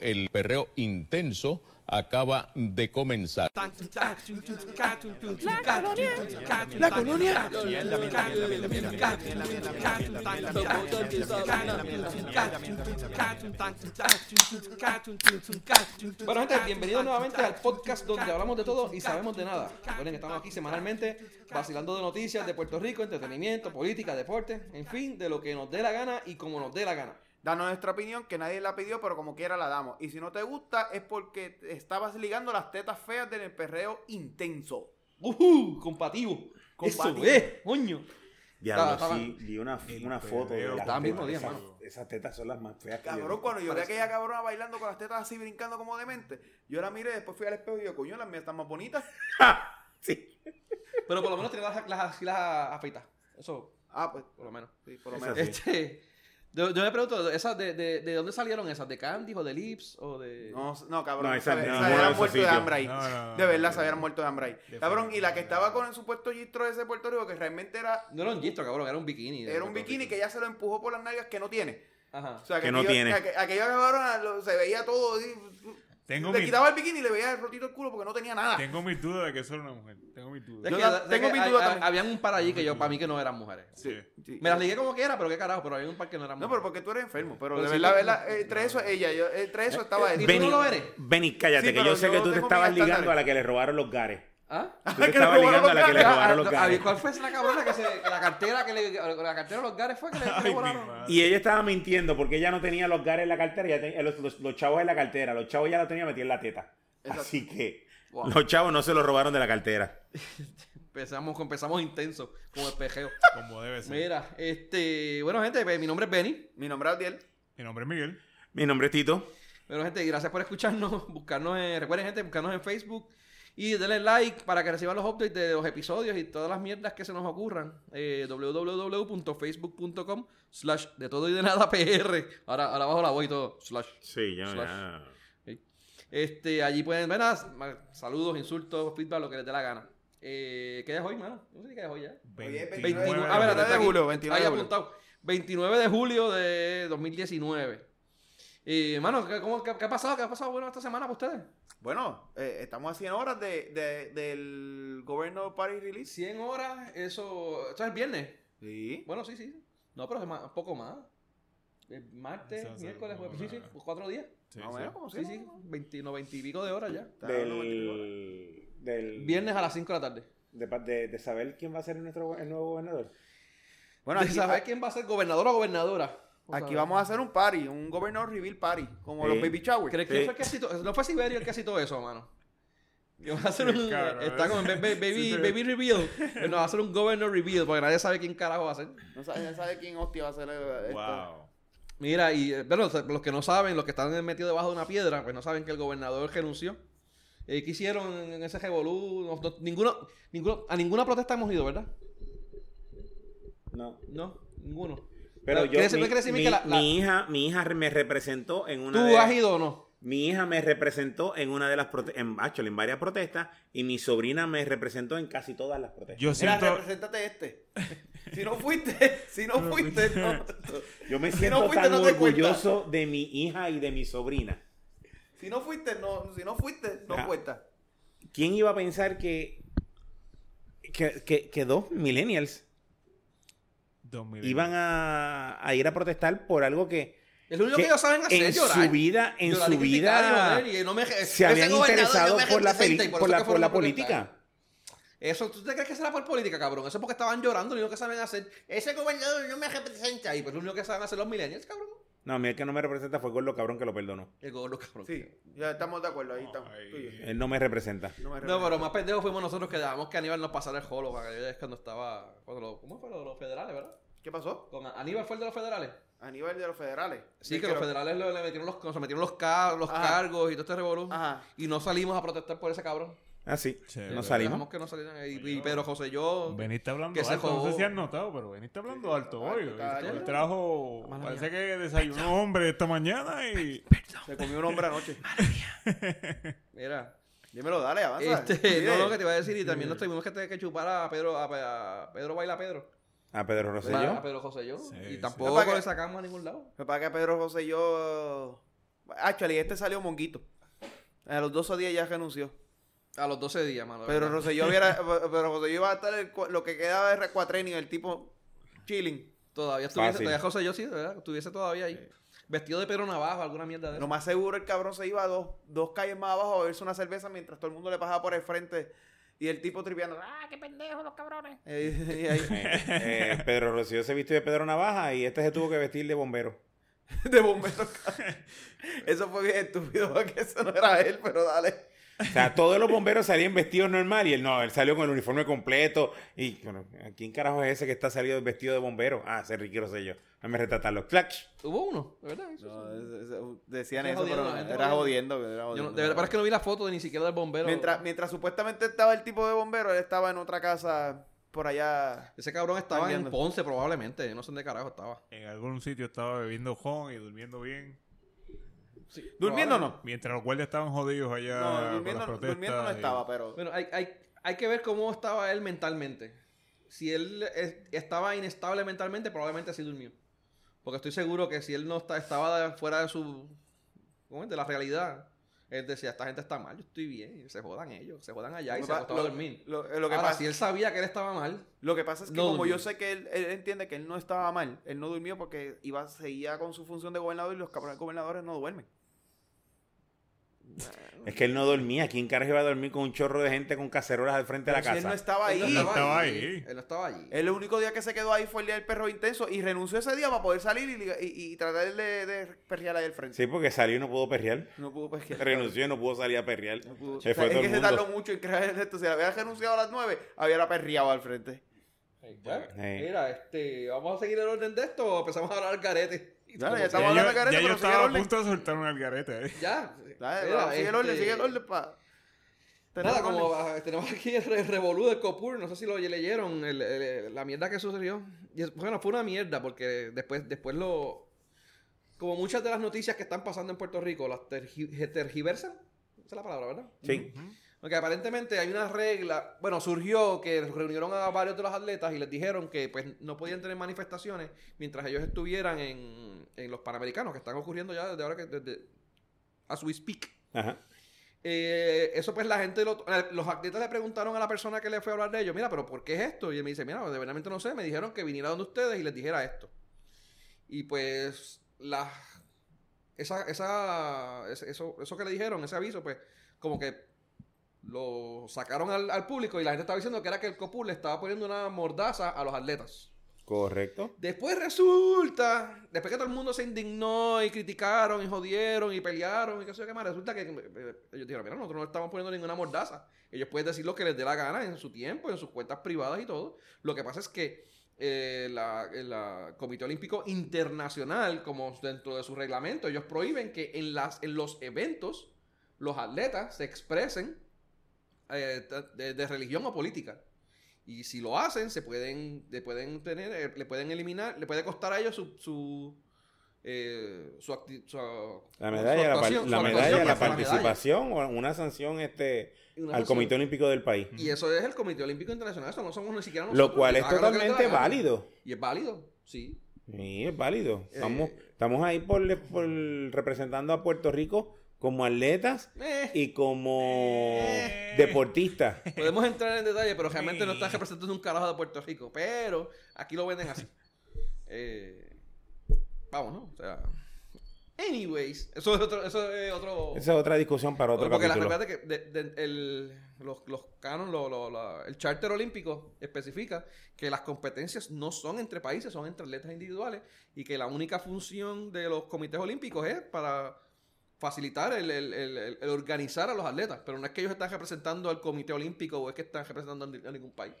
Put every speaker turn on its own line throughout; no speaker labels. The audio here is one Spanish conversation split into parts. el perreo intenso acaba de comenzar.
La colonia.
Bueno, gente, bienvenidos nuevamente al podcast donde hablamos de todo y sabemos de nada. Recuerden que estamos aquí semanalmente vacilando de noticias de Puerto Rico, entretenimiento, política, deporte, en fin, de lo que nos dé la gana y como nos dé la gana.
Danos nuestra opinión, que nadie la pidió, pero como quiera la damos. Y si no te gusta, es porque te estabas ligando las tetas feas del perreo intenso.
¡Uhu! Compativo.
Compativo.
Eso es, coño.
Diablo,
Ah,
Estaba-
sí, vi una, una foto de las
Estaban mismo
tetas.
día,
esas,
mano.
esas tetas son las más feas que yo-
Cabrón, cuando yo vi a aquella cabrona bailando con las tetas así brincando como demente, yo la miré, después fui al espejo y yo, coño, las mías están más bonitas.
Sí.
Pero por lo menos tiene las, las axilas afeitas. Eso,
Ah, pues,
por lo menos.
sí, por lo
Esa
menos.
sí.
Este, yo, yo me pregunto, ¿esas de, de, de dónde salieron esas? ¿De Candy o de Lips o de...?
No, no, cabrón.
No,
se
esa- no, no,
hubieran
ese
muerto de
sitio.
hambre ahí.
No, no, no,
de verdad,
no,
se hubieran muerto de hambre ahí. Cabrón, y la que estaba con el supuesto gistro ese de Puerto Rico, que realmente era,
No era un gistro, cabrón, era un bikini.
era un bikini que ya se lo empujó por las nalgas que no tiene.
Ajá.
O sea,
Que no tiene.
aqu- aquella cabrona lo- se veía todo. así,
Tengo
le
mi-
quitaba el bikini y le veía el rotito el culo porque no tenía nada.
Tengo mis dudas de que eso era una mujer. Tengo mis dudas.
Es
Yo
que-
la-
es
tengo
que
mi
hay-
duda
hay-
también.
Habían un par allí que yo, para mí, que no eran mujeres.
Sí.
Sí.
Me las ligué como quiera, pero qué carajo, pero había un par que no eran
No, pero porque tú eres enfermo. Pero,
Pero Eh,
de
sí
verdad,
que-
verdad, eh, entre eso ella, yo, entre eso estaba él.
¿Y tú no lo eres?
Benny, cállate,
Sí,
que
pero
yo sé
yo
que tú te
tengo
estabas
mis
ligando a
estándares.
la que le robaron los gares.
¿Ah?
Tú te
Que le
estabas
robaron
ligando
los
a la que le
gares.
robaron los
Ah,
gares.
¿Cuál fue la cabrona que se. La cartera que le. La cartera de los gares fue que le que le
Ay, mi
volaron?
madre.
Y ella estaba mintiendo porque ella no tenía los gares en la cartera, ella tenía- los, los- los chavos en la cartera, los chavos ya la tenía metida en la teta.
Exacto.
Así que
Wow.
los chavos no se los robaron de la cartera.
Empezamos, empezamos intenso con el pejeo.
Como debe ser.
Mira, este. Bueno, gente, pues, mi nombre es Benny.
Mi nombre es Adiel.
Mi nombre es Miguel.
Mi nombre es Tito.
Bueno, gente, gracias por escucharnos. Buscarnos en- Recuerden, gente, buscarnos en Facebook. Y denle like para que reciban los updates de los episodios y todas las mierdas que se nos ocurran. Eh, www.facebook.com slash de todo y de nada PR. Ahora, ahora bajo la voz y todo. Slash.
Sí,
ya, Slash. ya. Este, allí pueden ver nada, ma- saludos, insultos, feedback, lo que les dé la gana. Eh, ¿Qué día es hoy, mano? No sé ni qué día es hoy ya.
29
29,
de
ah, espérate,
julio,
está aquí.
29
Ahí
de julio.
apuntado. 29 de julio de 2019. Eh, mano, ¿qué, cómo- qué- qué ha pasado? ¿Qué ha pasado bueno esta semana para ustedes?
Bueno, eh, estamos a 100 horas de, de- del gobierno Party Release.
100 horas, eso... Esto es el viernes.
Sí.
Bueno, sí, sí. No, pero es más- un poco más. Eh, martes,
Eso, eso,
miércoles,
como
jueves, sí, sí,
una-
pues cuatro días.
Sí,
Más o
sí.
menos, como
Sí,
si
sí,
no.
20, 90 y pico de horas ya.
Está dando 24 horas.
Del, del-
ah, Viernes a las 5 de la tarde.
de, pa- de- de saber quién va a ser nuestro, el nuevo gobernador.
Bueno,
De
aquí,
saber quién va a ser gobernador o gobernadora. O
aquí
sea,
vamos a hacer un party, un gobernador reveal party, como los
Sí.
baby shower.
¿Crees que
Sí.
fue el que citó? No fue Siberio el que citó eso, mano. Que va a hacer un.
Claro,
está con ba- ba- baby,
¿eh? Sí, pero-
baby reveal. Bueno, va a hacer un governor reveal porque nadie sabe quién carajo va a ser.
No sabe, ya sabe quién hostia va a ser eh, esto.
Wow.
Mira, y eh, bueno, los que no saben, los que están metidos debajo de una piedra, pues no saben que el gobernador renunció. Eh, ¿Qué hicieron en ese revolú? No- no- ninguno, ninguno, a ninguna protesta hemos ido, ¿verdad?
No.
No, ninguno.
Pero
Pero
yo,
quiere-
mi,
quiere decirme
mi-
que la- la-
mi hija, mi hija me representó en una
¿Tú
de-
has ido o no?
Mi hija me representó en una de las prote- en, actually, en varias protestas y mi sobrina me representó en casi todas las protestas. Yo,
Yo
Mira,
siento.
representate este. Si no fuiste, si no fuiste, no.
me
Si
siento
no fuiste,
tan
no te
orgulloso de mi hija y de mi sobrina.
Si no fuiste, no, si no fuiste, no
Ajá.
cuenta.
¿Quién iba a pensar que que, que- que dos millennials
Dos mil-
iban a, a ir a protestar por algo que
Es lo único que,
que
ellos saben hacer
en
es llorar.
su vida en
Llorar y
su
criticar
vida
y joder, y no me- ese
se habían
gobernador
interesado
no me
por la peli-
representa y
por
eso
la
que
por
fueron
la
a protestar.
política.
Eso, ¿tú te crees que será por política, cabrón? Eso es porque estaban llorando y lo que saben hacer. Ese gobernador no me representa. Y pues lo único que saben hacer los millennials, cabrón.
No, a mí el que no me representa fue con lo cabrón que lo perdonó.
El gobierno, cabrón.
Sí, ya estamos de acuerdo, ahí estamos.
Ay.
tú y yo.
Él no me representa.
No, me
No,
arrepiento.
pero más pendejos fuimos nosotros que dejamos que Aníbal nos pasara el jolo para que yo- es cuando estaba. Cuando lo, ¿Cómo fue lo de los federales, verdad?
¿Qué pasó?
Con Aníbal fue el de los federales.
A nivel de los federales.
Sí,
Es
que, los federales lo- le metieron los, nos metieron los, ca- los
Ajá.
cargos y todo este revolución.
Ajá.
Y no salimos a protestar por ese cabrón.
Ah, sí.
Sí,
no
pero-
salimos.
Dejamos que no salieran. Y, y Pedro José, yo.
Veniste hablando
Que se
alto. No
jodó.
sé si has notado, pero veniste hablando alto hoy.
está
Hoy
alto.
Trajo.
Mala
Parece
mía.
que desayunó hombre esta mañana y.
Se comió un hombre anoche.
Mira.
Dímelo, dale, avanza.
Este,
Sí,
no,
eh.
lo que te iba a decir, y también nos tuvimos que, que chupar a Pedro, a, a Pedro Baila Pedro.
A Pedro
Pa- a
Rosselló.
Pedro José yo.
Sí,
y
sí.
tampoco
Papá, que-
le sacamos a ningún lado.
Me paga Pedro José y yo. Actually, este salió monguito. A los 12 días ya renunció.
A los 12 días, mano. de
Pero
verdad.
Rosselló, hubiera- pero Rosselló iba a estar el cua- lo que quedaba de cuatrenio, el tipo chilling.
Todavía estuviese,
Fácil.
todavía José yo sí, de ¿verdad? Estuviese todavía ahí. Vestido de Pedro Navajo, alguna mierda de
Lo
eso.
más seguro el cabrón se iba a dos, dos calles más abajo a beberse una cerveza mientras todo el mundo le pasaba por el frente y el tipo tripeando. ¡Ah, qué pendejo los cabrones! Eh, y ahí-
Eh, eh, Pedro Rocío se vistió de Pedro Navaja y este se tuvo que vestir de bombero.
de bombero. Eso fue bien estúpido porque eso no era él, pero dale.
O sea, todos los bomberos salían vestidos normal y él no, él salió con el uniforme completo. Y bueno, ¿quién carajo es ese que está salido vestido de bombero? Ah, ese Ricky Rosselló. A me retratarlo. ¡Clach!
Hubo uno, de verdad. Eso sí.
No, es- es- decían
Era
eso,
jodiendo,
pero
la gente
era
jodiendo.
jodiendo. era
Yo no-
jodiendo.
de verdad, pero es que no vi la foto de ni siquiera del bombero.
mientras, mientras supuestamente estaba el tipo de bombero, él estaba en otra casa por allá.
Ese cabrón estaba en
Cambiando.
Ponce probablemente. yo No sé dónde carajo estaba.
En algún sitio estaba bebiendo con y durmiendo bien.
Sí,
¿Durmiendo o
probablemente.
no?
Mientras los guardias estaban jodidos allá.
No,
con
durmiendo,
las
no-
protestas
durmiendo no
y-
estaba, pero.
Bueno, hay, hay, hay que ver cómo estaba él mentalmente. Si él eh, estaba inestable mentalmente, probablemente sí durmió. Porque estoy seguro que si él no está, estaba de- fuera de su. ¿cómo es? De la realidad. Él decía, esta gente está mal, yo estoy bien. y se jodan ellos, se jodan allá y
Lo
se
pa-
acostó a
lo-
dormir.
Lo, lo que
Ahora,
pasa,
si Ah, él sabía que él estaba mal,
lo que pasa es que
no
como yo
durmió.
sé que él, él entiende que él no estaba mal, él no durmió porque iba seguía con su función de gobernador y los cabrones gobernadores no duermen.
Es que él no dormía. ¿Quién carajo iba a dormir con un chorro de gente con cacerolas al frente de la
Pero si él
casa?
no estaba ahí.
él
no estaba ahí.
Él no estaba allí.
El único día que se quedó ahí fue el día del perro intenso y renunció ese día para poder salir y, y- y tratar de, de perrear ahí al frente.
Sí, porque salió y no pudo perrear.
No pudo perrear.
Renunció y no pudo salir a perrear.
No pudo.
Se
O sea,
fue
es
todo
que
el
se tardó
mundo.
mucho en crear esto. Si había renunciado a las 9, había perreado al frente.
Ey, ya.
Ey.
Mira, este, ¿vamos a seguir el orden de esto o empezamos a hablar al carete?
Dale, ya
Ya
estamos
yo,
hablando de careta,
ya yo
pero sigue
estaba
el
a
orden.
punto de soltar un algarete. eh.
Ya.
Dale,
Mira,
sigue el orden,
este,
sigue el orden para.
Nada, como ah, tenemos aquí el re- revolú de Copur, no sé si lo leyeron, el- el- la mierda que sucedió. Y es- bueno, fue una mierda porque después, después lo... Como muchas de las noticias que están pasando en Puerto Rico, las tergi- tergiversan. Esa es la palabra, ¿verdad?
Sí.
Porque aparentemente hay una regla, bueno, surgió que reunieron a varios de los atletas y les dijeron que pues no podían tener manifestaciones mientras ellos estuvieran en, en los Panamericanos, que están ocurriendo ya desde ahora que desde, a su speak.
Ajá.
Eh, eso pues la gente, lo- los atletas le preguntaron a la persona que le fue a hablar de ellos, mira, pero ¿por qué es esto? Y él me dice, mira, de verdad no sé, me dijeron que viniera donde ustedes y les dijera esto. Y pues la, esa, esa, ese- eso, eso que le dijeron, ese aviso, pues como que lo sacaron al, al público y la gente estaba diciendo que era que el COPUR le estaba poniendo una mordaza a los atletas.
Correcto.
Después resulta, después que todo el mundo se indignó y criticaron y jodieron y pelearon y qué sé yo qué más, resulta que eh, ellos dijeron, mira, nosotros no estamos poniendo ninguna mordaza. Ellos pueden decir lo que les dé la gana en su tiempo, en sus cuentas privadas y todo. Lo que pasa es que eh, la, la Comité Olímpico Internacional, como dentro de su reglamento, ellos prohíben que en, las, en los eventos los atletas se expresen eh, de- de religión o política. Y si lo hacen, se pueden, le pueden tener, eh, le pueden eliminar, le puede costar a ellos su su eh, su, acti- su-
La
su
medalla, la, par-
actuación,
la
su
medalla,
actuación,
la
su medalla.
participación o una sanción este
Y una
al
sanción.
Comité Olímpico del país.
Y eso es el Comité Olímpico Internacional, eso no somos ni siquiera nosotros.
Lo cual
que
es
hagan lo que les dé la
totalmente
gana.
válido.
Y es válido, sí.
Sí, es válido.
Eh.
Estamos, estamos ahí por, por representando a Puerto Rico como atletas
Eh,
y como deportistas.
podemos entrar en detalle, pero realmente no está representando un carajo de Puerto Rico. Pero aquí lo venden así. Eh, vamos, ¿no? O sea. Anyways, eso es otro, eso es otro.
Esa es otra discusión para otro
porque la
capítulo.
verdad es que de- de- el, los, los canon, lo- lo- la- el charter olímpico especifica que las competencias no son entre países, son entre atletas individuales y que la única función de los comités olímpicos es para facilitar el, el- el- el- el organizar a los atletas, pero no es que ellos están representando al comité olímpico o es que están representando a ni- a ningún país.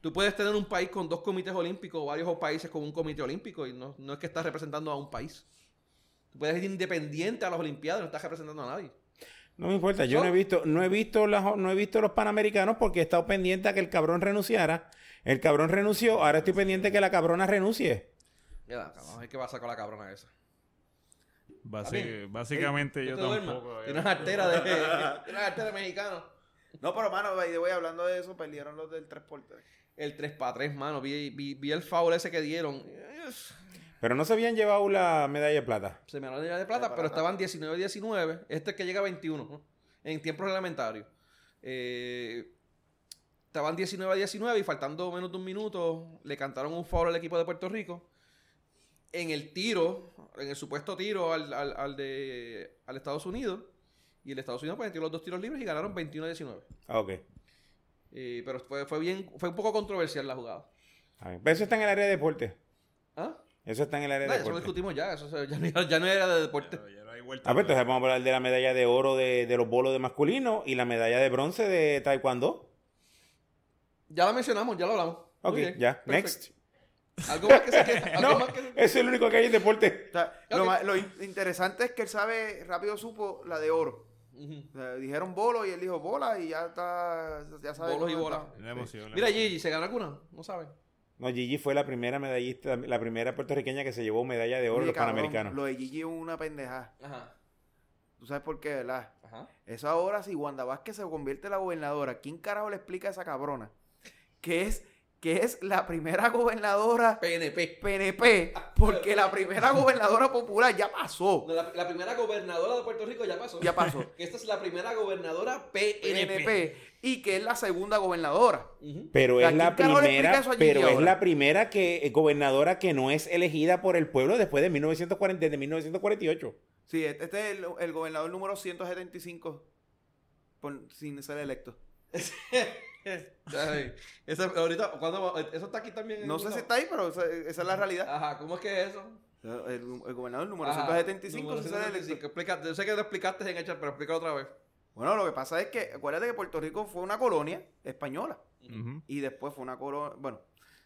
Tú puedes tener un país con dos comités olímpicos o varios países con un comité olímpico y no, no es que estás representando a un país. Tú puedes ir independiente a las Olimpiadas, no estás representando a nadie.
No me importa, yo no he visto, no he visto las- no he visto los panamericanos porque he estado pendiente a que el cabrón renunciara. El cabrón renunció, ahora estoy pendiente que la cabrona renuncie.
Mira, cabrón, a ver qué pasa con la cabrona esa.
Basi-
bien.
básicamente
Ey,
yo
no te duermas.
tampoco. eh,
Tiene una artera de. tiene una artera de mexicano.
No, pero mano, by the way, hablando de eso, perdieron los del 3x3.
El 3 para 3, mano. Vi, vi, vi el foul ese que dieron. Eh,
Pero no se habían llevado la medalla de plata.
Se me ganó la medalla de plata, pero estaban 19-19. Este es que llega a 21, ¿no? En tiempo reglamentario. Eh, estaban 19 a 19 y faltando menos de un minuto, le cantaron un favor al equipo de Puerto Rico. En el tiro, en el supuesto tiro al, al- al de, al Estados Unidos. Y el Estados Unidos pues metió los dos tiros libres y ganaron 21 a 19.
Ah, ok.
Eh, pero fue, fue bien, fue un poco controversial la jugada.
Está bien. Pero eso está en el área de deporte.
¿Ah?
Eso está en el área
No,
de
eso lo
deporte.
discutimos ya, eso se- ya, no- ya no era de deporte.
Ya, ya no hay vuelta
Ah, pues
atrás.
entonces vamos a hablar de la medalla de oro de, de los bolos de masculino y la medalla de bronce de taekwondo.
Ya la mencionamos, ya lo hablamos.
Ok,
Muy bien,
ya.
perfecto.
Next.
Algo más que se quede- algo
No,
más que-
eso es el único que hay en deporte.
O sea, lo,
Ok.
ma- lo in- interesante es que él sabe, rápido supo la de oro.
Ujú.
O sea, dijeron bolo y él dijo bola y ya está, ya sabe.
Bolos y
cómo
bola.
está.
La emoción. la
Mira,
emoción.
Gigi, ¿se ganó alguna? No saben.
No, Gigi fue la primera medallista, la primera puertorriqueña que se llevó medalla de oro en
Oye,
los
cabrón,
panamericanos.
Lo de Gigi es una pendejada.
Ajá.
¿Tú sabes por qué, verdad?
Ajá.
Eso ahora, si Wanda Vázquez se convierte en la gobernadora, ¿quién carajo le explica a esa cabrona? Que es, que es la primera gobernadora
PNP.
PNP, porque la primera gobernadora popular ya pasó.
No, La, la primera gobernadora de Puerto Rico ya pasó.
Ya pasó.
Que esta es la primera gobernadora PNP.
PNP. Y que es la segunda gobernadora.
Ujú.
Pero es
¿A
la
quién carajo le explica
primera,
eso a Gigi
pero es
ahora?
la primera que eh, gobernadora que no es elegida por el pueblo después de 1940, desde 1948.
Sí, este este es el, el gobernador número 175 por- sin ser electo.
Ay, esa- ahorita, ¿cuándo va? Eso está aquí también. en
No
algún
sé si
lado.
está ahí, pero esa, esa es la realidad.
Ajá, ¿cómo es que es eso?
El, el gobernador número
Ajá,
175
Ah, número
sin ser
175.
electo.
Explica- yo sé que lo explicaste en Echar, pero explícalo otra vez.
Bueno, lo que pasa es que, acuérdate que Puerto Rico fue una colonia española.
Ujú.
Y después fue una colonia. Bueno,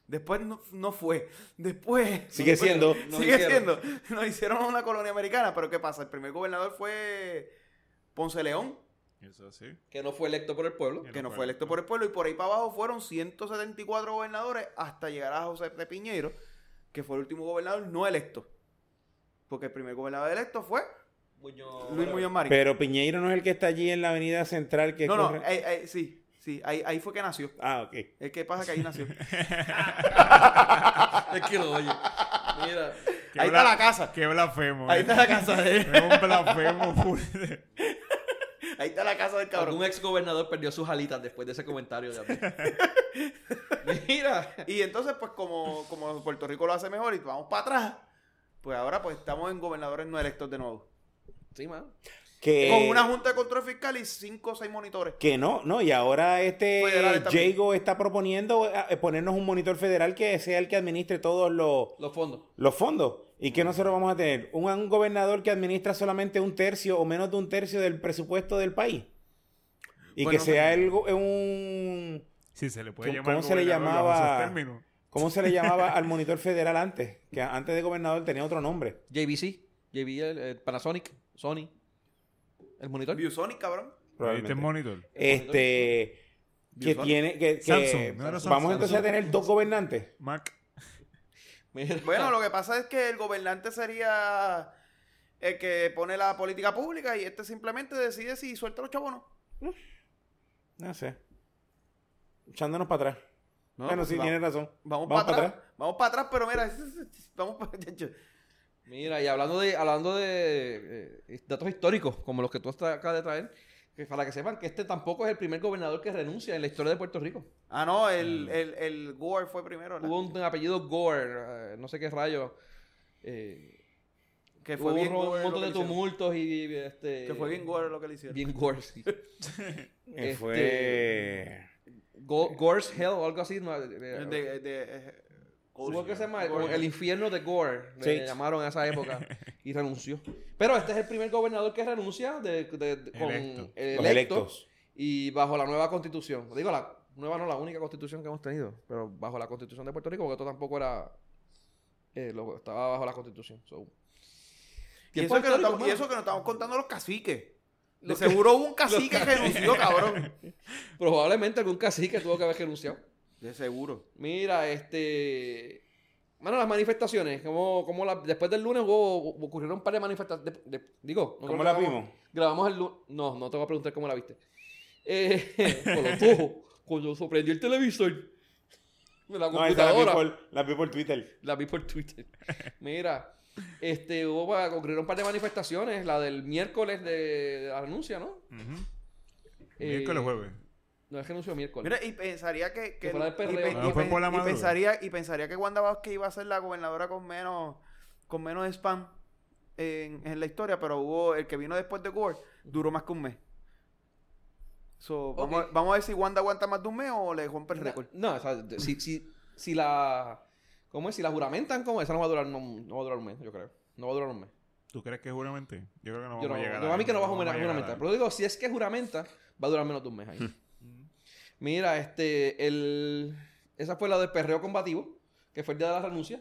después no, no fue. Después.
Sigue
después-
siendo.
Nos
sigue
hicieron.
siendo. Nos hicieron una colonia americana, pero ¿qué pasa? El primer gobernador fue Ponce León,
Eso sí.
Que no fue electo por el pueblo.
Que
que no
fue
fue electo por el pueblo, y por ahí para abajo fueron 174 gobernadores hasta llegar a José de Piñeiro, que fue el último gobernador no electo. Porque el primer gobernador electo fue
Muñoz.
Luis Muñoz Marín.
Pero Piñeiro no es el que está allí en la avenida central que
no, eh. no,
corre-
ahí- ahí- sí, sí, ahí, ahí fue que nació.
Ah, ok.
Es que pasa que ahí nació.
Es que lo oye. Mira.
Qué
ahí está
bla-
la casa.
Qué blasfemo.
Ahí está la casa de
Es un blasfemo full.
Ahí está la casa del cabrón.
Algún ex gobernador perdió sus alitas después de ese comentario de Abel. Mira.
Y entonces, pues, como, como Puerto Rico lo hace mejor y vamos para atrás, pues ahora pues estamos en gobernadores no electos de nuevo.
Sí, man.
Que,
Con una junta de control fiscal y cinco o seis monitores.
que no, no, y ahora este
Federales también.
Jago está proponiendo eh, ponernos un monitor federal que sea el que administre todos los,
Los fondos.
los fondos. ¿Y que nosotros vamos a tener? ¿Un, un gobernador que administra solamente un tercio o menos de un tercio del presupuesto del país. Y
Bueno,
que sea el, go- un...
Sí, se le puede
¿Cómo-
llamar.
cómo se le
gobernador bajo
llamaba?
esos términos.
¿Cómo se le llamaba al monitor federal antes? Que a- antes de gobernador tenía otro nombre.
JVC, JBL, eh, Panasonic, Sony. El monitor.
Viewsonic, cabrón.
Este
probablemente.
es monitor.
Este... Que
Visual.
tiene... Que, que-
Samsung, no era Samsung.
vamos entonces a tener dos gobernantes.
Mac.
Mira.
Bueno, lo que pasa es que el gobernante sería el que pone la política pública y este simplemente decide si suelta los chavos o no.
No sé. Echándonos para atrás.
No,
bueno,
pues
sí,
va-
tienes razón.
Vamos, para atrás. Vamos para atrás, pero mira, vamos para
Mira, y hablando de, hablando de eh, datos históricos, como los que tú estás- acabas de traer, que para que sepan que este tampoco es el primer gobernador que renuncia en la historia de Puerto Rico.
Ah, no, el, el, el Gore fue primero, ¿verdad?
Mm. Hubo un apellido Gore, eh, no sé qué rayo. eh,
que
hubo
fue bien
un, ro-
Gore
un
lo
montón
que
de
le hicieron.
tumultos y este.
Que fue bien Gore lo que le hicieron.
Bien Gore, sí.
Eh,
Este-
Fue...
Este,
Go- Gore's Hell o algo así. No, eh,
De,
eh,
de, eh,
Hubo que se llama
Gore.
como el infierno de Gore, le
Sí.
le llamaron a esa época y renunció. Pero este es el primer gobernador que renuncia de, de- de- con
Electo.
eh,
Los
electo
electos.
y bajo la nueva constitución. Digo, la nueva no la única constitución que hemos tenido, pero bajo la constitución de Puerto Rico, porque esto tampoco era. eh, lo- estaba bajo la constitución. so.
Y
Tiempo
eso, que no
histórico,
estamos, y
mano.
eso que nos estamos contando los caciques. De
Los-
seguro hubo un cacique que renunció, cabrón.
Probablemente algún cacique tuvo que haber renunciado.
De seguro.
Mira, este. Mano, las manifestaciones, como, como la- después del lunes hubo, ocurrieron un par de manifestaciones. digo,
¿Cómo
nosotros
la
grabamos-
vimos?
Grabamos el lunes. No, no te voy a preguntar cómo la viste. Eh, con los ojos, cuando sorprendió el televisor. De la
No, esa la vi,
computadora.
por, la vi por Twitter.
La vi por Twitter. Mira, este, hubo, ocurrieron un par de manifestaciones. La del miércoles de, de la renuncia, ¿no? Eh,
Miércoles jueves.
No es renunció miércoles.
Mira, y pensaría que... que
Que fuera del
y,
PRD.
pe-
No,
y
fue
pe-
por la
y
madura.
pensaría, y pensaría que Wanda Vázquez iba a ser la gobernadora con menos con menos spam en, en la historia, pero hubo el que vino después de Gore duró más que un mes. So, vamos, a-
Ok.
vamos a ver si Wanda aguanta más de un mes o le rompe el récord.
No, o sea, de- si, si, si la. ¿Cómo es? Si la juramentan, ¿cómo? Esa no va a durar, no, no va a durar un mes, yo creo. No va a durar un mes.
¿Tú crees que juramente? Yo creo que no
Yo no,
vamos a llegar
yo a mí que no va a
vamos
juramenta-
llegar a-
juramentar. Pero digo, si es que juramenta, va a durar menos de un mes ahí.
Mm.
Mira, este, el... Esa fue la del perreo combativo, que fue el día de la renuncia.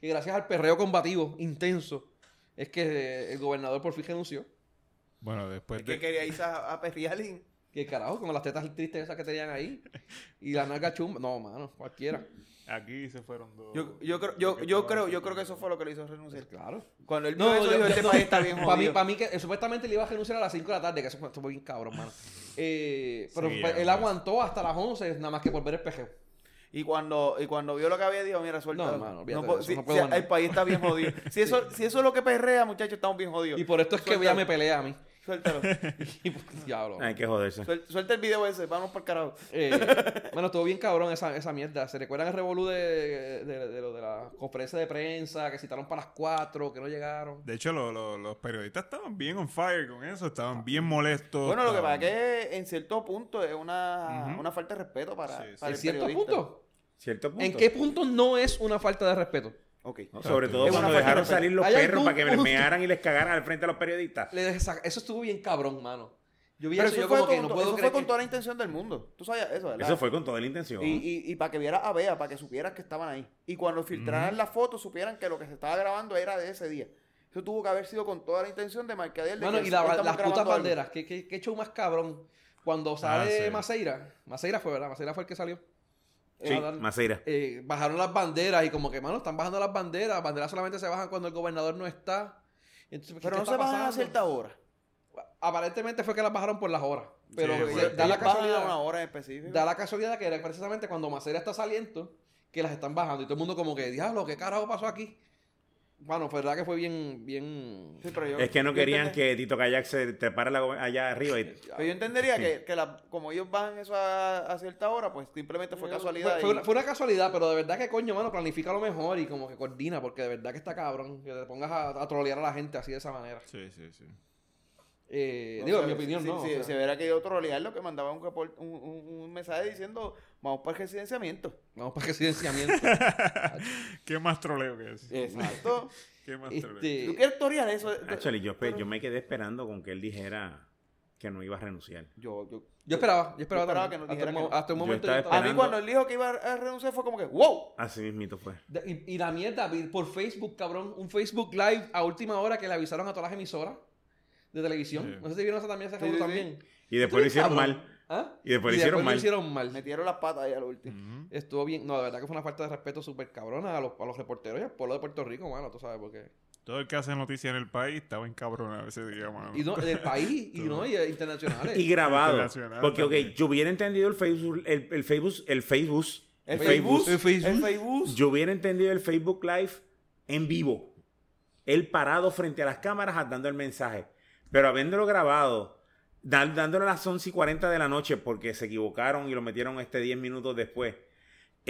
Que gracias al perreo combativo intenso, es que el gobernador por fin renunció.
Bueno, después
Es que
de...
quería irse a, a perrearle.
Que carajo, con las tetas tristes esas que tenían ahí. Y la nalga chumba. No, mano, cualquiera.
Aquí se fueron dos.
Yo, yo, creo, yo, yo, creo, yo creo que eso fue lo que le hizo renunciar.
Claro.
Cuando él vio
No,
eso,
yo-
dijo,
yo-
este
no,
país está bien
Para mí,
jodido.
para mí que eh, supuestamente le iba a renunciar a las 5 de la tarde, que eso fue, eso fue bien cabrón, mano. Eh, pero
Sí,
pues,
ya,
él
pues.
aguantó hasta las 11, nada más que por ver el pejeo.
Y cuando, y cuando vio lo que había, dijo, mira, suelta.
No, mano, olvídate
po-
de eso,
si-
no puedo
si-
ganar.
El país está bien jodido. Si eso, si eso es lo que perrea, muchachos, estamos bien jodidos.
Y por esto es que
Suéltalo.
ella me pelea a mí.
Suéltalo.
Y pues, diablo.
Oh.
Hay que joderse.
Suel- Suelta el video ese, vamos por carajo.
Eh, bueno, estuvo bien cabrón esa, esa mierda. ¿Se recuerdan el revolú de, de, de lo de la conferencia de prensa? Que citaron para las 4, que no llegaron.
De hecho, lo- lo- los periodistas estaban bien on fire con eso. Estaban bien molestos.
Bueno, lo que pasa
estaban-
es que en cierto punto es una,
Ujú.
una falta de respeto para,
Sí, sí.
para
¿En
el
cierto
periodista.
punto?
¿Cierto punto?
¿En qué punto no es una falta de respeto?
Ok.
No, sobre todo
Es una
cuando
falta de
dejaron
respeto.
salir los
Hay
perros
algún
para que les
punto.
mearan y les cagaran al frente a los periodistas.
Le desa- Eso estuvo bien cabrón, mano. Yo vi
Pero
eso, y
eso
yo
fue,
como que
con,
no
to-
puedo
eso fue
creer
con
que-
toda la intención del mundo. Tú sabías eso, ¿verdad?
Eso fue con toda la intención.
Y, y, y para que vieras a Bea, para que supieras que estaban ahí. Y cuando filtraran las fotos, supieran que lo que se estaba grabando era de ese día. Eso tuvo que haber sido con toda la intención de marcadear. de
Mano,
que
y la-
estamos
las
grabando
putas
algo.
banderas. ¿Qué, qué, qué show más cabrón? Cuando sale
Ah, sí.
Maceira. Maceira fue, ¿verdad? Maceira fue el que salió. Eh,
Sí,
Adán.
Maceira.
eh, bajaron las banderas y como que, mano, están bajando las banderas. Las banderas solamente se bajan cuando el gobernador no está. Entonces, ¿qué-
Pero
qué
no
está
se bajan a
pasando?
cierta hora.
Aparentemente fue que las bajaron por las horas. Pero
Sí,
eh,
fue.
da, la
Ellos bajan a
casualidad,
una hora específica.
da la casualidad que era precisamente cuando Macera está saliendo que las están bajando. Y todo el mundo como que, diablo, ¿qué carajo pasó aquí? Bueno, fue verdad que fue bien, bien...
Sí, pero yo-
Es que no
yo
querían
entendí-
que Tito Kayak se trepara la go- allá arriba. Y...
Pero yo entendería que, que la- como ellos bajan eso a, a cierta hora, pues simplemente fue casualidad.
Fue, fue
y-
una, fue una casualidad, pero de verdad que coño, mano, planifica lo mejor y como que coordina, porque de verdad que está cabrón que te pongas a, a trolear a la gente así de esa manera.
Sí, sí, sí.
Eh,
no
digo,
sé,
en mi opinión,
si-
no. o
si-
sea.
Se verá que yo otro lo que mandaba un, report- un, un- un mensaje diciendo, vamos para el residenciamiento.
Vamos para que silenciamiento.
¿Qué más troleo que es?
Exacto.
¿Qué más troleo?
¿Tú
este,
quieres torear eso?
Actually, yo, pe- yo me quedé esperando con que él dijera que no iba a renunciar.
Yo- yo-
yo esperaba, yo esperaba,
Yo esperaba
también.
que nos
Hasta
dijera
un
que
mo-
no.
hasta un
Yo
momento.
estaba
yo
A
estaba-
mí cuando él dijo que iba a renunciar fue como que, wow.
Así mismito fue.
De- Y, y la mierda, vi por Facebook, cabrón, un Facebook Live a última hora que le avisaron a todas las emisoras de televisión.
Sí.
No sé si vieron eso también, ese
Sí, sí,
revolú
sí.
también.
Y después lo hicieron
Cabrón.
mal.
¿Ah?
Y después lo hicieron
después
mal.
hicieron mal.
Metieron las patas ahí al último.
Ujú.
Estuvo bien. No, de verdad que fue una falta de respeto súper cabrona a los, a los reporteros y al pueblo de Puerto Rico, mano, tú sabes por qué.
Todo el que hace noticias en el país estaba encabronado ese día, mano.
Y no, del país, y
Todo.
no, y eh, internacionales.
Y grabado.
Internacional
Porque, ok,
también.
yo hubiera entendido el Facebook, el, el Facebook, el Facebook,
El
Facebook.
Facebook. El Facebook.
Pues, Yo hubiera entendido el Facebook Live en vivo. Él parado frente a las cámaras dando el mensaje. Pero habiéndolo grabado, da- dándolo a las 11 y 40 de la noche porque se equivocaron y lo metieron este 10 minutos después.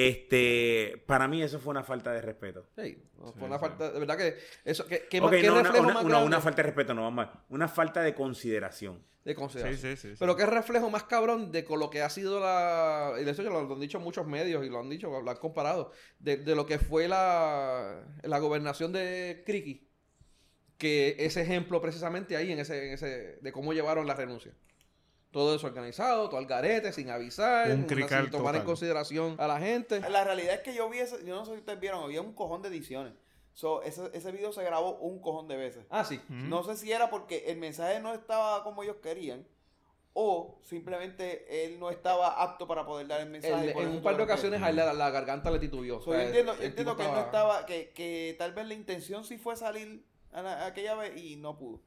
Este, para mí eso fue una falta de respeto.
Sí, no,
Sí,
fue una
sí.
falta, de verdad que eso, que, que
Ok,
más- qué
no, una,
reflejo
una-
más
una- una
grande
falta de respeto, no, vamos a- Una falta de consideración.
de consideración.
Sí, sí, sí, sí.
Pero qué reflejo más cabrón de con lo que ha sido la. Y de eso ya lo, lo han dicho muchos medios y lo han dicho, lo han comparado. De, de lo que fue la, la gobernación de Criqui. Que ese ejemplo precisamente ahí, en ese, en ese. de cómo llevaron la renuncia. Todo desorganizado, todo al garete, sin avisar,
Un
una-
crical
sin tomar en
total.
consideración a la gente.
La realidad es que yo vi ese, yo no sé si ustedes vieron, había un cojón de ediciones. So, ese, ese video se grabó un cojón de veces.
Ah, sí.
No sé si era porque el mensaje no estaba como ellos querían o simplemente él no estaba apto para poder dar el
El-
mensaje. y por
en
eso
un par de
tuvo que-
ocasiones a él la, la garganta le titubió. O
So,
sea,
Pues yo entiendo,
el-
yo
el
entiendo
tipo
que él no estaba, que, que tal vez la intención sí fue salir a la- a aquella vez y no pudo.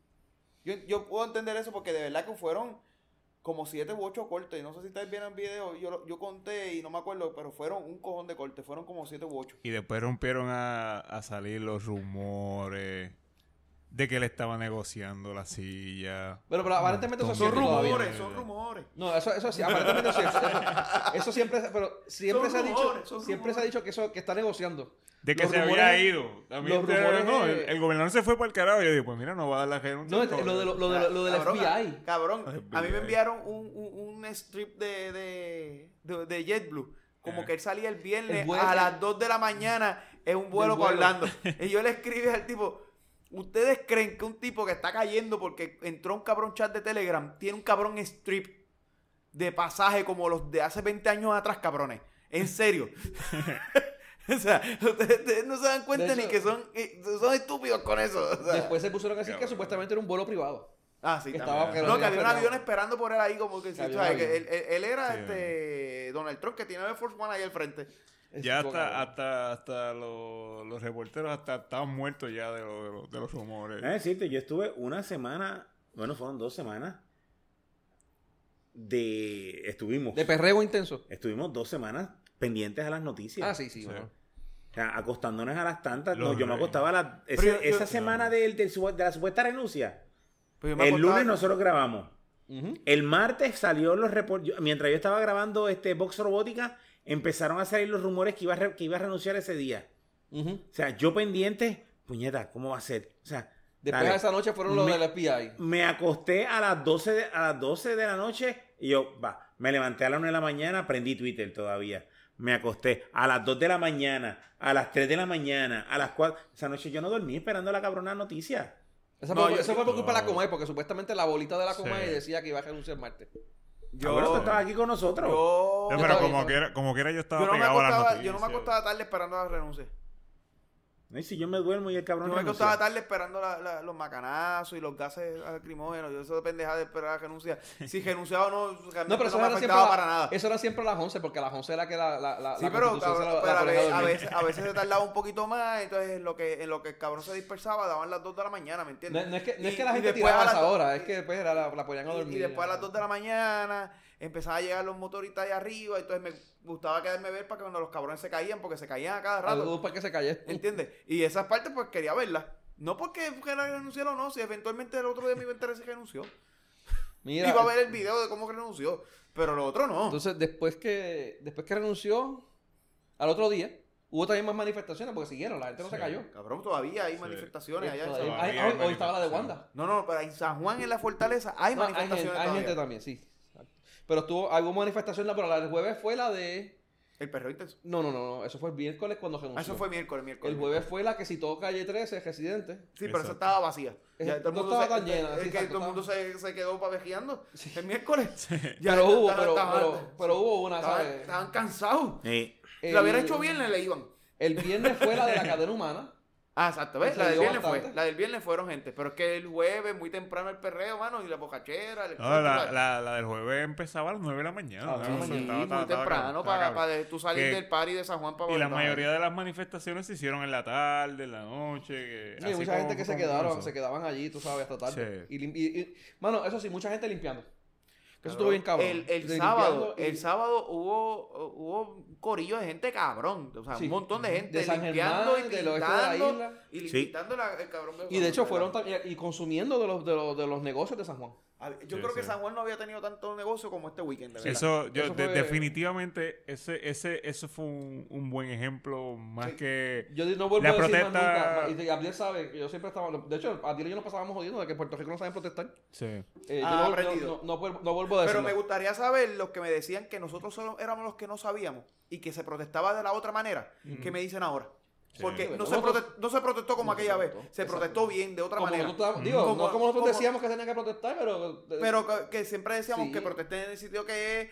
Yo, yo puedo entender eso porque de verdad que fueron como siete u ocho cortes. No sé si ustedes vieron el video, yo, lo- yo conté y no me acuerdo, pero fueron un cojón de cortes, fueron como siete u ocho.
Y después rompieron a, a salir los rumores de que él estaba negociando la silla.
Bueno, pero aparentemente eso
Montón
son
de
rumores,
rumores.
rumores.
No, eso, eso sí, aparentemente sí. Eso, eso siempre, pero siempre
Son
se ha dicho,
rumores, son
siempre se ha
rumores.
dicho que eso, que está negociando.
De que
Los
se había
rumores-
ido. También
los
te-
rumores,
no, el,
eh,
el gobernador se fue para el carajo. Y yo dije, pues mira, no va a dar la renuncia.
No, lo, de, lo, lo, de- lo del
Cabrón,
FBI.
Cabrón, a mí me
FBI.
enviaron un, un, un strip de, de, de, de JetBlue. Como
Eh.
que él salía el viernes
El vuelo.
a las 2 de la mañana en un vuelo,
Del
para
vuelo.
Orlando. y yo le escribí al tipo, ¿ustedes creen que un tipo que está cayendo porque entró un cabrón chat de Telegram tiene un cabrón strip de pasaje como los de hace 20 años atrás, cabrones? En serio. o sea, ustedes, ustedes no se dan cuenta
De
ni
hecho-
que son, eh, son estúpidos con eso. o sea.
Después se pusieron a decir que
Cabrón.
supuestamente era un vuelo privado.
Ah, sí,
Que
también.
estaba- que lo
no, que había un
habían frenado.
avión esperando por él ahí, como que, sí,
había
tú sabes,
un
que él,
avión.
él- él era
Sí,
este Donald Trump que tiene el Air Force One ahí al frente.
Ya
Estuvo
hasta,
cabrón.
hasta, hasta los, los reporteros hasta estaban muertos ya de, lo- de lo- de los rumores.
Es
Eh,
decirte, yo estuve una semana, bueno, fueron dos semanas de. Estuvimos.
De perreo intenso.
Estuvimos dos semanas pendientes a las noticias.
Ah, sí, sí.
Sí.
mano.
O sea, acostándonos a las tantas.
Los
no, yo me
reyes.
acostaba a las. ese-
Pero yo- yo-
esa semana del- del supu- de la supuesta renuncia.
Pero yo me
El
acordaba-
lunes nosotros grabamos.
Ujú.
El martes salió los reportes. Mientras yo estaba grabando este Box Robótica, empezaron a salir los rumores que iba a, re- que iba a renunciar ese día.
Ujú.
O sea, yo pendiente, puñeta, ¿cómo va a ser? O sea,
Después
dale.
de esa noche fueron los
Me-
del FBI.
me acosté a las 12 de, a las 12 de la noche y yo, va, me levanté a las 1 de la mañana, prendí Twitter todavía. Me acosté a las 2 de la mañana, a las 3 de la mañana, a las 4. Esa noche yo no dormí esperando la cabrona noticia.
Eso,
No,
fue,
yo-
eso fue por culpa de la
no.
Comay, porque supuestamente la bolita de la
Sí.
Comay decía que iba a renunciar el martes.
Yo
Yo,
tú estabas aquí con nosotros.
yo-
No,
Yo
pero
estaba
como
viendo.
quiera, como quiera yo estaba
yo no me
pegado a las
acostaba,
noticias.
yo no me acostaba tarde esperando la renuncia.
No, y si yo me duermo y el
Yo
cabrón
me
renuncia.
acostaba tarde esperando la- la- los macanazos y los gases lacrimógenos. Yo eso de pendeja de esperar la renuncia. Si renunciaba o no, realmente
No, pero eso,
no me
era siempre
afectaba
la-
para nada.
eso era siempre a las 11, porque a las 11 era que la. la, la
Sí,
la
pero,
Constitución se
cabrón,
la- la
pero a,
ponía
veces,
a
a,
dormir.
veces, a veces se tardaba un poquito más, entonces en lo que, en lo que el cabrón se dispersaba daban las 2 de la mañana, ¿me entiendes?
No, no es que, no es
Y-
que la
y
gente
después
tiraba
a
a
las
esa
do-
hora, es que después era la, la ponían a
y-
dormir.
Y, después a las 2 de la mañana empezaba a llegar los motoristas allá arriba, entonces me gustaba quedarme a ver para que cuando los cabrones se caían, porque se caían a cada rato,
Saludos para que se calle.
¿entiendes? Y esas partes pues quería verlas. No porque fuera que renunciara o no, si eventualmente el otro día me iba a enterar si renunció.
Mira,
Iba a ver el video de cómo renunció, pero lo otro no.
entonces después que, después que renunció, al otro día, hubo también más manifestaciones porque siguieron, la gente no se cayó.
Cabrón, todavía hay manifestaciones allá. en
Todavía-
San Juan.
ay,
Todavía
ay,
hay
hoy estaba la de
manifestaciones.
Wanda.
No, no, pero en San Juan, en la fortaleza, hay
No, hay,
manifestaciones
gente, hay
todavía.
gente también, sí. Pero estuvo, hubo manifestación, pero la del jueves fue la de.
El perro intenso.
No, no, no, no, eso fue el miércoles cuando renunció.
Ah, eso fue miércoles, miércoles.
El jueves fue la que citó calle 13, residente.
Sí, pero esa
Exacto.
estaba vacía.
Esa- no estaba tan llena,
es
sí,
que
exacto,
todo el mundo se, se quedó pavejeando el miércoles.
pero hubo,
estaban-
pero,
estaban-
pero, pero hubo una,
estaban,
¿sabes?
estaban cansados.
Sí.
Si
El-
lo hubiera hecho bien, le iban.
El viernes fue la de la cadena humana.
Ah, exacto, ¿ves?
Se
La del
dio
viernes fue.
bastante.
La del viernes fueron gente. Pero es que el jueves, muy temprano, el perreo, mano, y la bocachera. el-
No, la, la, la del jueves empezaba a las 9 de la
Ah,
mañana.
sí,
¿no?
Sí,
Estaba- estaba-
muy
estaba- estaba
temprano
cabrón,
para,
estaba
para
cabrón.
tú salir
Que-
del party de San Juan para
Y la
Guardamar.
mayoría de las manifestaciones se hicieron en la tarde, en la noche. que-
Sí,
así
mucha
como-
gente que se
como
quedaron,
eso.
se quedaban allí, tú sabes, hasta tarde.
Sí.
Y, lim- y- y- mano, eso sí, mucha gente limpiando. Que eso
Cabrón,
estuvo bien cabrón.
El, el
De
sábado,
limpiando y-
el sábado hubo, hubo un corillo de gente cabrón. O sea,
Sí.
un montón de gente
De San
limpiando
Germán,
y
del oeste de la
pintando.
isla.
y
Sí.
quitando la- el cabrón.
Y de hecho fueron tam- y consumiendo de los, de los, de los negocios de San Juan.
A ver, Yo
Sí,
creo que
sí.
San Juan no había tenido tanto negocio como este weekend, de verdad.
Eso, yo,
Eso
de-
fue-
definitivamente, ese, ese, eso fue un, un buen ejemplo, más
Sí.
que...
Yo di- no vuelvo
La
a decir más
protesta-
nunca. Y Gabriel sabe que yo siempre estaba. De hecho, a ti y yo nos pasábamos jodiendo de que en Puerto Rico no saben protestar.
Sí.
Eh,
Ah,
yo no,
aprendido.
no- no- no vuelvo, no vuelvo a decirlo.
Pero me gustaría saber los que me decían que nosotros solo éramos los que no sabíamos y que se protestaba de la otra manera que me dicen ahora. Porque
Sí.
no, se
Nosotros-
prote- no se protestó como
No se
aquella vez,
protestó.
se protestó
Exacto.
bien de otra
Como
manera.
nosotros estábamos- digo,
Como-
no como nosotros
como-
decíamos que tenían que protestar, pero. eh,
Pero que, que siempre decíamos
Sí.
que protesten en el sitio que es,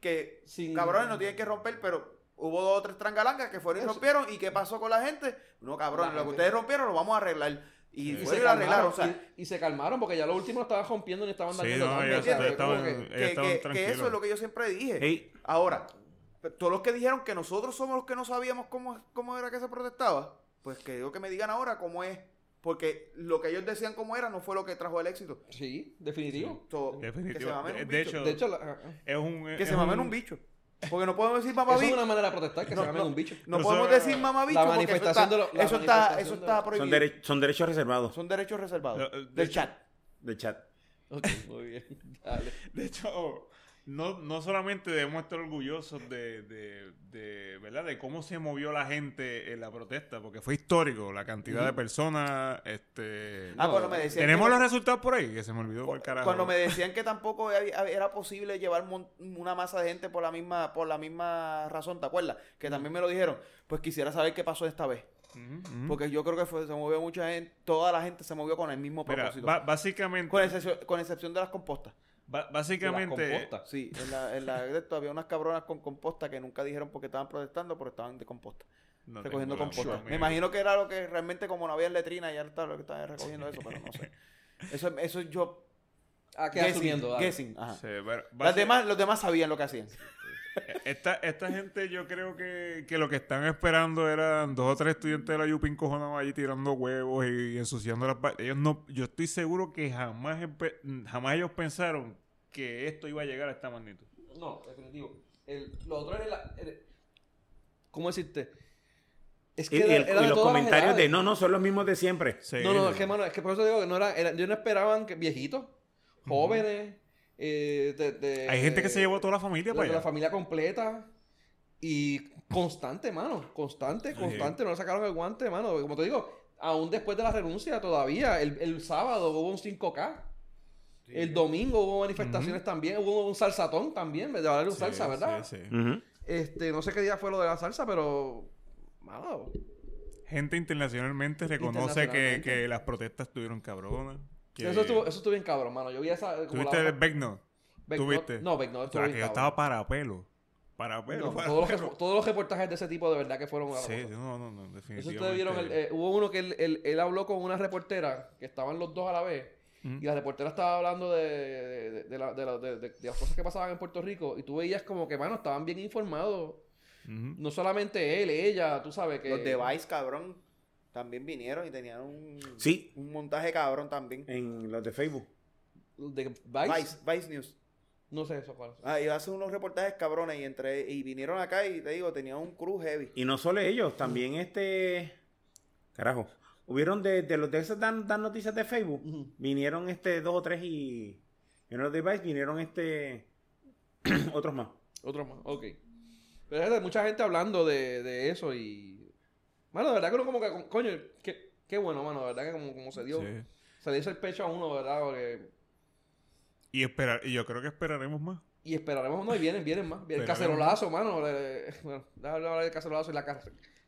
que
Sí.
cabrones no tienen que romper, pero hubo dos o tres trangalangas que fueron y
Eso.
rompieron. ¿Y qué pasó con la gente? No, cabrón, lo
La
que
gente.
ustedes rompieron lo vamos a arreglar. Y,
Y
fueron
se,
y lo arreglaron.
calmaron,
O sea,
y, y se calmaron porque ya lo último lo estaban rompiendo y estaban
Sí,
dañando
no,
tanto,
ya
o sea,
se-
es
estaban-
como que-
Ellos
que,
estaban
que- que
tranquilos.
eso es lo que yo siempre dije.
Ey.
Ahora, todos los que dijeron que nosotros somos los que no sabíamos cómo, cómo era que se protestaba, pues que digo que me digan ahora cómo es Porque lo que ellos decían como era no fue lo que trajo el éxito.
Sí, definitivo.
So, Que se
Definitivo.
mamen
De-
un
de
bicho.
hecho-
De hecho, la- ah,
Es un,
que
es
se mamen un bicho. Porque no podemos decir mamá
eso es
bicho.
una manera de protestar, que
No,
se llamen
no.
un bicho.
No
Pero
podemos
eso-
decir mamá bicho
la
porque eso
manifestación
está,
de lo- la
eso está, eso
manifestación de
está
lo-
Son,
prohibido.
dere- son derechos reservados
Son derechos reservados
Lo- de
del
hecho-
chat.
de chat.
Ok, muy bien. Dale.
De hecho, no, no solamente debemos estar orgullosos de, de- de, ¿verdad? de cómo se movió la gente en la protesta, porque fue histórico la cantidad de personas. Este,
Ah,
No,
cuando me decían
Tenemos
que-
los resultados por ahí, que se me olvidó por carajo.
Cuando me decían que tampoco había- era posible llevar mon- una masa de gente por la misma por la misma razón, ¿te acuerdas? Que
Mm.
también me lo dijeron. Pues quisiera saber qué pasó esta vez,
Ujú, ujú.
porque yo creo que fue- se movió mucha gente, toda la gente se movió con el mismo
Mira,
propósito.
ba- básicamente,
con, excepción, con excepción de las compostas.
ba-
De la
básicamente
composta.
Sí, en la, en la de esto había unas cabronas con composta que nunca dijeron porque estaban protestando, pero estaban de composta,
no
recogiendo
tengo la
composta.
menor
Me imagino que era lo que realmente como no había letrina ya estaba lo que estaban recogiendo eso, pero no sé. Eso eso yo
Ah, queda subiendo. dale.
guessing, ajá.
Sí, pero
Las
basi- eh,
demás, los demás sabían lo que hacían.
Esta, esta gente yo creo que, que lo que están esperando eran dos o tres estudiantes de la Yupi encojonados allí tirando huevos y, ensuciando las... pa- Ellos no, yo estoy seguro que jamás, empe- jamás ellos pensaron que esto iba a llegar a esta magnitud.
No, definitivo. El- lo otro era la. el- ¿Cómo decirte? Es
Y, y
era-
el-
era
y
de
los
todas las
comentarios de
edades.
no, no, son los mismos de siempre.
No, no, es que, mano, es que por eso digo que no era, era- yo no esperaban que viejitos, jóvenes, eh, de, de-
Hay gente que se llevó a toda la familia
la,
para
de la
allá.
familia completa y constante, mano, constante, constante, no le sacaron el guante, mano, como te digo, aún después de la renuncia todavía, el, el sábado hubo un 5K. El domingo hubo manifestaciones también, hubo un salsatón también, de hablar de un salsa, ¿verdad?
Sí, sí.
Ujú.
Este, no sé qué día fue lo de la salsa, pero mano,
Gente internacionalmente reconoce que,
Internacionalmente.
que las protestas estuvieron cabronas. que-
eso estuvo, eso estuvo bien cabrón, mano. Yo vi esa como la
¿Tuviste
hoja-
el Becknot?
Beck-
¿Tuviste?
No, Beck no,
O
estuvo
sea,
bien
que yo
cabrón.
estaba para pelo. Para pelo.
No,
para
todos,
pelo.
los, todos los reportajes de ese tipo de verdad que fueron una
Sí,
cosa.
no, no, no, definitivamente.
Eso ustedes vieron, el- eh, hubo uno que él, él- él habló con una reportera, que estaban los dos a la vez, y la reportera estaba hablando de, de- de la- de la- de- de- de las cosas que pasaban en Puerto Rico, y tú veías como que, mano, estaban bien informados,
Ujú.
no solamente él, ella, tú sabes que...
Los de Vice, cabrón, también vinieron y tenían un,
Sí,
un montaje cabrón también.
en los de Facebook.
los de Vice,
Vice, Vice News.
no sé eso cuál es.
Ah, y hacen unos reportajes cabrones y entre y vinieron acá y te digo, tenían un crew heavy.
Y no solo ellos, también este. Carajo. Hubieron de, de los de esos dan, dan noticias de Facebook.
Ujú.
Vinieron este dos o tres y. Vinieron los de Vice, vinieron este. otros más.
Otro más, ok. Pero hay mucha gente hablando de, de eso y... Mano, de verdad que uno como que... Coño, qué, qué bueno, mano, de verdad que como, como se dio...
Sí.
Se le hizo el pecho a uno, ¿verdad? Porque...
Y, esperar, y yo creo que esperaremos más.
Y esperaremos, no, y vienen, vienen más. El
Pero-
cacerolazo, mano. le- bueno, déjame hablar del cacerolazo y la ca-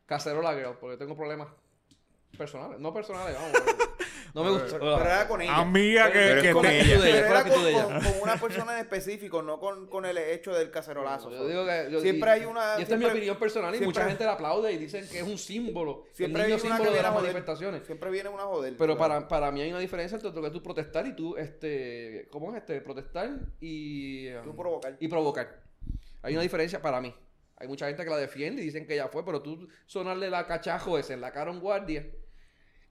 cacerola, girl, porque tengo problemas personales. No personales, vamos. no me gusta.
Pero era con ella.
Amiga
Pero es
que, que
con
te-
ella.
Pero
ella, fue la
era
actitud
con,
de
con-
ella.
con una persona en específico, no con, con el hecho del cacerolazo.
Yo digo que- yo-
siempre
y-
hay una.
Y esta es mi
siempre-
opinión personal y mucha
siempre-
gente la aplaude y dicen que es un símbolo.
Siempre
el
hay
niño
una que
símbolo de
viene
las
a joder.
manifestaciones.
Siempre viene una joder.
Pero
claro.
para, para mí hay una diferencia entre lo que tú protestar y tú, este, ¿cómo es este? Protestar y... um,
Tú provocar.
Y provocar. Hay una diferencia para mí. Hay mucha gente que la defiende y dicen que ya fue, pero tú sonarle la cachajo ese en la cara a un guardia.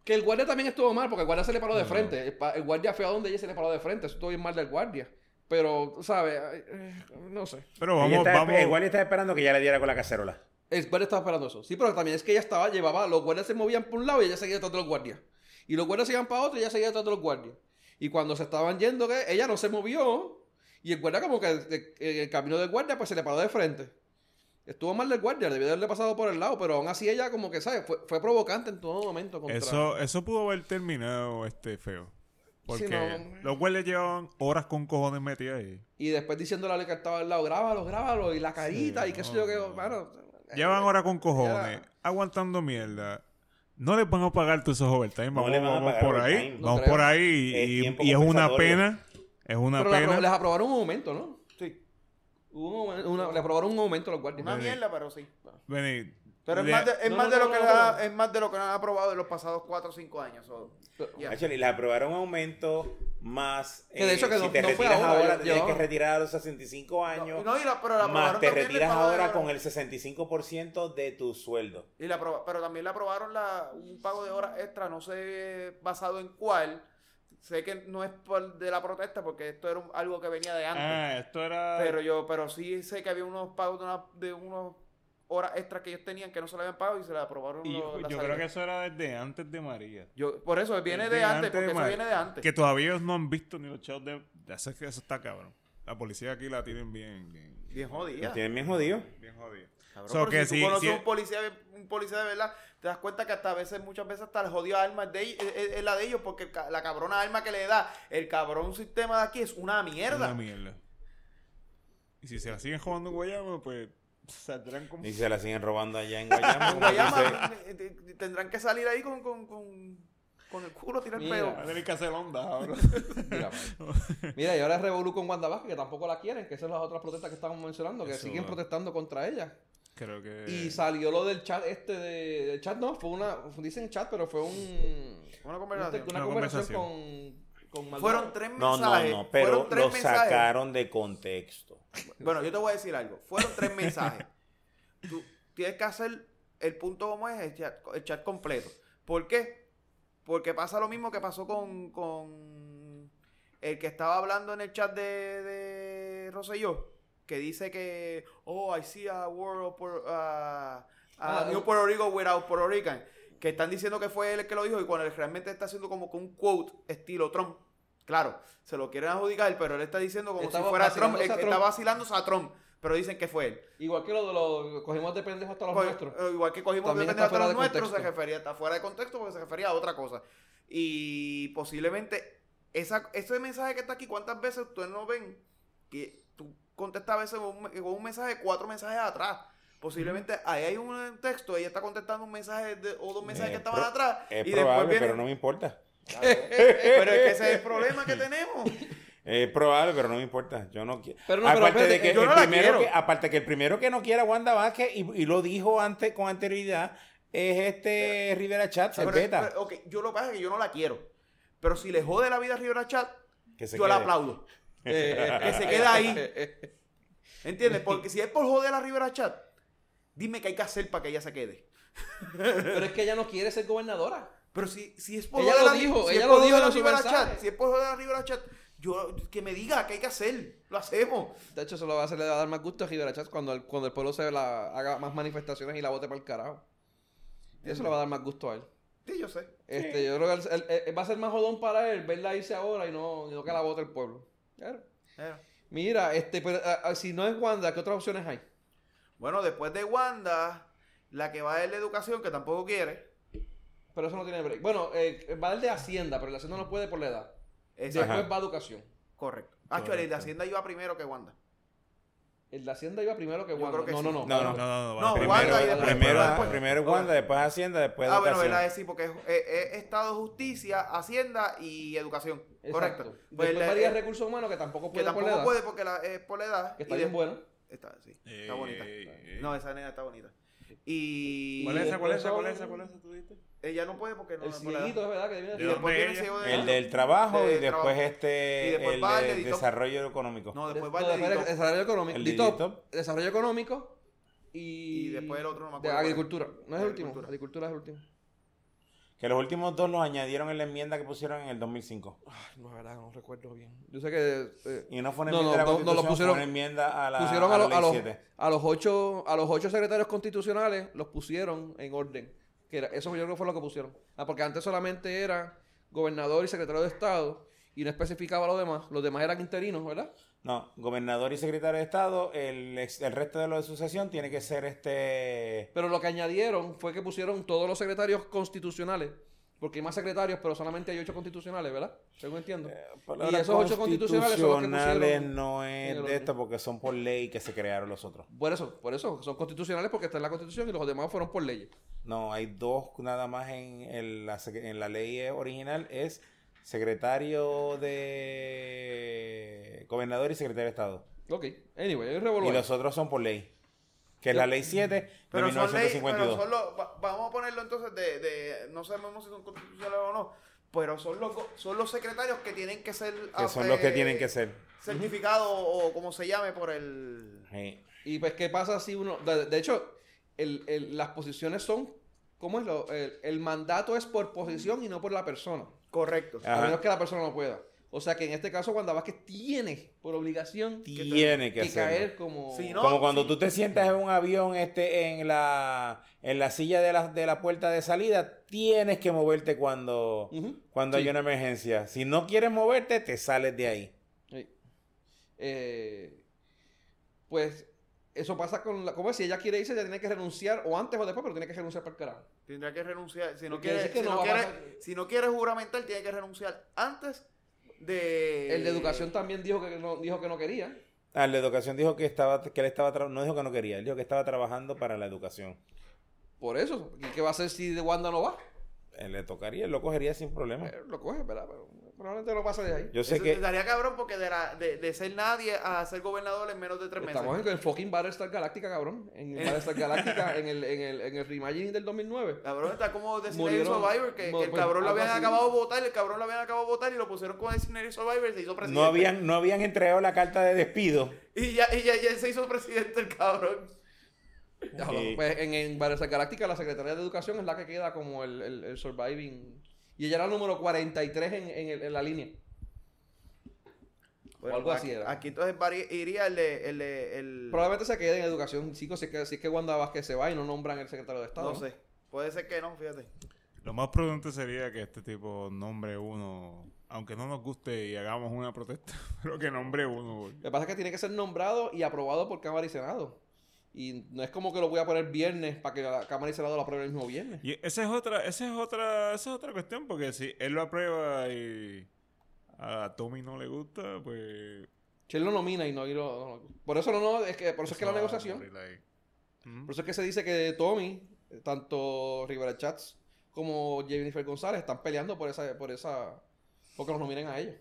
Que el guardia también estuvo mal, porque el guardia se le paró de frente. El, pa- el guardia fue a donde ella y se le paró de frente. Eso estuvo bien mal del guardia. Pero, ¿sabes? Ay, eh, No sé.
Pero
Ella
vamos,
estaba-
vamos.
Igual estaba esperando que ya le diera con la cacerola.
El guardia estaba esperando eso. Sí, pero también es que ella estaba, llevaba, los guardias se movían por un lado y ella seguía detrás de los guardias. Y los guardias se iban para otro y ella seguía detrás de los guardias. Y cuando se estaban yendo, que ella no se movió. Y el guardia como que eh, eh, el camino del guardia pues se le paró de frente. Estuvo mal del guardia, debió haberle pasado por el lado, pero aún así ella como que, ¿sabes? Fue, fue provocante en todo momento. Contra...
Eso, eso pudo haber terminado este feo. Porque
no.
los guardias llevaban horas con cojones metidos ahí.
Y después diciéndole al que estaba al lado, grábalo, grábalo, y la carita, y qué sé yo qué,
no.
mano.
Llevan horas con cojones, aguantando mierda. No les van a pagar todos esos overtime.
No
Vamos,
les van a
vamos
pagar
por ahí.
overtime.
No
vamos
creo.
por ahí.
Es
y-
tiempo
y es una
compensatorio.
pena. Es una
Pero la apro-
pena.
les aprobaron un aumento, ¿no?
Sí.
Hubo un, aumen- una- le aprobaron un aumento a los guardias.
Una mierda, pero sí.
Vení,
Pero es
Le-
más de, es
No,
más
no,
de
no,
lo que
no,
le ha-
no.
es más de lo que han aprobado en los pasados 4 o 5 años. so, yeah.
Actually, les aprobaron aumento más. eh,
Que de hecho que
si
no-
te
no fue
retiras
ahora,
ahora,
ya-
tienes que
ya.
retirar a los 65 años.
No, y la- pero la aprobaron
más te
también el
retiras
pago de-
ahora con el 65% de tu sueldo.
Y la aproba- pero también le aprobaron la, un pago de horas extra, no sé basado en cuál. Sé que no es por de la protesta porque esto era un- algo que venía de antes.
Ah, esto era.
pero yo, pero sí sé que había unos pagos de, una- de unos horas extras que ellos tenían que no se le habían pagado y se le aprobaron.
y yo,
los- la
yo
salida.
creo que eso era desde antes de María.
Yo- por eso viene
Desde
de antes, porque
de
eso
María.
viene de antes.
Que todavía ellos no han visto ni los chavos de. de hacer que eso está cabrón. La policía aquí la tienen bien, bien,
Bien
Los
jodida.
tienen bien jodidos.
bien jodida.
Cabrón,
So
pero
que
si
sí,
tú conoces
sí-
un policía, un policía de verdad, te das cuenta que hasta a veces, muchas veces hasta el jodido alma es, de, ell- es- es la de ellos, porque el ca- la cabrona alma que le da el cabrón sistema de aquí es una
Es
mierda.
una mierda. Y si se la siguen jugando en Guayama, pues saldrán como.
Y se la siguen robando allá en Guayama.
Con
como dice-
Guayama, eh, eh, tendrán que salir ahí con, con, con, con el culo, tirar el
Mira.
peo.
Va a tener que hacer onda ahora.
Mira, pues. Mira, y ahora Revolu con Wanda Vázquez, que tampoco la quieren, que esas son las otras protestas que estábamos mencionando, que
Eso
siguen
va. Eh.
protestando contra ella.
Creo que.
Y salió lo del chat este de... del chat no, fue una... Dicen chat, pero fue un... este,
Una
Una,
conversación.
Una
conversación,
conversación.
con... con Maldonado.
Fueron tres
No,
mensajes.
no, no, pero
fueron tres
lo
mensajes.
sacaron de contexto.
Bueno, yo te voy a decir algo. Fueron tres mensajes. Tú tienes que hacer el punto como es el chat, el chat completo. ¿Por qué? Porque pasa lo mismo que pasó con, con el que estaba hablando en el chat de, de Rosselló, que dice que, oh, I see a world of Puerto- a- a
Ah,
New
un-
Puerto Rico without Puerto Rican. Que están diciendo que fue él el que lo dijo y cuando él realmente está haciendo como que un quote estilo Trump. Claro, se lo quieren adjudicar, pero él está diciendo como
Estaba
si fuera Trump,
vacilándose a
él
Trump.
está vacilándose a Trump, pero dicen que fue él.
Igual que lo de los... Cogimos de pendejos hasta los
Co-
nuestros.
eh, Igual que cogimos
También
depende de
está fuera
atrás
de
nuestro, se
contexto.
refería, está fuera de contexto porque se refería a otra cosa. Y posiblemente esa, ese mensaje que está aquí, ¿cuántas veces ustedes no ven que tú contestas a veces con un, me- con un mensaje, cuatro mensajes atrás? Posiblemente ahí hay un texto, ella está contestando un mensaje de- o dos mensajes
Eh,
que estaban
pro-
atrás.
Es
y después
probable,
viene,
pero no me importa.
pero es que ese es el problema que tenemos.
Es probable, pero no me importa. Yo no quiero.
Pero no, pero
aparte de
espérate,
que
yo
el
no la
primero
quiero.
que, aparte que el primero que no quiera a Wanda Vázquez y, y lo dijo antes con anterioridad es este Rivera Chat,
Ah, Pero-
Cerveta.
pero, ok, yo lo que pasa es que yo no la quiero. Pero si le jode la vida a Rivera Chat,
que se
yo la
quede.
aplaudo.
que
se queda ahí. ¿Entiendes? Porque si es por joder a Rivera Chat, dime qué hay que hacer para que ella se quede.
Pero es que ella no quiere ser gobernadora.
Pero si, si es por
Ella
joder
lo
a-
dijo,
si
ella
es
lo
por
dijo
joder a
en su
Rivera
mensaje.
Chat, si es por joder a Rivera Chat, yo, que me diga qué hay que hacer. Lo hacemos.
De hecho, eso lo va a hacer, le va a dar más gusto a Rivera Chats cuando el, cuando el pueblo se la, haga más manifestaciones y la vote para el carajo. Y
Eh.
eso le va a dar más gusto a él.
Sí, yo sé.
Este, Yo creo que él- él- él- va a ser más jodón para él verla irse ahora y no, y no que la vote el pueblo. Claro.
Pero-
Mira, este, pero, ah, ah, si no es Wanda, ¿qué otras opciones hay?
Bueno, después de Wanda, la que va a dar la educación, que tampoco quiere.
Pero eso no tiene break. Bueno, eh, va el de Hacienda, pero el de Hacienda no puede por la edad.
Esa-
Después
Ajá.
va Educación.
Correcto. Actually, el de Hacienda iba primero que Wanda.
El de Hacienda iba primero que
Yo
Wanda.
creo que
no,
sí.
no, no,
No,
No,
no.
no, no.
No,
va
Primero,
Wanda pues. y después-
primero,
después-
primero Wanda, después Hacienda, después
Ah, bueno,
Educación.
¿verdad? Sí, porque es, es- es Estado, Justicia, Hacienda y Educación.
Exacto.
Correcto. Pues
Después
el-
va el de
el-
Recursos Humanos, que tampoco
que
puede por la
tampoco
edad.
puede porque la, es por la edad.
Que está
y
bien
de-
bueno.
Está, sí, está
Eh,
bonita.
eh,
No, esa nena está bonita. Y
¿Cuál es esa? ¿Cuál es esa?
después
¿Cuál
son-
es esa? ¿Cuál es esa? ¿Tú dijiste?
ella no puede porque no
El
por la edad.
cieguito, es verdad, que
Y
viene
¿De dónde
después viene
es
ese
ella?
hijo de
El
nena.
del trabajo
De
y después
trabajo.
este
Y después
el
va el
de
editó.
desarrollo económico.
No,
Des-
después
no,
va el
después
dedito.
desarrollo económico.
El
DITOP,
DITOP.
Desarrollo económico. Y,
Y después el otro, no me
de
acuerdo.
agricultura. No es
De
el último.
agricultura.
Agricultura es el último.
Que los últimos dos los añadieron en la enmienda que pusieron en el 2005.
Ay, no, la verdad, no recuerdo bien. Yo sé que eh,
Y no fue una
No,
enmienda a
no, no, no,
la Constitución,
lo pusieron-
fue una enmienda a la,
pusieron a,
a la
los- a los,
Ley 7.
a los ocho, a los ocho secretarios constitucionales, los pusieron en orden. Que era- eso yo creo que fue lo que pusieron. Ah, porque antes solamente era gobernador y secretario de Estado y no especificaba los demás. Los demás eran interinos, ¿verdad?
No, gobernador y secretario de Estado, el, ex- el resto de lo de sucesión tiene que ser este...
Pero lo que añadieron fue que pusieron todos los secretarios constitucionales. Porque hay más secretarios, pero solamente hay ocho constitucionales, ¿verdad? Según entiendo. y
palabras
esos ocho constitucionales son los que
Eh, constitucionales
pusieron...
no
en el
es
orden.
de esto porque son por ley que se crearon los otros.
Por eso, por eso. Son constitucionales porque está en la constitución y los demás fueron por leyes.
No, hay dos nada más en, en la, sec- en la ley original, es secretario de... gobernador y secretario de Estado.
Ok. Anyway, hay un
Y
revolú ahí.
los otros son por ley. que es la ley 7 de
Pero son leyes,
1952.
pero son los- va- vamos a ponerlo entonces de, de- no sabemos si son constitucionales o no, pero son los, go- son los secretarios que tienen que ser...
que son los que tienen que ser.
Certificados o como se llame por el...
Sí.
Y pues, ¿qué pasa si uno.? De, de hecho, el- el- las posiciones son. ¿Cómo es lo.? El, el mandato es por posición y no por la persona.
Correcto.
Ajá.
A menos que la persona no pueda. O sea que en este caso, Wanda Vázquez tiene por obligación
Tiene que,
que
ser.
caer como.
Sí, ¿no?
Como cuando tú te sientas en un avión este, en, la, en la silla de la, de la puerta de salida, tienes que moverte cuando,
Ujú.
cuando
Mm, Sí.
hay una emergencia. Si no quieres moverte, te sales de ahí.
Sí. Eh, pues eso pasa con la. ¿Cómo es? Si ella quiere irse, ella tiene que renunciar, o antes o después, pero tiene que renunciar para el carajo.
Tendrá que renunciar. Si no
Lo que
quiere,
dice es que
si
no
no,
va a
quiere,
pasar-
si no quiere juramentar, tiene que renunciar antes de...
El de educación también dijo que no, dijo que no quería.
Ah, la educación dijo que estaba, que él estaba tra- no dijo que no quería, él dijo que estaba trabajando para la educación.
Por eso. ¿Y qué va a hacer si de Wanda no va?
Él Eh, le tocaría, él lo cogería sin problema.
Eh, lo coge, ¿verdad? Pero probablemente no pase de ahí.
Yo sé
Eso
que
Estaría cabrón porque de, la- de, de ser nadie a ser gobernador en menos de tres meses.
Estamos en el fucking Battlestar Galactica, cabrón.
Eh.
En el Battlestar Galactica, en el, en el, en el reimagining del 2009.
Cabrón, está como Designated
Murieron.
Survivor, que, que el
Bueno,
cabrón lo
algo
habían
así.
acabado de votar, el cabrón lo habían acabado de votar y lo pusieron con Designated Survivor y se hizo presidente.
no habían, no habían entregado la carta de despido.
Y ya, y ya, ya se hizo presidente el cabrón.
Ya, bueno,
Eh,
pues en, en Battlestar Galactica, la Secretaría de Educación es la que queda como el, el- el surviving. Y ella era el número 43 en, en, el- en la línea. o algo así
aquí,
era.
Aquí entonces vari- iría el de... El, de- el-
Probablemente se quede en educación, chicos, si es, que, si es que Wanda Vázquez se va y no nombran el secretario de Estado.
No sé. Puede ser que no, fíjate.
Lo más prudente sería que este tipo nombre uno, aunque no nos guste y hagamos una protesta, pero que nombre uno.
Lo
porque-
que pasa es que tiene que ser nombrado y aprobado por Cámara y Senado. Y no es como que lo voy a poner viernes para que la Cámara y Senado lo apruebe el mismo viernes.
Y esa es otra, esa es otra, esa es otra cuestión, porque si él lo aprueba y a Tommy no le gusta, pues
Si él lo nomina y no, y lo- no- Por eso no, no, es que por eso es que la
Ah,
va a
negociación.
morir ahí. ¿Mm?
Por eso es que se dice que Tommy, eh, tanto Rivera Chats como Jennifer González están peleando por esa, por esa, porque los nominen a ellos.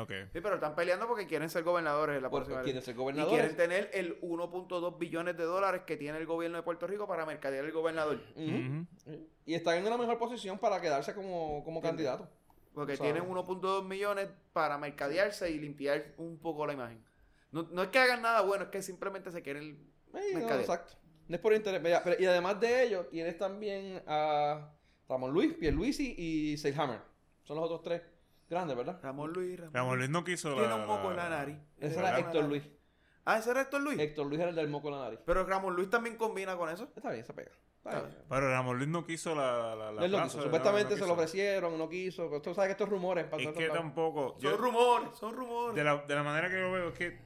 Ok.
Sí, pero están peleando porque quieren ser gobernadores la
Porque
próxima vez.
quieren ser
Y
gobernadores.
quieren tener el 1.2 billones de dólares que tiene el gobierno de Puerto Rico para mercadear el gobernador.
Ujú.
Ujú.
Y están en una mejor posición para quedarse como, como candidato.
Porque
O sea,
tienen 1.2 millones para mercadearse y limpiar un poco la imagen. No, no es que hagan nada bueno, es que simplemente se quieren...
Eh, no,
mercadear.
exacto. No es por interés. Mira, pero- y además de ello, tienes también a Ramón Luis, Pierluisi y Seilhammer. Son los otros tres grandes, ¿verdad?
Ramón Luis, Ramón,
Ramón Luis no quiso la...
Tiene un moco en la nariz.
Ese
¿verdad?
era Héctor Luis.
Ah, ese era Héctor Luis.
Héctor Luis era el del moco en la nariz.
Pero Ramón Luis también combina con eso.
Está bien, se pega. Está
Está
bien.
Pero Ramón Luis no quiso la... la, la
Él no
plaza,
quiso.
no,
Supuestamente
no
se lo
quiso.
ofrecieron, no quiso. Pero Tú sabes que estos rumores. para
Es
todo
que
esto-
tampoco...
Son
yo-
rumores, son rumores.
de, la, de la manera que yo veo es que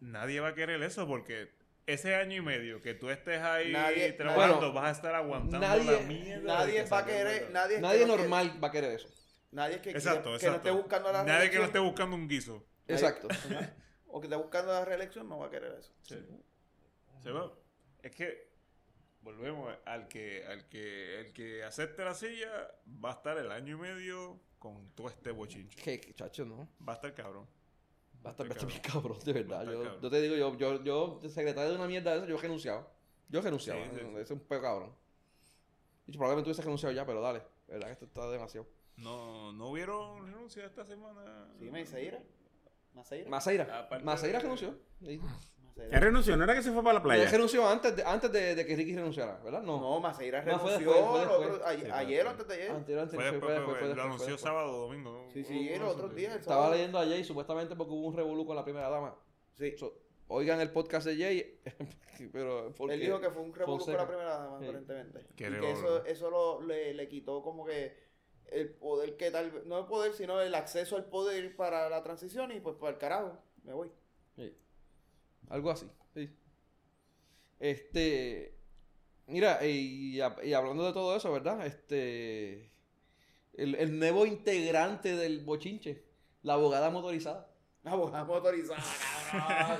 nadie va a querer eso porque ese año y medio que tú estés ahí
Nadie-
trabajando
bueno,
vas a estar aguantando
nadie-
la mierda. de
Nadie
que
va a
salió
querer,
el-
nadie, es
Nadie
que no quiere-
normal va a querer eso.
nadie es que, quiera-
Exacto,
que no
exacto.
esté buscando la
Nadie que no
reelección.
esté buscando un guiso.
Exacto.
O que esté buscando la reelección no va a querer eso.
Se va. Es que volvemos al que al que el que acepte la silla va a estar el año y medio con todo este bochincho.
que, que, chacho, ¿no?
Va a estar cabrón.
Va a estar,
Qué
va a estar
cabrón.
bien cabrón, de
Va
verdad.
a estar
Yo,
cabrón.
yo te digo, yo, yo, yo, de secretario de una mierda de eso, yo renunciaba. Yo renunciaba.
Sí, sí, sí.
Es un peo cabrón. Y probablemente hubiese renunciado ya, pero dale. De verdad que esto está demasiado.
No no hubieron renuncias esta semana.
Sí, me dice ira. Maceira.
Maceira.
Aparte
Maceira
de-
renunció. Sí.
Él renunció, no era que se fue para la
Él
playa.
renunció antes de, antes de, de que Ricky renunciara, ¿verdad? No.
No, Maceira
No, fue
renunció
después, fue
el otro-
después.
ayer-
Sí, fue
ayer o
después.
antes de ayer.
Antes, antes,
Fue
fue,
después,
fue,
fue-
fue, fue,
lo
fue,
anunció
fue.
sábado o domingo. ¿no?
Sí, sí,
Uno-
los otros días. el
Estaba
sábado.
leyendo a Jay supuestamente porque hubo un revolú con la primera dama.
Sí.
So, oigan el podcast de Jay, pero porque-
Él dijo que fue un revolú con
Fonseca.
la primera dama,
Sí.
aparentemente.
Qué
y que
revolú.
eso, eso lo- le, le quitó como que el poder que tal vez, no el poder, sino el acceso al poder para la transición y pues para el carajo, me voy.
Sí. Algo así. sí. Este. Mira, y, y hab- y hablando de todo eso, ¿verdad? Este. El, el nuevo integrante del bochinche, la abogada motorizada.
La abogada motorizada, cabrón.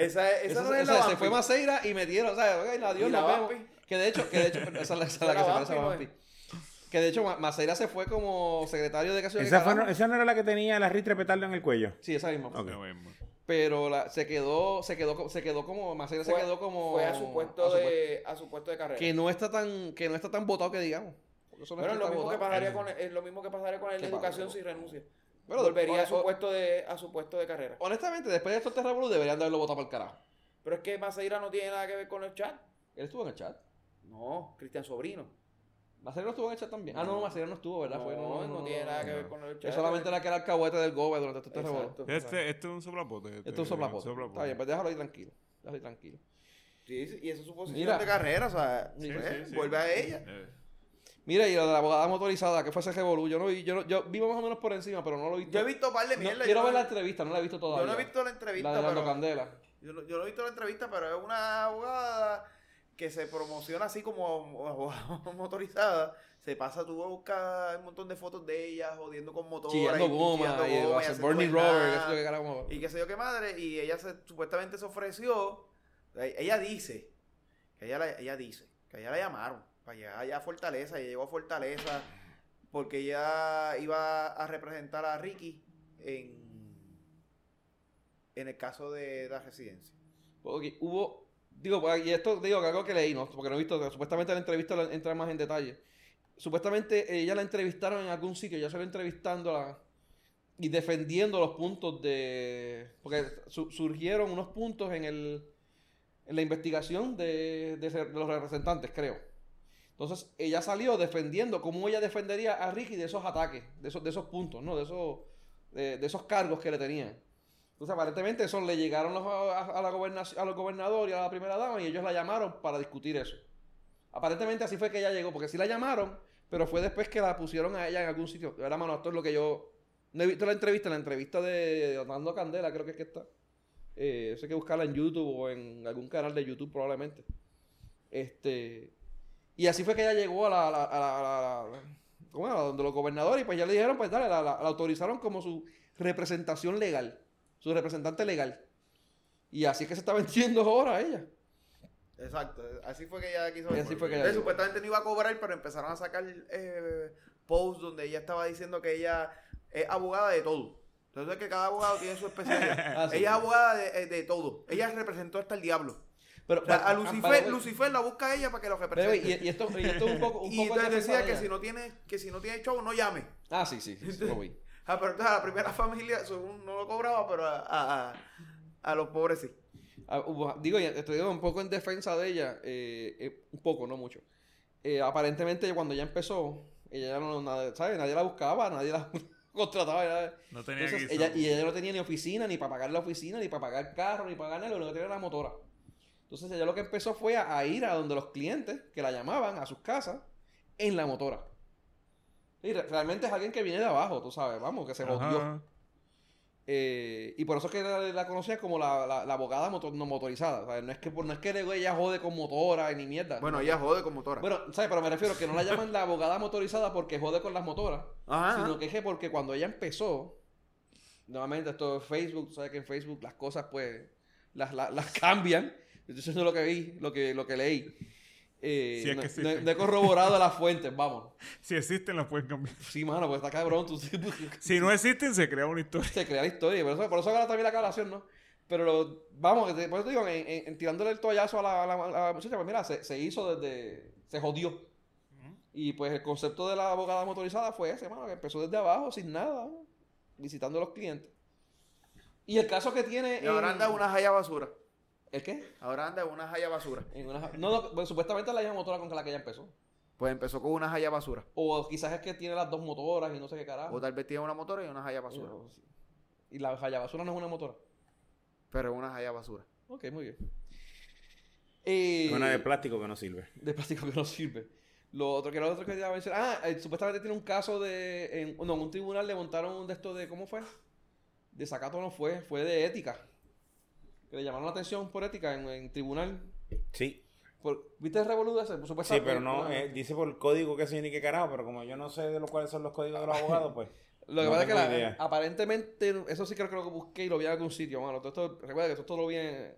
esa, es- esa
Esa-
no es
esa-
la
se
Bampi.
fue Maceira y metieron, o sea, ok, adiós,
Y la
nos vemos.
Bampi.
Que de hecho, que de hecho, esa es la, esa es
Esa
la que se
la
parece a
Bampi, pues.
Bampi. Que de hecho Ma- Maceira se fue como secretario de Caso
Esa, fue- esa no era la que tenía la ristre petardo en el cuello.
Sí, esa misma.
Ok.
Lo mismo.
pero la- se quedó, se quedó, co- se quedó como, Maceira se
Fue-
quedó como
Fue a su puesto,
a su puesto.
de, a su puesto de carrera.
que no está tan, que no está tan votado que digamos. Porque eso no es
bueno,
que
lo
está
mismo, que
votado.
pasaría con, es lo mismo que pasaría con el de
Eh. ¿Qué pasa?
educación si renuncia.
Bueno,
Volvería
o-
a su,
o-
puesto de, a su puesto de carrera.
Honestamente, después de estos Terra deberían de haberlo votado para el carajo.
Pero es que Maceira no tiene nada que ver con el chat.
Él estuvo en el chat.
No, Cristian Sobrino.
Maceira no estuvo en el chat también. Ah, no, Maceira no estuvo, ¿verdad?
No,
Fue-
no, tiene nada que ver con el chat.
Es solamente
la...
la que era alcahuete del Gobe durante estos Terra
Exacto.
Este, este es un soplapote.
Esto es un soplapote. Está bien, pues déjalo ahí tranquilo. Déjalo ahí tranquilo.
Sí, y esa es su posición.
Mira.
de carrera, o sea,
Sí,
pues,
sí, sí.
vuelve a ella.
Eh,
Mira, y lo de la abogada motorizada, que fue ese revolú. Yo no vi, yo, no- yo vi más o menos por encima, pero no lo he visto.
Yo he visto par de
No,
mierda. yo
quiero
no-
ver la entrevista, no la he visto todavía.
Yo no he visto la
La de
entrevista,
Lando
pero...
Candela.
Yo, no- yo no he visto la entrevista, pero es una abogada que se promociona así como abogada motorizada. Se pasa, tú buscas un montón de fotos de ella jodiendo con motor.
Chillando goma, y
y
va a ser
haciendo pues
Bernie
buena-
Robert, eso es lo que era como-
Y qué sé yo qué madre. Y ella se, supuestamente se ofreció. eh, Ella dice, que ella, la- ella dice, que ella la llamaron para llegar allá a Fortaleza. Ella llegó a Fortaleza porque ella iba a representar a Ricky en, en el caso de la residencia.
Ok, hubo. Digo, pues, y esto digo que algo que leí, ¿no? Porque no he visto. Supuestamente la entrevista la- entra más en detalle. Supuestamente ella la entrevistaron en algún sitio, ya se la entrevistándola y defendiendo los puntos de. Porque su- surgieron unos puntos en el. En la investigación de, de ser- de los representantes, creo. Entonces, ella salió defendiendo cómo ella defendería a Ricky de esos ataques, de esos, de esos puntos, ¿no? De esos, eh, de, de esos cargos que le tenían. Entonces, aparentemente, eso le llegaron los- a, a la gobernación- a los gobernadores y a la primera dama y ellos la llamaron para discutir eso. Aparentemente, así fue que ella llegó, porque sí la llamaron, pero fue después que la pusieron a ella en algún sitio. Ahora, mano, esto es lo que yo. No he visto la entrevista, la entrevista de Orlando Candela, creo que es que está. Eh, eso hay que buscarla en YouTube o en algún canal de YouTube, probablemente. Este. Y así fue que ella llegó a la. a la- a la- a la- a la- ¿cómo era? Donde los gobernadores, y pues ya le dijeron, pues dale, la, la- la autorizaron como su representación legal. Su representante legal. Y así es que se está vendiendo ahora ella.
Exacto, así fue que ella quiso
Y así fue que ella
Entonces,
llegó.
supuestamente no iba a cobrar, pero empezaron a sacar eh, posts donde ella estaba diciendo que ella es abogada de todo. Entonces, que cada abogado tiene su especialidad.
Ah, sí.
Ella es abogada de, eh, de todo. Ella representó hasta el diablo.
Pero ah,
O sea, a
para-
Lucifer,
para-
Lucifer la busca a ella para que lo
Pero,
represente.
y, y esto, y esto es un poco. Un
y
poco
entonces
defensa
decía
de
que
ella.
si no tiene, que si no tiene show, no llame.
Ah, sí, sí, sí, sí, lo vi.
Ah, pero entonces a la primera familia según no lo cobraba, pero a, a- a- a los pobres sí.
Ah, hubo- digo, y estoy digo, un poco en defensa de ella, eh, eh, un poco, no mucho. Eh, aparentemente cuando ella empezó, ella ya no, nada, ¿sabes? Nadie la buscaba, nadie la contrataba. ya-
No tenía
Entonces,
guisado.
ella, y ella no tenía ni oficina, ni para pagar la oficina, ni para pagar carro, ni para ganar, lo único que tenía era la motora. Entonces ella lo que empezó fue a, a ir a donde los clientes que la llamaban a sus casas en la motora. Y re- realmente es alguien que viene de abajo, tú sabes, vamos, que se jodió.
Ajá.
Eh, y por eso es que la, la conocía como la, la- la abogada motor- no motorizada. ¿sabes? No es que por- no es que ella jode con motora ni mierda.
Bueno, ella jode con motora.
Bueno, ¿sabes? Pero me refiero que no la llaman la abogada motorizada porque jode con las motoras.
Ajá,
Sino
ajá.
que es que porque cuando ella empezó, nuevamente esto es Facebook, tú sabes que en Facebook las cosas pues las, las, las cambian. Entonces eso es lo que vi, lo que, lo que leí. Eh,
Si es
no-
que sí.
no, no he corroborado las fuentes, vamos.
Si existen, las pueden cambiar.
Sí, mano, pues está cabrón. Tú,
Si no existen, se crea una historia.
se crea la historia. Por eso, por eso ahora también la aclaración, ¿no? Pero lo- vamos, que te- por eso te digo, en, en- en tirándole el toallazo a la, a la- a la muchacha, pues mira, se, se hizo desde. se jodió. Y pues el concepto de la abogada motorizada fue ese, mano, que empezó desde abajo, sin nada, ¿no? visitando a los clientes. Y el caso que tiene.
Y ahora
en-
anda en una jaya basura.
¿El qué?
Ahora anda en una jaya basura.
En una- no, no, pues, supuestamente la misma motora con la que ella empezó.
Pues empezó con una jaya basura.
O quizás es que tiene las dos motoras y no sé qué carajo.
O tal vez tiene una motora y una jaya basura.
Y la jayabasura no es una motora.
Pero es una jaya basura.
Ok, muy bien. Eh,
Una de plástico que no sirve.
de plástico que no sirve. Lo otro que era lo otro que te iba a mencionar. Ah, eh, supuestamente tiene un caso de. En, no, en un tribunal le montaron un de esto de. ¿Cómo fue? De sacato no fue, fue de ética. Que le llamaron la atención por ética en, en tribunal.
Sí.
Por- ¿Viste el revolú de ese? Por supuesto,
Sí, pero no,
la-
eh, dice por el código que se ni qué carajo, pero como yo no sé de los cuáles son los códigos de los abogados, pues.
Lo que
no
pasa es que
tengo
la-
idea.
aparentemente, eso sí creo que lo busqué y lo vi en algún sitio, mano. Todo esto, recuerda que todo esto lo vi en-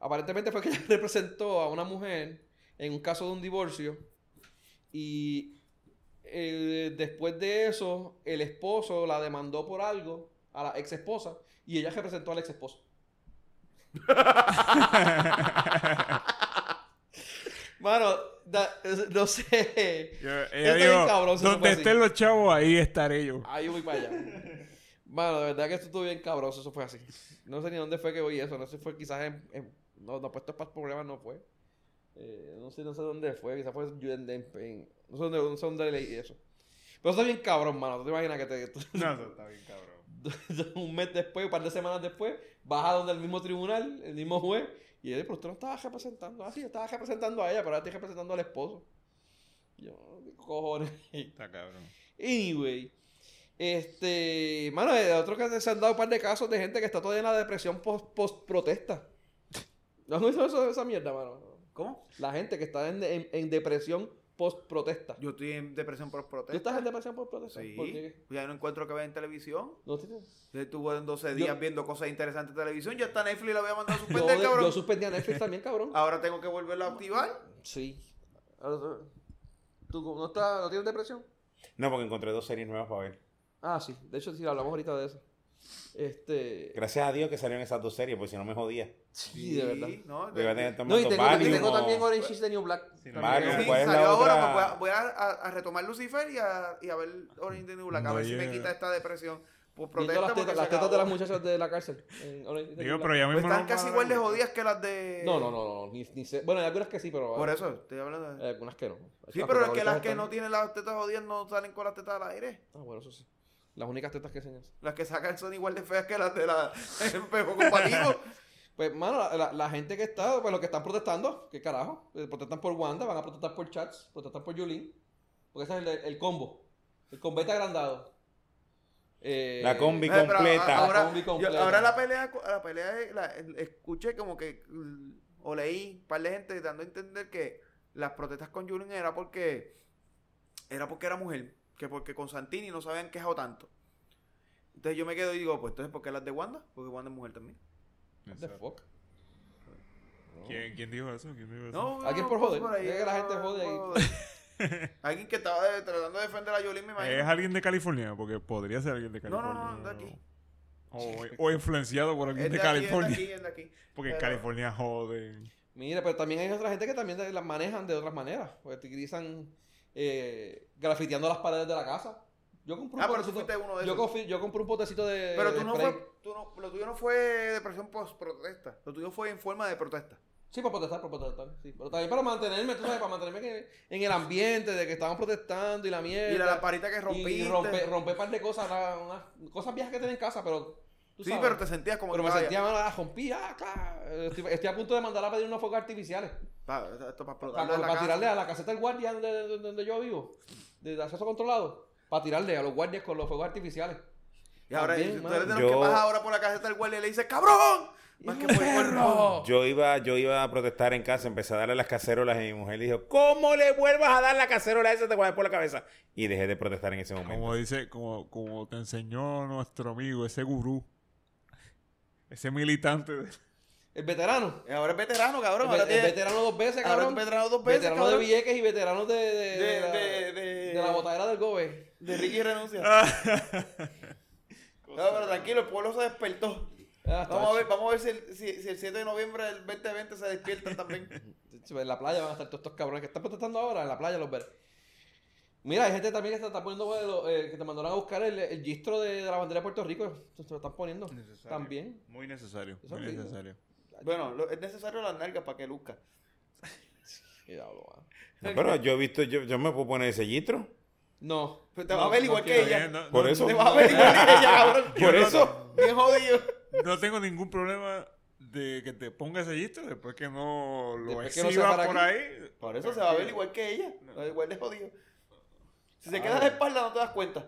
Aparentemente fue que ella representó a una mujer en un caso de un divorcio y eh, después de eso el esposo la demandó por algo a la ex esposa Y ella representó al ex esposo. Mano, da- es- no sé.
Yo-
Está
ella
bien
dijo,
cabrón, si eso
donde
fue así".
estén los chavos, ahí estaré yo.
Ahí voy para allá. Mano, de verdad que esto estuvo bien cabroso, eso fue así. No sé ni dónde fue que oí eso, no sé si fue quizás en... en- no, no, puesto para problemas no fue. Eh, no sé, no sé dónde fue, quizás fue en... en- en- no, sé dónde, no sé dónde leí eso. Pero está bien cabrón, mano, tú te imaginas que te...
No, eso está bien, cabrón.
un mes después, un par de semanas después, vas a donde el mismo tribunal, el mismo juez, y él, pero usted no estaba representando. Ah, sí, yo estaba representando a ella, pero ahora estoy representando al esposo. Yo, ¿qué cojones.
Está cabrón.
Anyway. Este, mano, de otro que se han dado un par de casos de gente que está todavía en la depresión post- post-protesta. ¿No has visto eso- esa mierda, mano?
¿Cómo?
La gente que está en, en- en depresión post-protesta.
Yo estoy en depresión por
¿Tú
protestas.
estás en depresión post-protesta?
Sí.
¿Por qué?
Ya no encuentro que ver en televisión.
No, tío.
Yo Estuve en 12
Yo-
días viendo cosas interesantes de televisión. Ya está Netflix, la voy a mandar a
Yo,
suspender, cabrón.
yo suspendí a Netflix también, cabrón.
Ahora tengo que volverla a activar.
Sí. Ahora, Ah, ¿Tú no, estás, no tienes depresión?
No, porque encontré dos series nuevas para ver.
Ah, sí. De hecho, sí, hablamos ahorita de eso. Este.
Gracias a Dios que salieron esas dos series, porque si no me jodía.
Sí, de verdad.
No,
Yo iba a tener que
No, y
tomar
tengo,
Valium
tengo
o-
también Orange is the New Black.
Si no me
Valium,
llega-
Sí,
¿cuál es la
salió ahora,
otra?
pues voy a, voy a- a- a retomar Lucifer y a, y a ver Orange is the New Black, a
No
ver si me
llega.
quita esta depresión. Pues
Viendo
protesta
las
porque
tetas,
se
las tetas de las
acabó.
muchachas de la cárcel. en Orange is the
Digo,
New
pero
Black.
ya
Pues
mismo
están
no
casi
van a
igual de
dar-
jodidas que las de...
No, no, no, no. Ni, ni sé. Bueno, hay algunas que sí, pero.
Por eso, estoy hablando
Hay
de...
algunas que Eh, no.
Sí, pero es que
protagonistas
las que
están-
no tienen las tetas jodidas no salen con las tetas al aire.
Ah, bueno, eso sí. Las únicas tetas que enseñas.
Las que sacan son igual de feas que las de la espejo compatible.
Pues, mano, la, la- la gente que está, pues los que están protestando, ¿qué carajo? Eh, Protestan por Wanda, van a protestar por Chats, protestan por Yulín. Porque ese es el, el combo. El combate agrandado. Eh,
La combi
Eh, pero
completa.
a-
La
Ahora,
combi
yo-
completa.
ahora la pelea, cu- la pelea de- la- el- escuché como que mm, o leí un par de gente dando a entender que las protestas con Julien era porque era porque era mujer, que porque con Santini no se habían quejado tanto. Entonces yo me quedo y digo, pues entonces ¿por qué las de Wanda? Porque Wanda es mujer también.
What the fuck?
¿Quién, quién dijo eso? ¿Quién dijo eso? Eh,
No, no,
Alguien
no,
por
pues,
joder. Es que la gente
no,
jode ahí.
por joder. Alguien que estaba de- tratando de defender a Yulín, me
¿Es
imagino.
alguien de California? Porque podría ser alguien de
No,
California.
no, no, no, de aquí.
O, o influenciado por alguien
Es
de,
de aquí, es de
California.
aquí, es de aquí.
Porque en
Pero-
California joden.
Mira, pero también hay otra gente que también las manejan de otras maneras. Porque te utilizan eh, grafiteando las paredes de la casa. Yo compré un
Ah, pero tú
potecito.
fuiste uno de
yo,
esos.
confi- yo compré un potecito de.
Pero
de
tú no,
spray.
fue, tú no- lo tuyo no fue depresión post-protesta. Lo tuyo fue en forma de protesta.
Sí, para protestar, para protestar. Sí. Pero también para mantenerme, tú sabes, para mantenerme que- en el ambiente de que estaban protestando y la mierda.
Y la lamparita que rompiste.
Y rompe, rompe un par de cosas, la- unas cosas viejas que tenía en casa, pero. tú
sí,
sabes.
pero te sentías como
Pero
que
me
vaya,
sentía mal, ah, rompí, ah, claro. Estoy, estoy a punto de mandar a pedir unos fuegos artificiales.
pa- esto para
Para,
explotarlo en la casa.
tirarle a la caseta del guardia donde, donde- donde yo vivo, de acceso controlado. Para tirarle a los guardias con los fuegos artificiales.
Y ahora
También,
y tú
mano.
eres de los
Yo-
que vas ahora por la caseta del guardia y le dices, ¡cabrón! Más que por perro.
Yo iba, yo iba a protestar en casa, empecé a darle las cacerolas y mi mujer dijo, ¿cómo le vuelvas a dar la cacerola esa? Te voy a dar por la cabeza. Y dejé de protestar en ese momento.
Como dice, como, como te enseñó nuestro amigo, ese gurú, ese militante. de-
El veterano.
Y ahora es veterano, cabrón.
El,
Ahora
ve- el
tiene-
veterano dos veces,
ahora es
cabrón.
un veterano dos veces,
Veteranos
cabrón.
de Villeques y veteranos de, de,
De-
la,
de- de-
de la botadera del Gobe.
De Ricky renuncia. no, pero tranquilo, el pueblo se despertó.
Ah,
Vamos a ver, vamos a ver si el, si- si el 7 de noviembre del 2020 se despiertan también.
tacho, En la playa van a estar todos estos cabrones que están protestando ahora, en la playa los ver. Mira, hay gente también que se está poniendo, eh, lo- eh, que te mandaron a buscar el, el gistro de, de la bandera de Puerto Rico. Se lo están poniendo. También.
Muy necesario.
Eso
Muy
es lindo.
necesario.
Bueno, lo- es necesario las nalgas para que luzca.
Diablo, mano.
No, pero yo he visto, yo, yo me puedo poner ese gitro.
No.
Pues te va
No,
a ver
no
igual que
quiero.
ella.
No, no,
Por
no,
eso.
Te vas a ver igual que ella, cabrón.
Por eso.
Bien jodido.
No tengo ningún problema de que te pongas allí después que no lo
Después que no
exhibas
sea para
por
aquí.
ahí.
Por eso se va a ver igual que ella. Igual de jodido. Si se queda de espalda, Ah, no te das cuenta.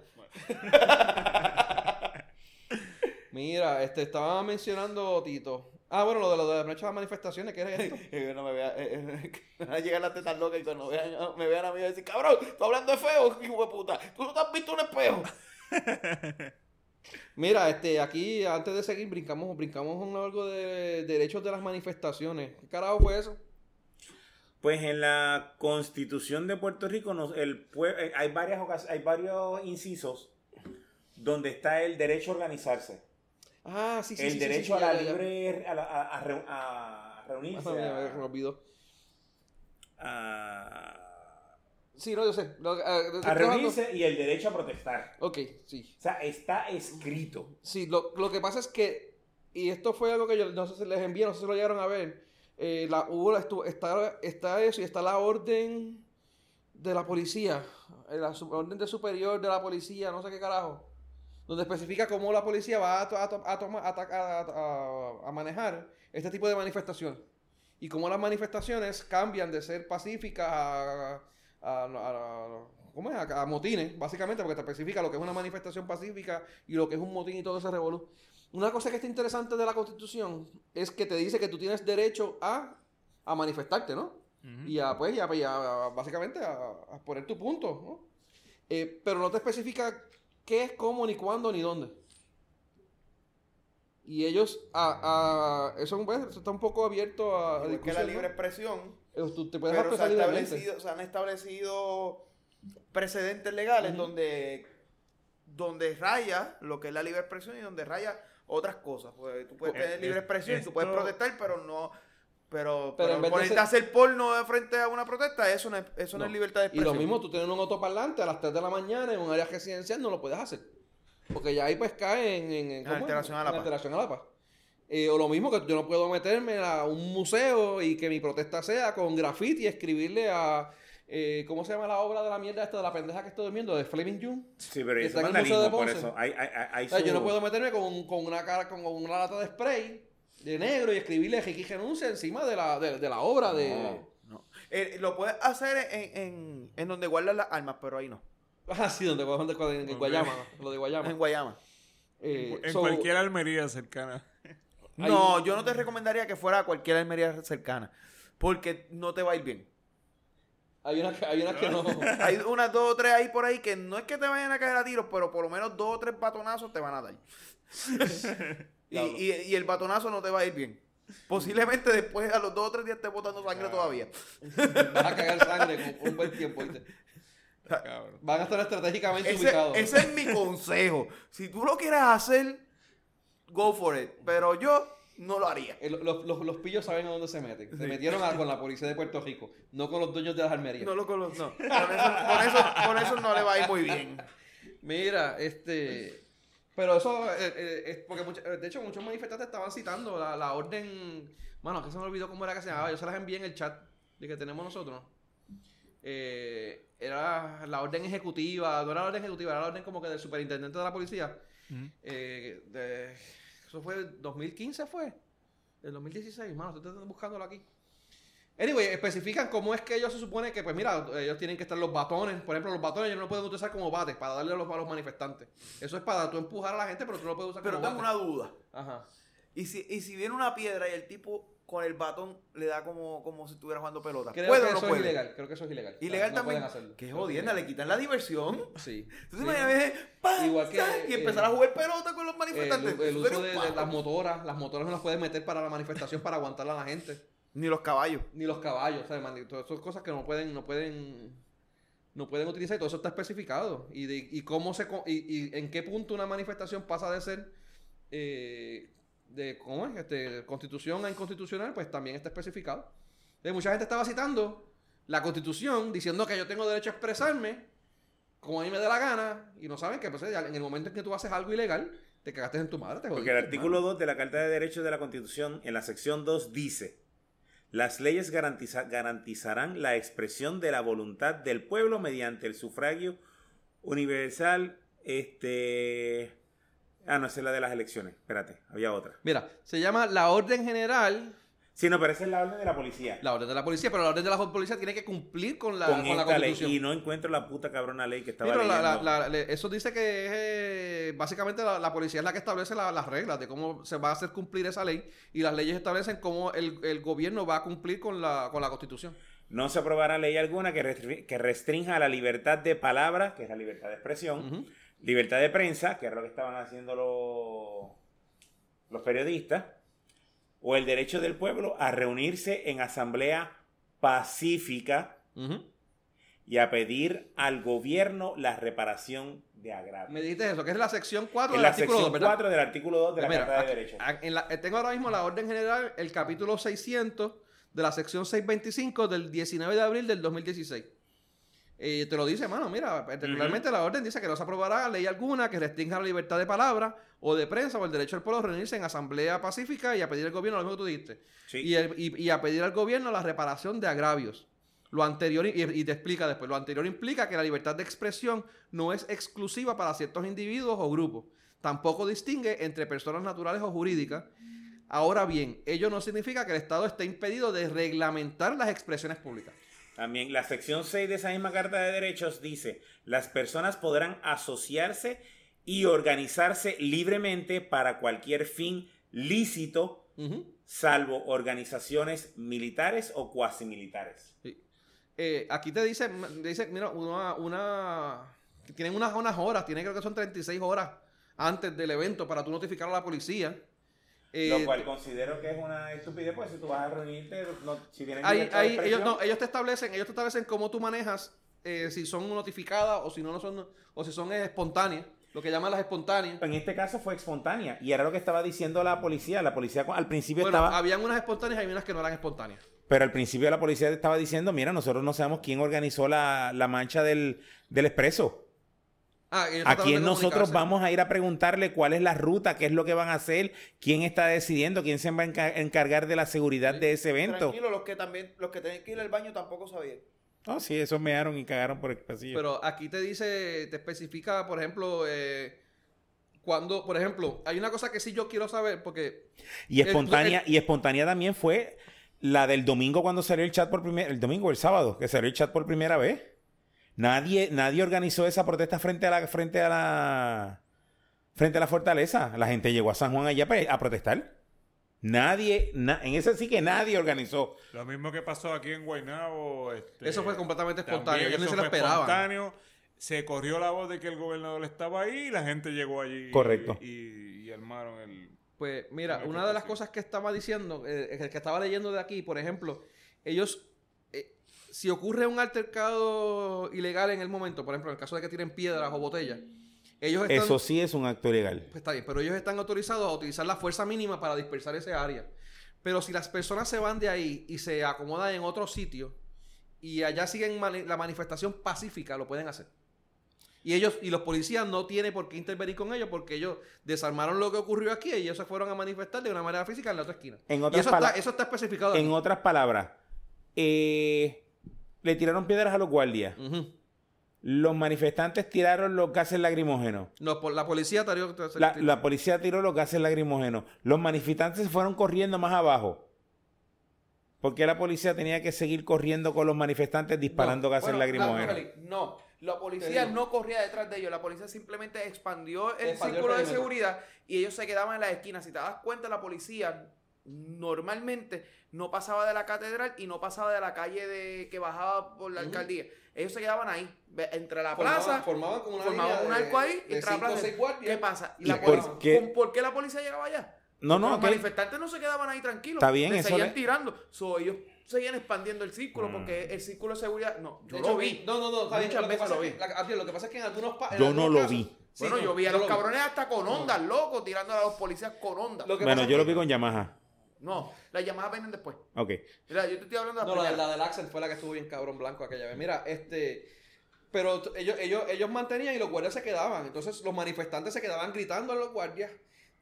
Mira, este, estaba mencionando Tito. Ah, bueno, lo de, lo de la noche de las manifestaciones, ¿qué era esto?
Eh, no me vea, eh, eh, van a llegar las tetas locas y cuando vean, ah, me vean a mí y decir, cabrón, tú hablando de feo, hijo de puta. Tú no te has visto un espejo.
Mira, este, aquí, antes de seguir, brincamos, brincamos un algo de derechos de las manifestaciones. ¿Qué carajo fue eso?
Pues en la Constitución de Puerto Rico nos- el pue- eh, hay, varias ocas- hay varios incisos donde está el derecho a organizarse.
Ah, sí, sí.
el
sí, sí,
derecho
sí, sí,
a la
ya, ya, ya.
libre, a, la- a- a reu- a
Ah,
reunirse.
mira, me-
a-
me olvidó.
a,
Sí, no, yo sé. Lo- ah, estoy
a
trabajando.
reunirse y el derecho a protestar.
Ok, sí.
O sea, está escrito.
Sí, lo, lo que pasa es que, y esto fue algo que yo no sé si les envié, no sé si lo llegaron a ver. eh, la, hubo la- estu- está, está eso y está la orden de la policía, eh, la su- orden de superior de la policía, no sé qué carajo, donde especifica cómo la policía va a, to- a to- a toma- a ta- a- a- a manejar este tipo de manifestaciones y cómo las manifestaciones cambian de ser pacíficas a, a- a- ¿cómo es? a- a motines, básicamente, porque te especifica lo que es una manifestación pacífica y lo que es un motín y todo ese revolú. Una cosa que está interesante de la Constitución es que te dice que tú tienes derecho a, a manifestarte, ¿no? Y a, pues, y a- y a- básicamente, a, a poner tu punto, ¿no? Eh, pero no te especifica qué es, cómo, ni cuándo, ni dónde. Y ellos, a, a- eso, pues, eso está un poco abierto a, a
Igual que la
discusión, ¿no?
libre expresión.
Eh, Tú te puedes
Pero se, ha
expresar libremente.
establecido, se han establecido precedentes legales
Ujú.
donde, donde raya lo que es la libre expresión y donde raya otras cosas. Pues, tú puedes
Eh,
tener libre
eh,
expresión,
esto-
tú puedes protestar, pero no. Pero,
Pero
pero
en vez de
ponerte
ser-
a hacer porno de frente a una protesta, eso no es, eso no.
No.
es libertad de
Y lo
expresión.
mismo, tú tienes un autoparlante a las 3 de la mañana en un área residencial, no lo puedes hacer. Porque ya ahí pues cae en... en- en- ¿cómo es?
alteración a la
En
paz.
alteración a la paz. Eh, o lo mismo que yo no puedo meterme a un museo y que mi protesta sea con graffiti y escribirle a... eh, ¿Cómo se llama la obra de la mierda esta de la pendeja que estoy durmiendo? De Fleming June.
Sí, pero
Que
eso
está
es
en el Museo de
vandalismo, por
Ponce.
eso. Hay, hay, hay- hay
O sea, yo
su-
no puedo meterme con, con una cara, con una lata de spray de negro y escribirle Ricky Renuncia encima de la, de, de la obra de...
Eh, lo puedes hacer en, en, en donde guardas las armas, pero ahí no.
Ah, sí, donde, donde, en
Ok.
Guayama, lo de Guayama.
En Guayama.
Eh,
En
so-
cualquier almería cercana.
Ahí-
No, yo no te recomendaría que fuera a cualquier almería cercana, porque no te va a ir bien.
Hay unas que, hay unas que no.
Hay unas dos o tres ahí por ahí que no es que te vayan a caer a tiros, pero por lo menos dos o tres batonazos te van a dar. y, y- y el batonazo no te va a ir bien. Posiblemente después a los dos o tres días estés botando sangre todavía.
Vas a cagar sangre con un buen tiempo. ¿viste?
Cabrón.
Van a estar estratégicamente
Ese,
ubicados.
ese es mi consejo. Si tú lo quieres hacer, go for it. Pero yo no lo haría.
Eh, lo- los, los- los pillos saben a dónde se meten. Se metieron a- con la policía de Puerto Rico, no con los dueños de las armerías.
No lo colo- no. Con eso, con eso- con eso no le va a ir muy bien.
Mira, este. Pero eso eh, eh, es porque, mucha- eh, de hecho, muchos manifestantes estaban citando la, la orden. Mano, que se me olvidó cómo era que se llamaba. Yo se las envié en el chat de que tenemos nosotros. Eh, era la orden ejecutiva. No era la orden ejecutiva, era la orden como que del superintendente de la policía. Eh, de- eso fue 2015, fue. El 2016, mano, estoy tratando- buscándolo aquí. Anyway, especifican cómo es que ellos se supone que, pues mira, ellos tienen que estar los batones. Por ejemplo, los batones ellos no los pueden utilizar como bates para darle a los, a los manifestantes. Eso es para tú empujar a la gente, pero tú no lo puedes usar
Pero
como
tengo una
bate.
duda.
Ajá.
Y si, y si viene una piedra y el tipo con el batón le da como, como si estuviera jugando pelota.
Creo
¿Puede
que
o no
eso
puede?
es ilegal. Creo que eso es ilegal.
Ilegal
No pueden
también.
hacerlo.
Que
Creo es
jodienda, le
ilegal.
quitan la diversión.
Sí.
Entonces
Sí.
imagínate, pa,
Igual que,
sa, y empezar
eh,
a jugar pelota con los
El,
manifestantes.
el
Tú
uso
eres
de,
un
de
pájaro.
las motoras, las motoras no las pueden meter para la manifestación para aguantarla a la gente.
Ni los caballos.
ni los caballos, o sea, man- todas esas cosas que no pueden, no pueden, no pueden utilizar y todo eso está especificado. Y, de, y cómo se, co- y, y en qué punto una manifestación pasa de ser eh, de cómo es, este, constitución a inconstitucional, pues también está especificado. Entonces, mucha gente estaba citando la constitución diciendo que yo tengo derecho a expresarme como a mí me dé la gana y no saben que pues, ya en el momento en que tú haces algo ilegal te cagaste en tu madre, te
Porque
jodiste,
el
hermano.
artículo 2 de la Carta de Derechos de la Constitución, en la sección 2, dice: Las leyes garantiza- garantizarán la expresión de la voluntad del pueblo mediante el sufragio universal. Este. Ah, no, esa es la de las elecciones. Espérate, había otra.
Mira, se llama la orden general
Sí, no, pero esa es la orden de la policía.
La orden de la policía, pero la orden de la policía tiene que cumplir con la, con
con
la
esta ley.
constitución.
Y no encuentro la puta cabrona ley que
Sí,
estaba
pero la- la-
leyendo.
la- le- eso dice que es eh, básicamente la, la policía es la que establece la- las reglas de cómo se va a hacer cumplir esa ley y las leyes establecen cómo el, el gobierno va a cumplir con la, con la constitución.
No se aprobará ley alguna que, restri- que restrinja la libertad de palabra, que es la libertad de expresión,
Ujú.
libertad de prensa, que es lo que estaban haciendo los- los periodistas, o el derecho del pueblo a reunirse en asamblea pacífica
Ujú.
y a pedir al gobierno la reparación de agravios.
Me dijiste eso, que es la sección 4
En
del
la
artículo 2,
sección
¿verdad?
4 del artículo 2 de la
Mira,
Carta de
aquí-
Derechos.
a- en la- eh, tengo ahora mismo la orden general, el capítulo 600 de la sección 625 del 19 de abril del 2016. Eh, te lo dice, mano, mira, particularmente la orden dice que no se aprobará ley alguna que restrinja la libertad de palabra o de prensa o el derecho del pueblo a reunirse en asamblea pacífica y a pedir al gobierno lo mismo que tú dijiste.
Sí.
Y, el- y- y a pedir al gobierno la reparación de agravios. Lo anterior, y, y te explica después, lo anterior implica que la libertad de expresión no es exclusiva para ciertos individuos o grupos. Tampoco distingue entre personas naturales o jurídicas. Ahora bien, ello no significa que el Estado esté impedido de reglamentar las expresiones públicas.
También la sección 6 de esa misma Carta de Derechos dice, las personas podrán asociarse y organizarse libremente para cualquier fin lícito,
Ujú.
salvo organizaciones militares o cuasi militares.
Sí. Eh, aquí te dice, te dice, mira, una, una- Tienen unas, unas horas, tienen creo que son 36 horas antes del evento para tú notificar a la policía. Eh,
Lo cual considero que es una estupidez, pues si tú vas a reunirte, no- si tienes
Ahí-
libertad de
ahí ellos,
expresión,
no, eh. ellos te establecen, ellos te establecen cómo tú manejas eh, si son notificadas o si no, no son, o si son eh, espontáneas, lo que llaman las espontáneas.
En este caso fue espontánea y era lo que estaba diciendo la policía. La policía cu- al principio
Bueno,
estaba,
habían unas espontáneas y había unas que no eran espontáneas.
pero al principio la policía estaba diciendo, mira, nosotros no sabemos quién organizó la, la mancha del, del expreso.
Ah, ellos
¿A
trataron
quién
de
nosotros
comunicarse.
vamos a ir a preguntarle cuál es la ruta, qué es lo que van a hacer, quién está decidiendo, quién se va a enca- encargar de la seguridad de ese evento?
Tranquilo, los que también, los que tenían que ir al baño tampoco sabían.
No, Oh, sí, esos mearon y cagaron por el pasillo.
Pero aquí te dice, te especifica, por ejemplo, eh, cuando, por ejemplo, hay una cosa que sí yo quiero saber, porque
y
el-
espontánea,
el-
y espontánea también fue la del domingo cuando salió el chat por primera, el domingo, el sábado, que salió el chat por primera vez. Nadie, nadie organizó esa protesta frente a la, frente a la, frente a la fortaleza. La gente llegó a San Juan allá pa- a protestar. Nadie, na- en ese sí que nadie organizó.
Lo mismo que pasó aquí en Guaynabo. este,
Eso fue completamente espontáneo,
también
ellos ni
eso
se lo
fue
esperaban.
espontáneo. Se corrió la voz de que el gobernador estaba ahí y la gente llegó allí.
Correcto.
Y, y armaron el...
Pues mira,
Una
una de las
afectación.
cosas que estaba diciendo, eh, que- que estaba leyendo de aquí, por ejemplo, ellos, eh, si ocurre un altercado ilegal en el momento, por ejemplo, en el caso de que tiren piedras o botellas, ellos están,
Eso sí es un acto ilegal.
pues, está bien, pero ellos están autorizados a utilizar la fuerza mínima para dispersar ese área. Pero si las personas se van de ahí y se acomodan en otro sitio y allá siguen mani- la manifestación pacífica, lo pueden hacer. Y ellos y los policías no tienen por qué intervenir con ellos porque ellos desarmaron lo que ocurrió aquí y ellos se fueron a manifestar de una manera física en la otra esquina.
En
Y
otras
eso, está,
pala-
eso está especificado.
En
aquí.
otras palabras, eh, le tiraron piedras a los guardias.
Ujú.
Los manifestantes tiraron los gases lacrimógenos.
No, por la policía tardó-
La, la policía tiró los gases lacrimógenos. Los manifestantes se fueron corriendo más abajo. ¿Por qué la policía tenía que seguir corriendo con los manifestantes disparando gases
Bueno,
lacrimógenos?
claro, Félix, No, la
Te
policía
digo.
no corría detrás de ellos. La policía simplemente expandió el
Expandió el
círculo de
perímetro.
seguridad y ellos se quedaban en las esquinas. Si te das cuenta, la policía normalmente no pasaba de la catedral y no pasaba de la calle de que bajaba por la
Ujú.
alcaldía. Ellos se quedaban ahí, ve- entre la
Formaban-
plaza.
formaban como una
formaban
línea
un
de-
arco ahí
de
entre la
cinco o
plaza.
seis guardias. pues,
¿Qué pasa?
¿Y
la
por
policía-
qué?
¿con- ¿Por qué la policía llegaba allá?
No, no,
los
ok.
manifestantes no se quedaban ahí tranquilos.
Está bien,
le
eso
¿eh?
seguían
le-
tirando. So, ellos seguían expandiendo el
Mm.
círculo porque el círculo de seguridad. No, yo
De
lo
hecho,
vi.
No, no, no, está bien,
Muchas
lo que
veces
pasa
lo
es que- la- Gabriel, lo que pasa es que en algunos pa- en
Yo
algunos
no lo
casos-
vi.
Sí,
bueno,
no,
yo vi a
yo
los
lo vi.
cabrones hasta con ondas, loco, tirando a los policías con ondas.
Lo que pasa
Bueno,
es
yo
que-
lo vi con Yamaha.
No, las llamadas vienen después.
Ok.
Mira, yo te estoy hablando de
No,
la
la,
primera.
la del Axel fue la que estuvo bien cabrón blanco aquella vez. Mira, este. Pero t- ellos, ellos, ellos mantenían y los guardias se quedaban. Entonces los manifestantes se quedaban gritando a los guardias,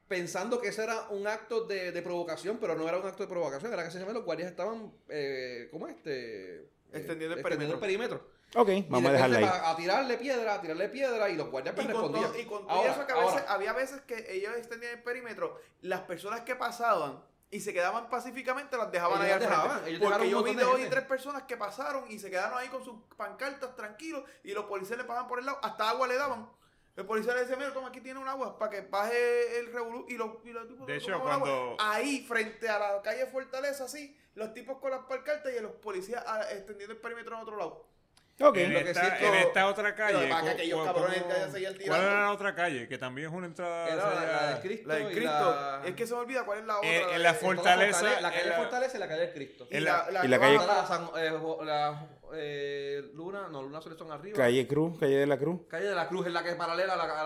pensando que ese era un acto de, de provocación, pero no era un acto de provocación. Era que se llama, los guardias estaban, eh, ¿cómo es este? Eh,
Extendiendo el
extendiendo
perímetro.
Ok,
Y
vamos a
de
dejarla
repente
ahí.
pa- A, tirarle piedra, a tirarle piedra y los guardias pues,
Y con,
respondían.
todo, y con todo
Ahora,
eso que a
ahora,
veces, había veces que ellos extendían el perímetro, las personas que pasaban y se quedaban pacíficamente las dejaban
Ellos
ahí al
las dejaban,
frente.
ellos dejaron
Porque
un
yo vi
montón de
dos y
gente.
tres personas que pasaron y se quedaron ahí con sus pancartas tranquilos y los policías le pasaban por el lado, hasta agua le daban. El policía le decía, mira, toma, aquí tiene un agua para que baje el revolú y los, y los tipos
De
se
hecho,
tomaban agua.
cuando-
Ahí, frente a la calle Fortaleza, así, los tipos con las pancartas y los policías ah, extendiendo el perímetro en otro lado. Ok.
En,
Lo que
esta,
siento-
en esta otra calle.
Pero para que
¿cu-
aquellos
cu-
cabrones
cómo-
ya seguían
¿Cuál
tirando?
era la otra calle? Que también es una entrada.
Era
o sea,
la, la del Cristo.
La del
y
Cristo.
la- eh,
Es que se me olvida cuál es la otra.
en-
la
en
de-
la
de-
fortaleza.
La
en
calle
la-
Fortaleza y la calle del Cristo.
Y
en
la,
la-
la
y la
que va
calle-
Está
para-
la San- eh, jo- la, eh, Luna, no, Luna Sol son arriba. Calle.
Calle Cruz, calle de la Cruz.
de la Cruz es la que es paralela a la... a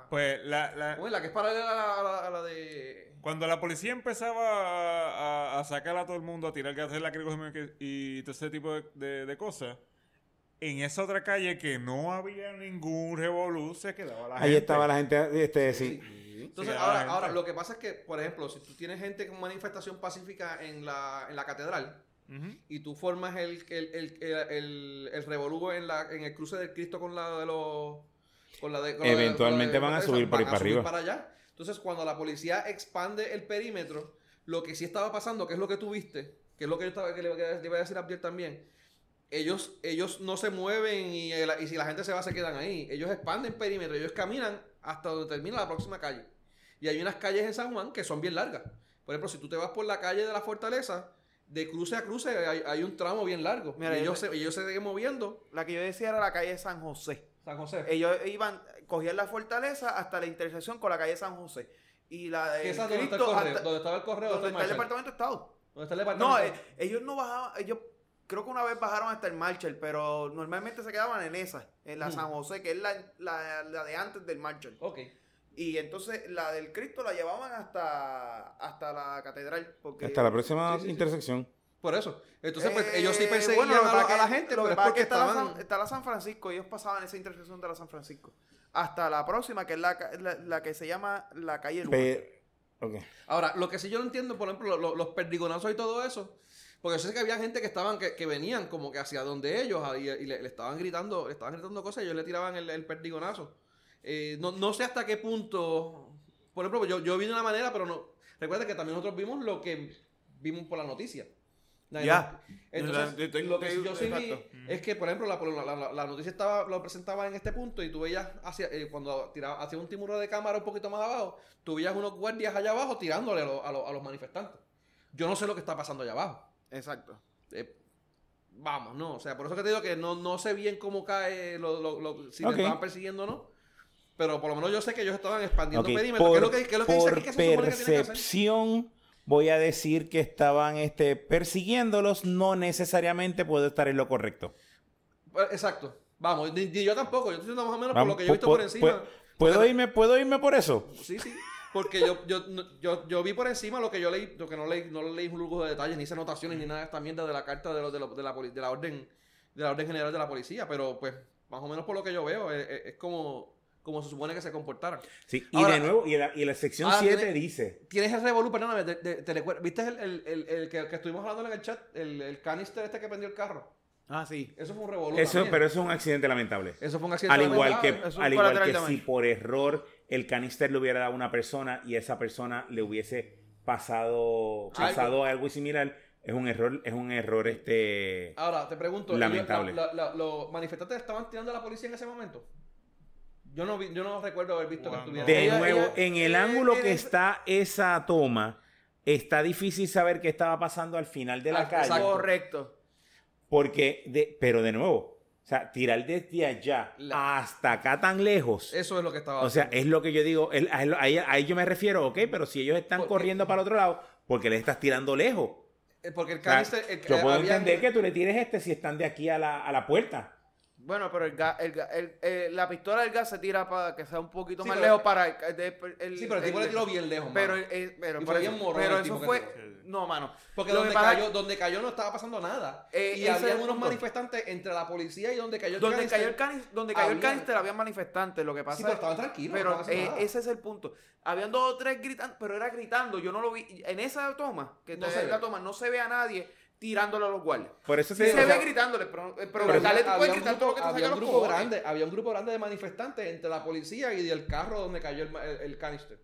la-
Pues la- la-
Uy, la que es paralela a la, a la- a la de...
Cuando la policía empezaba a, a- a sacar a todo el mundo, a tirar gas de lacrimógeno que- y todo ese tipo de, de- de cosas, en esa otra calle que no había ningún revolú, se quedaba la
Ahí
gente.
estaba la gente, este, sí.
Entonces,
Sí,
ahora,
la gente.
ahora, lo que pasa es que, por ejemplo, si tú tienes gente con manifestación pacífica en la, en la catedral
Ujú.
y tú formas el, el, el, el, el- el revolú en, la, en el cruce del Cristo con la de los... Con la de, con la de- con la de-
Eventualmente van a subir por ahí
van
para
a subir
arriba.
para allá. Entonces, cuando la policía expande el perímetro, lo que sí estaba pasando, que es lo que tú viste, que es lo que yo estaba, que le, que le iba a decir a Abdiel también, ellos, ellos no se mueven y, el- y si la gente se va, se quedan ahí. Ellos expanden perímetro, ellos caminan hasta donde termina la próxima calle. Y hay unas calles en San Juan que son bien largas. Por ejemplo, si tú te vas por la calle de la Fortaleza, de cruce a cruce hay, hay un tramo bien largo.
Mira,
y
yo
ellos, se, ellos se siguen moviendo. Eh,
La que yo decía era la calle San José.
San José.
Ellos iban, cogían la fortaleza hasta la intersección con la calle San José. Y la
que
de
esa es donde, está el
Cristo
correo,
hasta-
donde estaba el correo.
donde está
de
el
Marshall.
departamento de Estado.
Donde está el
No,
departamento.
eh, ellos no bajaban, ellos creo que una vez bajaron hasta el Marshall, pero normalmente se quedaban en esa, en la
Ujú.
San José, que es la, la- la de antes del Marshall.
Ok.
Y entonces la del Cristo la llevaban hasta, hasta la catedral. Porque,
Hasta la próxima
Sí, sí, sí.
intersección.
Por eso. Entonces, pues,
Eh,
ellos sí perseguían
bueno, lo que
a,
pasa
la- a
que-
la gente,
lo
pero
que
es
pasa es
porque
que está,
estaban...
la San, está la San Francisco, ellos pasaban esa intersección de la San Francisco. Hasta la próxima, que es la, ca- la- la que se llama la calle Luna.
Pe- ok.
Ahora, lo que sí yo no entiendo, por ejemplo, lo- lo- los perdigonazos y todo eso, porque yo sé que había gente que estaban, que, que venían como que hacia donde ellos ah, y, y le, le estaban gritando, le estaban gritando cosas y ellos le tiraban el, el perdigonazo. Eh, no, no sé hasta qué punto. Por ejemplo, yo, yo vi de una manera, pero no. Recuerda que también nosotros vimos lo que vimos por la noticia. La-
Ya.
Entonces,
La- estoy-
lo que yo sí vi
exacto.
es que, por ejemplo, la, la- la- la noticia estaba, lo presentaba en este punto y tú veías hacia, eh, cuando tiraba hacia un timuro de cámara un poquito más abajo, tú veías unos guardias allá abajo tirándole a, lo- a lo- a los manifestantes. Yo no sé lo que está pasando allá abajo.
Exacto.
Eh, vamos, no. O sea, por eso que te digo que no, no sé bien cómo cae, lo, lo- lo- si
Ok.
me estaban persiguiendo o no. Pero por lo menos yo sé que ellos estaban expandiendo
Ok,
perímetro.
Por,
que es lo que, que es lo que dice
por
aquí que se supone que tienen que hacer.
percepción, voy a decir que estaban este, persiguiéndolos. No necesariamente puedo estar en lo correcto.
Eh, Exacto. Vamos, ni, ni yo tampoco. Yo estoy diciendo más o menos por lo
Vamos,
que yo he visto
pu-
por
pu-
encima.
pu- ¿Puedo irme, ¿Puedo irme por eso?
Sí, sí. Porque yo, yo, no- yo, yo vi por encima lo que yo leí, lo que no leí, no leí un lujo de detalles, ni hice anotaciones, ni nada de esta mierda de la carta de, los de, los- de la, poli- de la orden de la orden general de la policía, pero pues más o menos por lo que yo veo, es, es- es como, como se supone que se comportaran.
Sí, y
Ahora-
de nuevo, y la, y la sección
ahora
7
tiene-
dice.
Tienes el revolú, perdóname, de- de- te recuer- ¿viste el, el- el- el que, que estuvimos hablando en el chat? El, el canister este que prendió el carro.
Ah, sí.
Eso fue un revolú.
Eso,
también.
pero eso es un accidente lamentable.
Eso fue un accidente.
Al igual que,
lamentable.
es un
al igual
colateral
que si
damage.
por error el canister le hubiera dado a una persona y esa persona le hubiese pasado, pasado algo. similar, es un error, es un error este.
Ahora, te pregunto, ¿ellos-
Lamentable.
la- la- la- ¿los manifestantes estaban tirando a la policía en ese momento? Yo no, vi- yo no recuerdo haber visto
Cuando-
que estuvieran.
De
Ella-
nuevo,
ella-
en el
eh,
ángulo que
eh,
está esa toma, está difícil saber qué estaba pasando al final de la
Ah,
calle.
exacto.
Correcto.
Porque, de, pero de nuevo, o sea, tirar desde allá
La-
hasta acá tan lejos.
Eso es lo que estaba
O sea,
haciendo.
es lo que yo digo, el- a- ahí, ahí yo me refiero, ok, pero si ellos están
Porque-
corriendo para otro lado, porque les estás tirando lejos.
Eh, porque el
O sea,
canister... el-
yo
eh,
puedo
habían-
entender que tú le tires este si están de aquí a la, a la puerta.
Bueno, pero el ga- el ga- el- eh, la pistola del gas se tira para que sea un poquito
Sí,
más
pero-
lejos para... el- el- el-
Sí, pero el tipo le tiró bien lejos,
Pero,
mano.
eh, pero,
Y
por
fue
eso,
bien morón
pero
el
eso
tipo que
fue. No, mano.
Porque
Lo
donde
que pasa es
cayó, donde cayó no estaba pasando nada.
Eh,
y
ese es
había
el
unos
punto.
manifestantes entre la policía y donde cayó el
donde
canister.
cayó el canister, donde cayó el
había-
canister había manifestantes, lo que pasa
Sí, pero
es-
estaban tranquilos,
pero,
no estaban
eh,
haciendo nada.
ese es el punto. Habían dos o tres gritando, pero era gritando, yo no lo vi en esa toma, que
No
te-
se
esta
ve.
toma no se ve a nadie tirándole a los guardias.
Por eso
Sí,
te-
se
o sea,
ve gritándole, pero, eh, pero,
Pero
gritarle, tú
había
puedes
un
gritar todo
grupo-
lo que te saca
había un
los
grupo
cojones.
grande, había un grupo grande de manifestantes entre la policía y el carro donde cayó el, ma- el- el canister.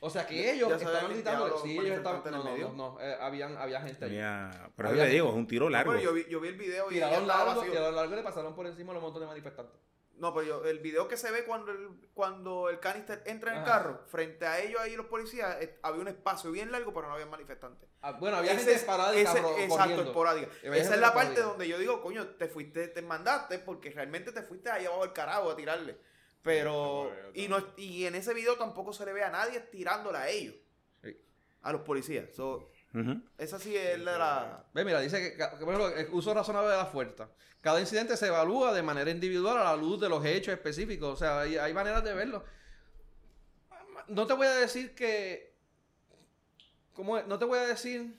O sea que ellos
se habían
estaban
limpiado
gritando,
los
sí, ellos estaban,
manifestantes
no,
en el
no,
medio.
no, no, eh, habían, había gente allí.
Mira, pero eso
Había-
te digo, es un tiro largo.
Bueno, yo vi, yo vi el video y
Tiraron
estaba
largo,
vacío.
tiraron largo y le pasaron por encima a los montones de manifestantes.
No, pero yo, el video que se ve cuando el, cuando el canister entra en el
Ajá.
carro, frente a ellos ahí los policías, eh, había un espacio bien largo, pero no había manifestantes.
Ah, bueno, había
Ese
gente
es-
parada y
ese-
cabro-
Exacto,
corriendo.
esporádica.
Había
Esa
gente
es la parte
esporádica.
donde yo digo, coño, te fuiste, te mandaste porque realmente te fuiste allá abajo del carajo a tirarle. Pero, y, no, y en ese video tampoco se le ve a nadie tirándole a ellos,
Sí.
a los policías. So,
Ujú.
esa sí es la- la...
Ve, mira, dice que, ca- que, por ejemplo, el uso razonable de la fuerza. Cada incidente se evalúa de manera individual a la luz de los hechos específicos. O sea, hay, hay maneras de verlo. No te voy a decir que. ¿Cómo es? No te voy a decir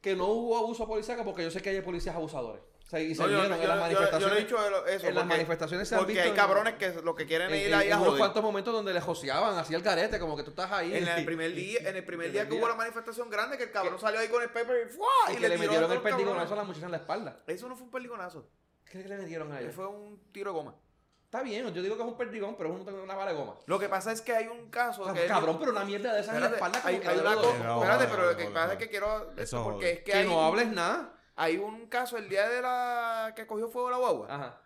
que no hubo abuso policial porque yo sé que hay policías abusadores. O sea, y se
No, yo-
vieron
yo-
en las
yo- yo-
manifestaciones.
yo le he dicho eso,
en las
porque-
manifestaciones se han
porque
visto
hay
en-
cabrones que lo que quieren es
en,
ir ahí
en
a
unos
joder.
cuantos momentos donde le joseaban así al carete, como que tú estás ahí.
En el
y-
primer día, en el primer
y-
día que hubo la manifestación grande, que el cabrón salió ahí con el paper y, ¡fua!
y
y
que le
tiró a
metieron
todos los
el
cabrones.
perdigonazo a la muchacha en la espalda.
Eso no fue un peligonazo.
¿Qué crees que le metieron a ella?
Fue un tiro de goma.
Está bien, yo digo que es un perdigón, pero es una, una bala de goma.
Lo que pasa es que hay un caso.
O sea,
que es-
cabrón, pero una mierda de esas en la
Espérate,
espalda como
hay,
que
hay
debe
una
doler.
cosa-
No,
espérate,
no,
pero
no,
lo que
no,
pasa
no.
es que quiero.
Eso
porque
jode.
es que,
Que
hay,
no hables nada.
hay un caso el día de la que cogió fuego la guagua.
Ah.
Ajá.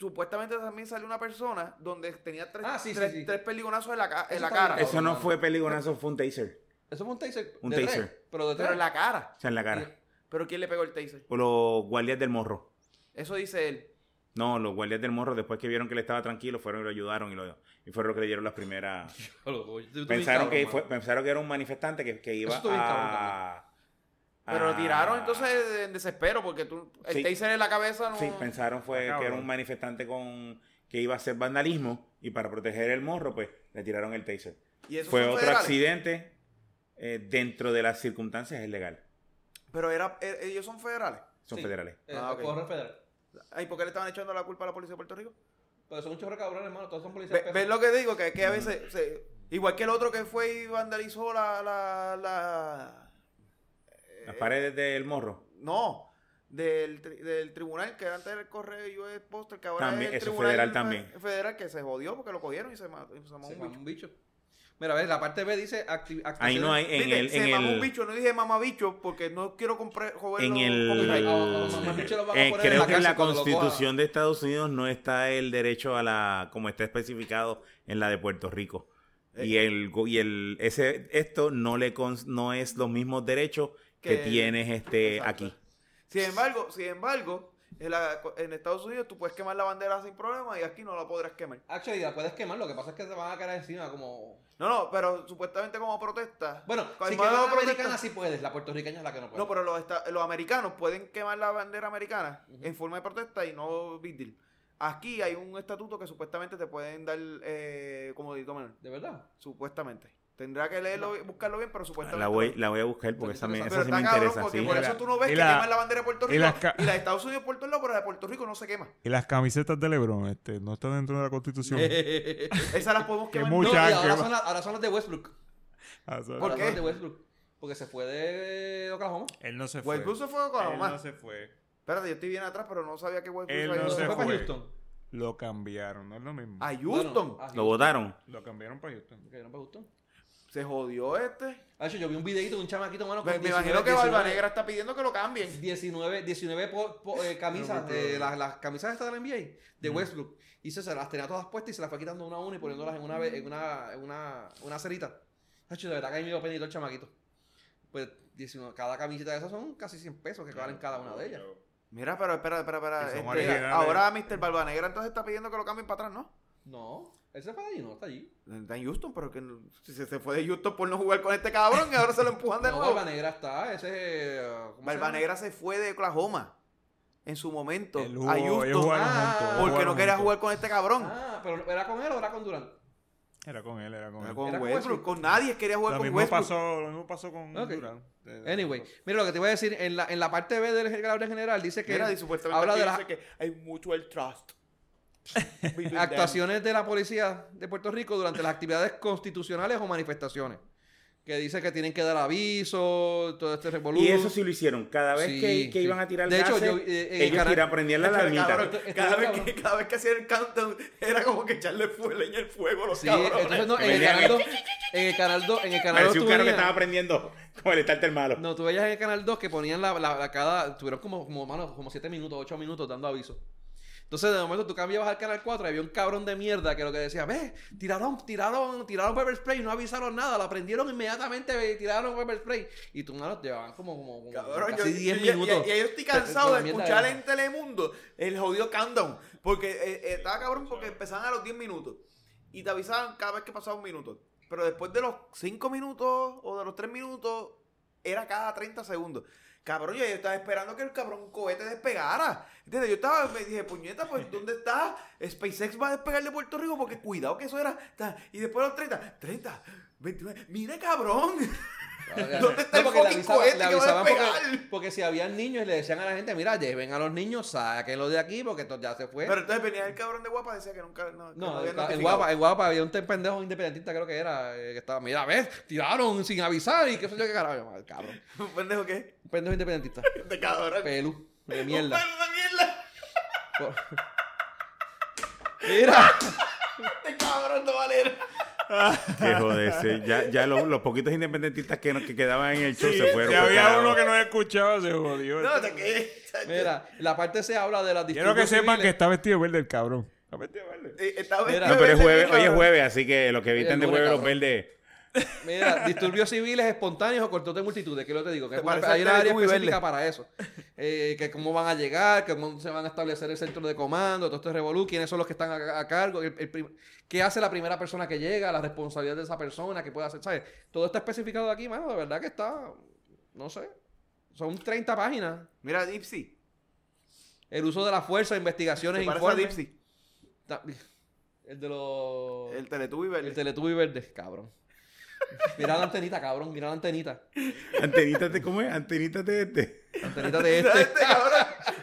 Supuestamente también salió una persona donde tenía tres,
Ah, sí, sí,
tres,
sí.
tres peligonazos en la, ca- en
Eso
la
está bien,
cara.
cabrón.
Eso no fue peligroso, fue un taser.
Eso fue un taser.
Un
de tres,
taser.
pero de tres.
Pero en la cara.
O sea, en la cara.
Pero ¿quién le pegó el taser?
O los guardias del morro.
Eso dice él.
No, los guardias del morro, después que vieron que él estaba tranquilo, fueron y lo ayudaron y, lo, y fueron los que le dieron las primeras. Pensaron que,
Ah,
fue- pensaron que era un manifestante que, que iba
Eso estuvo bien cabrón
a.
Pero
Ah.
lo
a-
tiraron entonces en desespero porque tú, el
Sí.
taser en la cabeza no.
Sí, pensaron fue
Ah,
que era
cabrón.
un manifestante con que iba a hacer vandalismo y para proteger el morro, pues le tiraron el taser.
Y esos
Fue
son
otro
federales.
accidente eh, dentro de las circunstancias, es legal.
Pero era, eh, ellos son federales.
Son
Sí.
federales.
Ah, ok.
Corre federal.
¿Y por qué le estaban echando la culpa a la policía de Puerto Rico?
Pero son un chorro de cabrones, hermano. Todos son policías.
Ve-
pesos.
¿Ves lo que digo? Que, que a veces, se- igual que el otro que fue y vandalizó la... la, la-
Las paredes del morro.
no, del, tri- del tribunal, que antes era el correo US Postal, que ahora
También,
es el
eso es
tribunal
federal
fe-
también.
Federal que se jodió porque lo cogieron y se mató, y se mamó
Se
un
mamó
bicho.
un bicho. Mira, ves, la parte B dice acti-
Ahí
actuaciones-
no hay, en
Viste,
el,
Eh, se
en
mamó un
el,
bicho, no dije mamabicho porque no quiero comprar
en el,
copyright. Ah, ah, ah, mamá, bicho lo van a poner
eh,
en la
creo que en
cárcel
la
cuando lo coja.
Constitución de Estados Unidos no está el derecho a la, como está especificado en la de Puerto Rico.
Eh,
Y el, go- y el, ese, esto no le, cons- no es los mismos derechos que,
Que-
tienes este
Exacto.
aquí.
Sin embargo, sin embargo, en, la- en Estados Unidos tú puedes quemar la bandera sin problema y aquí no la podrás quemar.
Actually, la puedes quemar. Lo que pasa es que te van a caer encima como...
No, no, pero supuestamente como protesta.
Bueno,
Cuando
si
hay
quemas la
protesta-
americana sí puedes. La puertorriqueña es la que no puede.
No, pero los, esta- los americanos pueden quemar la bandera americana en forma de protesta y no big deal. Aquí hay un estatuto que supuestamente te pueden dar eh, como digo, bueno,
¿De verdad?
supuestamente. Tendrá que leerlo, buscarlo bien, pero supuestamente.
La voy, la voy a buscar porque esa,
Está
me,
pero
esa sí
está
me
cabrón
interesa.
porque
sí.
por
Y
eso
la-
tú no ves
y
que
la-
queman la bandera de Puerto
y
Rico y
las ca-
la, de Estados Unidos por todos lados, pero la de Puerto Rico no se quema.
Y las camisetas de Lebron este, no están dentro de la Constitución.
Esas las podemos
Qué
quemar.
No, y
mucha-
ahora,
que-
son las, ahora son las de Westbrook.
Ah, sorry.
¿Por
Ahora
qué?
son las de Westbrook. Porque se fue de Oklahoma.
Él no se fue.
Westbrook se Pues fue a
Él
Oklahoma.
no se fue.
Espérate, yo estoy bien atrás, pero no sabía que Westbrook
Él
iba a ir.
no
se,
se
fue para
fue.
Houston.
Lo cambiaron, no es lo mismo.
A Houston.
Bueno,
ah.
a
Lo
Houston.
votaron.
Lo cambiaron para Houston.
Ok, no me gustó.
Se jodió este.
De hecho, yo vi un videito de un chamaquito, mano,
Me, me imagino que Barba Negra está pidiendo que lo cambien.
19, 19 po- po- eh, camisas, de, las, las camisas estas de la NBA,
Mm.
de Westbrook. Y se, se las tenía todas puestas y se las fue quitando una a una y poniéndolas en una, ve- en una, en una, una cerita. De hecho, de verdad que a mí me dio penito el chamaquito. Pues 19, cada camiseta de esas son casi 100 pesos que valen cada una de ellas.
Mira, pero espera, espera, espera.
Que son
este,
originales.
ahora Mr. Barba Negra entonces está pidiendo que lo cambien para atrás, ¿no?
No, ese fue de allí, no está allí.
Está en Houston, pero que no- si se, se fue de Houston por no jugar con este cabrón y ahora se lo empujan de
No,
nuevo.
Barba Negra está, ese es... eh, ¿cómo se
Barba
llama?
Negra se fue de Oklahoma en su momento
Él jugó-
a
ellos
Houston
jugaron
Ah,
juntos, ellos
porque no
jugaron
quería
juntos.
jugar con este cabrón.
Ah, pero ¿era con él o era con Durant?
Era con él, era con
Era
él.
con
Era con
Westbrook,
Westbrook.
con nadie quería jugar
Lo
con
mismo,
Westbrook.
pasó, lo mismo pasó con
Ok.
Durant.
Eh,
Anyway, mira lo que te voy a decir, en la, en la parte B del grado en general dice que
Mira, y supuestamente
habla
aquí
de las
dice que hay mucho el trust.
actuaciones de la policía de Puerto Rico durante las actividades constitucionales o manifestaciones. Que dice que tienen que dar aviso, todo este revolución.
Y eso sí lo hicieron. Cada vez
Sí,
que, que
sí.
iban a tirar
De hecho,
gases,
yo, eh, en el
ellos
canal-
tiraban- prendían la
Pero,
alarmita.
cabrón,
Esto-
cada,
esto
vez
es
que, cada vez que hacía el countdown era como que echarle fue- leña al fuego a los
Sí,
cabrones.
entonces no, en el
Venían-
canal 2, en el canal 2, en el canal 2
Parecía
tú
un carro que
venías-
estaba prendiendo como el starter malo.
No, tú veías en el canal 2 que ponían la, la- la cada. Tuvieron como, como, mano, como 7 minutos, 8 minutos dando aviso. Entonces, de momento tú cambiabas al canal 4 y había un cabrón de mierda que lo que decía, ve, tiraron, tiraron, tiraron pepper spray, no avisaron nada, la prendieron inmediatamente, ve, tiraron pepper spray. Y tú, mano, llevaban como, como, como
Cabrón,
casi
yo-
10
yo- yo-
minutos.
Y, y yo estoy
Pero-
cansado
pero
de
la mierda
escuchar
era-
en Telemundo el jodido countdown. Porque eh, eh, estaba cabrón porque empezaban a los 10 minutos. Y te avisaban cada vez que pasaba un minuto. Pero después de los 5 minutos o de los 3 minutos, era cada 30 segundos. Cabrón, yo, yo estaba esperando que el cabrón cohete despegara. ¿Entiendes? Yo estaba, me dije, puñeta, pues ¿dónde está? SpaceX va a despegar de Puerto Rico porque cuidado que eso era. ta- Y después de los 30, 30, 29. Mira, cabrón. ¿Dónde está el
porque le
fucking
avisaban-
cohete
le
que va a
avisaban porque,
despegar?
porque si habían niños y le decían a la gente, mira, lleven a los niños, sáquenlos de aquí porque esto ya se fue.
Pero entonces venía el cabrón de guapa y decía que nunca. No, que
¿Eh? No,
había
el, el
notificado.
guapa, el guapa, había un te- pendejo independentista, creo que era, eh, que estaba, mira, ves, tiraron sin avisar y qué sé yo qué carajo, Ay, cabrón.
¿Un pendejo qué?
Un pendejo independentista,
De cabrón.
pelu, de
¡Un
mierda.
perro de mierda!
mira,
¡Este cabrón no valera!
Qué joderse. Ya, ya los, los poquitos independentistas que, nos- que quedaban en el show se fueron.
Si
por
había
carajo.
uno que no escuchaba, se jodió.
No, te quedé.
mira, la parte se habla de las
Quiero que
disturbios
sepan que
civiles.
está vestido de verde el cabrón. Está vestido de verde.
Eh, Estaba
Mira.
No, pero es jueves, hoy es
Cabrón.
jueves, así que los que visten de
lunes,
jueves los
cabrón.
verdes.
Mira, disturbios civiles espontáneos o cortos de multitudes, que es lo que te digo, que
Te
una-
parece
hay una área
Teletubby
específica
verde.
para eso. Eh, que cómo van a llegar, que cómo se van a establecer el centro de comando, todo este revolú, quiénes son los que están a, a cargo, el- el prim- qué hace la primera persona que llega, la responsabilidad de esa persona, que puede hacer, ¿sabes? Todo está especificado aquí, mano, de verdad que está, no sé, son 30 páginas.
Mira, Dipsy.
El uso de la fuerza, investigaciones,
Te parece a
informes.
Dipsy.
Ta- El de los...
El Teletubby verde.
El Teletubby verde, cabrón. Mira la antenita, cabrón, mira la antenita.
Antenitas de, ¿cómo es? Antenitas de este.
Antenita de
Mira
este.
este cabrón.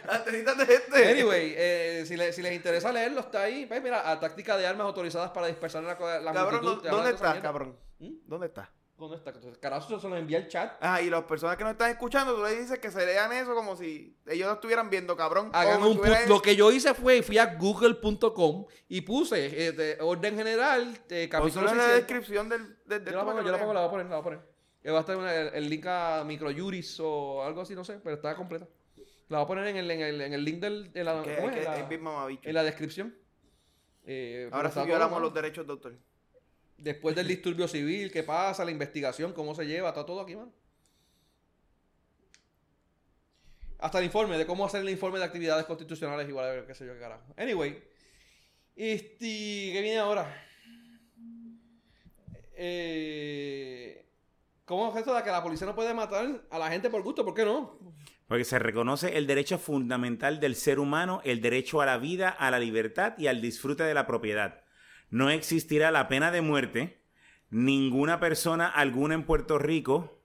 Antenitas de este.
Anyway, eh, si, le- si les interesa leerlo, está ahí. Pues mira, a táctica de armas autorizadas para dispersar la, co- la
Cabrón,
multitud.
¿dó-
te habla
¿dónde
de esa
estás,
mierda.
cabrón?
¿Mm?
¿Dónde estás?
¿Dónde está? Entonces, Carazo, se los envía el chat.
Ah, y las personas que nos están escuchando, tú le dices que se lean eso como si ellos lo estuvieran viendo, cabrón.
Hagan
Como
un
si
put-
estuvieran-
Lo que yo hice fue, fui a google.com y puse eh, de orden general, eh, capítulo
Ponlo Pues en la
600.
descripción del. del, del
Yo la
tema
pongo,
que
yo la
lo
pongo, la
lean.
voy a poner, la voy a poner. Eh, Va a estar una- el, el link a microjuris o algo así, no sé, pero está completa. La voy a poner en el, en el, en el link del, en la,
Que-
¿cómo es?
que
En la-
es bien mamabicho.
en la descripción. Eh, pero
Ahora
está
sí
todo,
violamos
mano.
los derechos de autor.
Después del disturbio civil, qué pasa, la investigación, cómo se lleva, está todo aquí, mano. Hasta el informe, de cómo hacer el informe de actividades constitucionales, igual, qué sé yo, qué carajo. Anyway, este, ¿qué viene ahora? Eh, ¿Cómo es esto de que la policía no puede matar a la gente por gusto? ¿Por qué no?
Porque se reconoce el derecho fundamental del ser humano, el derecho a la vida, a la libertad y al disfrute de la propiedad. No existirá la pena de muerte. Ninguna persona alguna en Puerto Rico,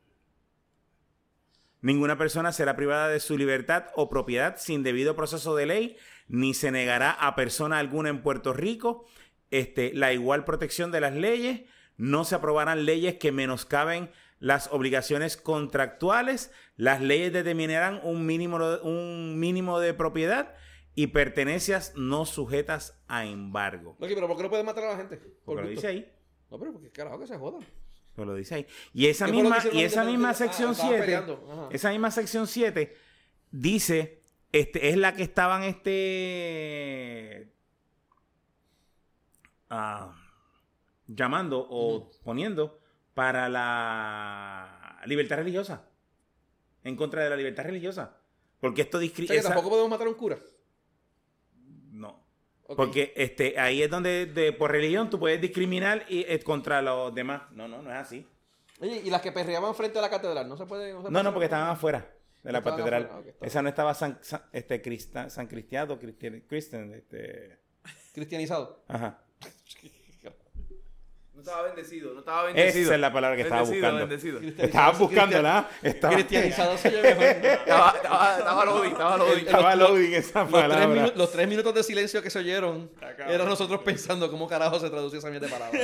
ninguna persona será privada de su libertad o propiedad sin debido proceso de ley, ni se negará a persona alguna en Puerto Rico este, la igual protección de las leyes, no se aprobarán leyes que menoscaben las obligaciones contractuales, las leyes determinarán un mínimo, un mínimo de propiedad y pertenencias no sujetas a embargo.
Ok, pero ¿por qué no puede matar a la gente? Por
Porque lo
gusto?
dice ahí.
No, pero porque carajo que se jodan.
Pero lo dice ahí. Y esa
¿Qué fue lo
misma,
que hicieron
y
los
esa misma
independientes? Ah,
sección
estaban
7,
peleando. Ajá.
esa misma sección 7 dice, este, es la que estaban este ah, llamando o poniendo para la libertad religiosa. En contra de la libertad religiosa. Porque esto
O sea, que
discrimina.
tampoco podemos matar a un cura.
No.
Ok.
Porque este, ahí es donde de- por religión tú puedes discriminar y, eh, contra los demás. No, no, no es así.
Oye, y las que perreaban frente a la catedral, no se puede. se
No,
puede-
no, porque estaban afuera de la
Estaban
catedral.
afuera, ok, está bien.
Esa no estaba San, San- este, Crista- San Cristiado, Cristian, Christian, este,
Cristianizado.
ajá.
No estaba bendecido, no estaba bendecido.
Esa es la palabra que estaba
Bendecido,
buscando.
bendecido.
Estabas buscándola. ¿ah? Estaba,
Cristianizado se oye mejor.
Estaba, estaba, estaba Lodi, estaba Lodi.
estaba loading esa
Los tres, minu-
palabra.
los tres minutos de silencio que se oyeron
cabrón.
eran nosotros pensando cómo carajo se traducía esa mierda de palabra.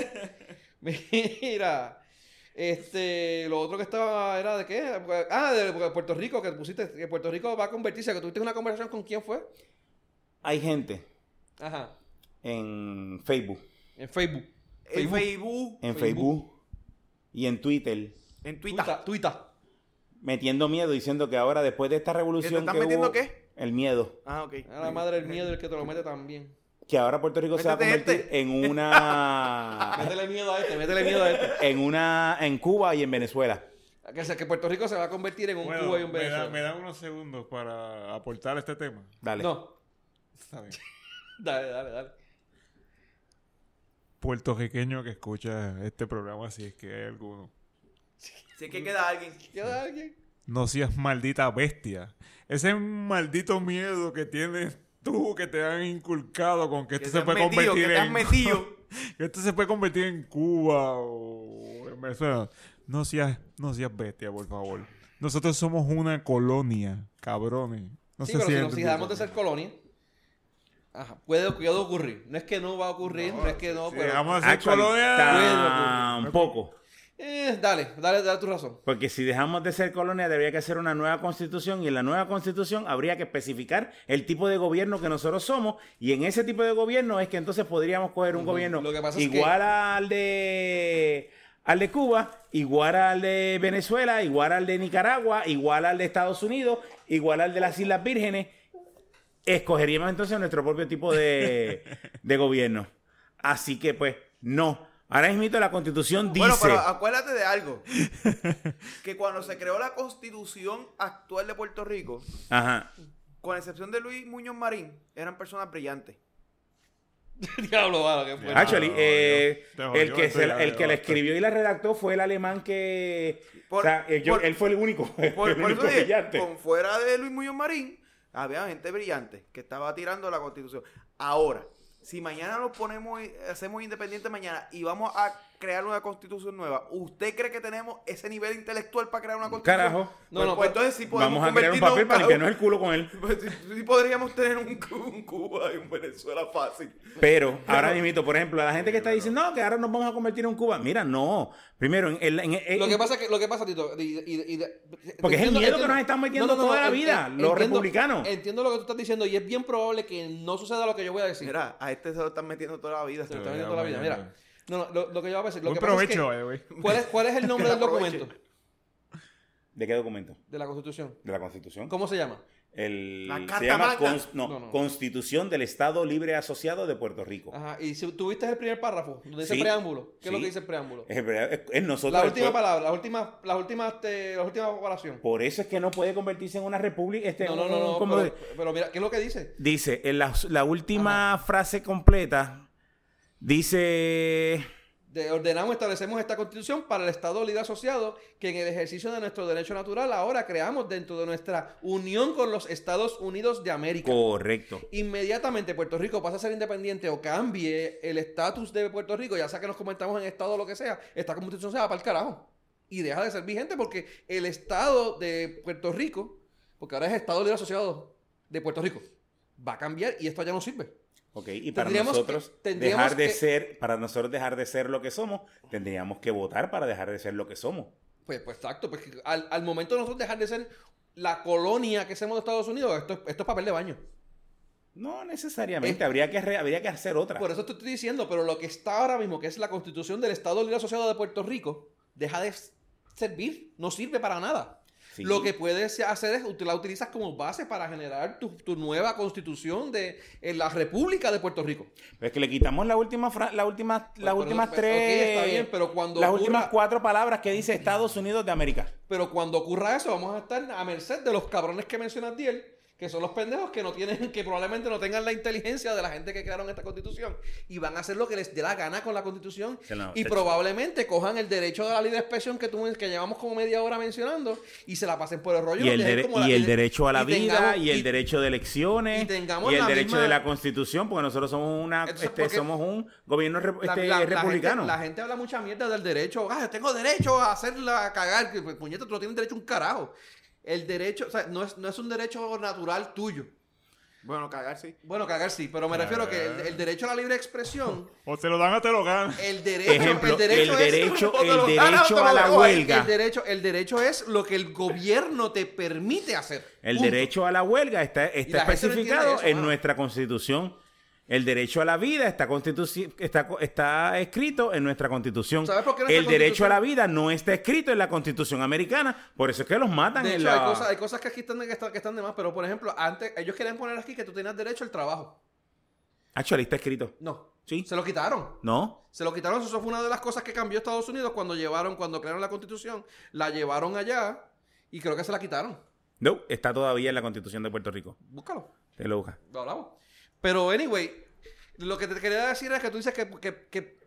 Mira, este, lo otro que estaba era de qué? Ah, de Puerto Rico, que pusiste, que Puerto Rico va a convertirse, que tuviste una conversación con quién fue.
Hay gente
Ajá,
en Facebook,
en Facebook.
En Facebook,
en
Facebook.
Facebook, y en Twitter
en Twitter.
Tuita. Tuita.
metiendo miedo diciendo que ahora después de esta
¿Te
revolución
están
que
metiendo
hubo-
qué?
El miedo.
Ah, ok.
A la madre del miedo el que te lo mete también.
Que ahora Puerto Rico se va a
Métete este.
convertir en una.
Métele miedo a este, métele miedo a este.
en una. en Cuba y en Venezuela.
Que, sea, que Puerto Rico se va a convertir en un
Bueno,
Cuba y un
me, da-
Venezuela.
me dan unos segundos para aportar este tema.
Dale.
No,
Está bien.
dale, dale, dale.
Puertorriqueño que escucha este programa, si es que hay alguno.
Si es que queda alguien.
¿Queda alguien?
No seas maldita bestia. Ese maldito miedo que tienes tú que te han inculcado con que
Que se
esto Este se
han
puede
metido, que
convertir
te han
en
metido.
que esto Este se puede convertir en Cuba o en Venezuela. No seas, no seas bestia, por favor. Nosotros somos una colonia, cabrones. No
sí,
sé
pero
si
si nos
entendí.
dejamos de ser colonia, ajá, puede, puede ocurrir. No es que no va a ocurrir, no, es que no,
Si
pero...
dejamos de ser
Actually,
colonia.
pues, Tampoco.
Eh, dale, dale, dale tu razón.
Porque si dejamos de ser colonia, debería que hacer una nueva constitución y en la nueva constitución habría que especificar el tipo de gobierno que nosotros somos y en ese tipo de gobierno es que entonces podríamos coger un gobierno
Lo que pasa es
igual al de al de Cuba, igual al de Venezuela, igual al de Nicaragua, igual al de Estados Unidos, igual al de las Islas Vírgenes. Escogeríamos entonces nuestro propio tipo de, de gobierno. Así que pues no. Ahora mismo la constitución dice...
Bueno, pero acuérdate de algo. que cuando se creó la constitución actual de Puerto Rico,
Ajá.
con excepción de Luis Muñoz Marín, eran personas brillantes.
Diablo, vale, qué fuerte.
Pues Actually,
no,
eh,
no. Te Pues jodió, este
el que,
estoy
se-
ya
el que la
basta.
escribió y la redactó fue el alemán que...
Por-
o sea, eh, yo-
por-
él fue el único.
Por,
el
por eso
único
dije,
brillante.
con fuera de Luis Muñoz Marín, había gente brillante que estaba tirando la constitución. Ahora, si mañana lo ponemos, y- hacemos independiente mañana y vamos a crear una constitución nueva, ¿usted cree que tenemos ese nivel intelectual para crear una constitución?
Carajo.
No,
Pues-
no,
pues
pero-
entonces sí podemos
Vamos a crear un
convertirnos
papel para
en
limpiarnos el culo con él.
Pues sí, sí podríamos tener un, Cu- un Cuba y un Venezuela fácil.
Pero ahora mismo, por ejemplo, a la gente que está diciendo, no, que ahora nos vamos a convertir en Cuba. Mira, no. Primero, en, en- en- en-
Lo que pasa es que, lo que pasa, Tito, y- y- y-
eh, Porque es el
entiendo-
miedo que nos están metiendo toda la vida, los republicanos.
Entiendo lo que tú estás diciendo y es bien probable que no suceda lo que yo voy a decir.
Mira, a este se lo están metiendo toda la vida.
Se lo están metiendo toda la vida, mira. No, no, lo, lo que yo voy a decir. Lo
Buen
que pasa es que-
provecho, eh, güey.
¿cuál, es, ¿Cuál es el nombre del
Aproveche.
documento
¿De qué documento?
de la Constitución?
¿De la Constitución?
¿Cómo se llama?
El,
La
se
Carta
llama
Magna.
Cons- no,
No, no.
Constitución del Estado Libre Asociado de Puerto Rico.
Ajá, y si tuviste el primer párrafo, donde dice
Sí.
preámbulo. ¿Qué es lo
Sí.
que dice el preámbulo?
Es, verdad, es- es nosotros...
La
el
última
pueblo-
palabra, la última, las últimas, te- la última oración.
Por eso es que no puede convertirse en una república. Este,
No, no,
un-
no, no,
como-
pero, pero mira, ¿qué es lo que dice?
Dice, en la, la última frase completa, dice...
De- ordenamos, establecemos esta constitución para el Estado libre asociado, que en el ejercicio de nuestro derecho natural ahora creamos dentro de nuestra unión con los Estados Unidos de América.
Correcto.
Inmediatamente Puerto Rico pasa a ser independiente o cambie el estatus de Puerto Rico, ya sea que nos convertamos en Estado o lo que sea, esta constitución se va para el carajo. Y deja de ser vigente porque el Estado de Puerto Rico, porque ahora es Estado libre asociado de Puerto Rico, va a cambiar y esto ya no sirve.
Ok, y para
Tendríamos
nosotros
que- tendríamos
dejar de
que-
ser, para nosotros dejar de ser lo que somos, tendríamos que votar para dejar de ser lo que somos.
Pues, pues exacto, pues que al, al momento de nosotros dejar de ser la colonia que somos de Estados Unidos, esto, es- esto es papel de baño.
No necesariamente,
Eh.
habría que re- habría que hacer otra.
Por eso te estoy diciendo, pero lo que está ahora mismo, que es la constitución del Estado Libre Asociado de Puerto Rico, deja de s- servir, no sirve para nada.
Sí.
Lo que puedes hacer es ut- la utilizas como base para generar tu, tu nueva constitución de en la República de Puerto Rico.
Pero es que le quitamos la última fra- la última, las
pero-
últimas
Pues, pero-
tres,
ok, está bien, pero cuando
las
ocurra-
últimas cuatro palabras que dice Estados Unidos de América.
Pero cuando ocurra eso, vamos a estar a merced de los cabrones que mencionas Diel, que son los pendejos que no tienen, que probablemente no tengan la inteligencia de la gente que crearon esta constitución. Y van a hacer lo que les dé la gana con la constitución.
Se la-
y
se-
probablemente cojan el derecho de la libre expresión que tú que llevamos como media hora mencionando y se la pasen por el rollo.
y el,
dejen
dere-
como la
y el
tienen.
derecho a la
Y
vida
tengamos-
y el derecho de elecciones
y tengamos
el
la
derecho
misma-
de la constitución porque nosotros somos una
Entonces,
este,
porque-
somos un gobierno re-
la-
este,
la- la
republicano
gente, la gente habla mucha mierda del derecho. Ah, tengo derecho a hacerla cagar. Que, pues, Puñeta, tú no tienes derecho a un carajo. El derecho, o sea, no es, no es un derecho natural tuyo.
Bueno, cagar sí.
Bueno, cagar sí, pero me refiero a que el, el derecho a la libre expresión,
O te lo dan o te lo ganan.
el derecho,
ejemplo
el derecho, es-
el derecho,
o te lo
el
ganas o
derecho
te lo
a la
dejo ahí.
huelga
El derecho, el derecho es lo que el gobierno te permite hacer.
El
Punto.
derecho a la huelga está,
Y la
está
gente no entiende
especificado
eso,
en
mano.
nuestra constitución. El derecho a la vida está, constituci- está, co- está escrito en nuestra constitución.
¿Sabes por qué nuestra
el derecho
constitución-
a la vida no está escrito en la constitución americana. Por eso es que los matan
De
en
hecho,
la...
hay, cosas, hay cosas que aquí están, que, están, que están de más, pero por ejemplo, antes ellos querían poner aquí que tú tenías derecho al trabajo.
Actually, está escrito.
No.
Sí.
Se lo quitaron.
¿No?
Se lo quitaron. Eso fue una de las cosas que cambió Estados Unidos cuando llevaron, cuando crearon la constitución. La llevaron allá y creo que se la quitaron.
No, está todavía en la constitución de Puerto Rico.
Búscalo.
Te lo busca.
Lo hablamos. Pero, anyway, lo que te quería decir es que tú dices que, que- que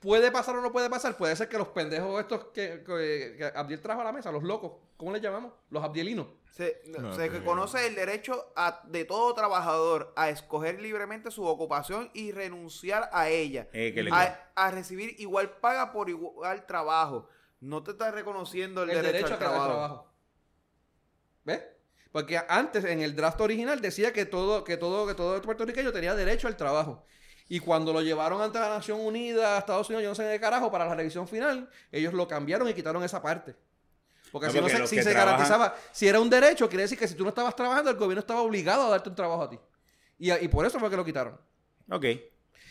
puede pasar o no puede pasar. Puede ser que los pendejos estos que, que- que Abdiel trajo a la mesa, los locos, ¿cómo les llamamos? Los abdielinos.
Se,
No,
se
te
reconoce el derecho a- de todo trabajador a escoger libremente su ocupación y renunciar a ella.
Eh, que le-
a, a recibir igual paga por igual trabajo. No te está reconociendo el,
el
derecho,
derecho a
al
crear
trabajo.
trabajo. ¿Ves? Porque antes, en el draft original, decía que todo, que todo, que todo puertorriqueño tenía derecho al trabajo. Y cuando lo llevaron ante la Nación Unida, a Estados Unidos, yo no sé de carajo, para la revisión final, ellos lo cambiaron y quitaron esa parte. Porque
No,
si no
porque
se,
los
si
que
se
trabajan-
garantizaba, si era un derecho, quiere decir que si tú no estabas trabajando, el gobierno estaba obligado a darte un trabajo a ti. Y, y por eso fue que lo quitaron.
Ok.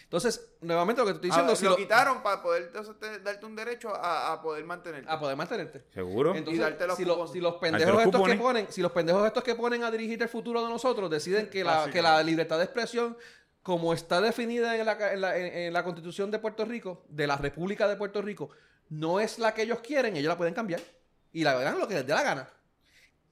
Entonces, nuevamente lo que te estoy
Ah,
diciendo, si
lo,
lo-
quitaron para poder entonces, te- darte un derecho a, a poder mantenerte.
a poder mantenerte.
¿Seguro?
Entonces,
Y darte los
si, lo-
cupones.
si los
Darte
pendejos
los
estos
cupones.
que ponen, si los pendejos estos que ponen a dirigir el futuro de nosotros deciden que la,
Básicamente.
que la libertad de expresión, como está definida en la, ca- en la- en- en la constitución de Puerto Rico, de la República de Puerto Rico, no es la que ellos quieren, ellos la pueden cambiar y la hagan lo que les dé la gana.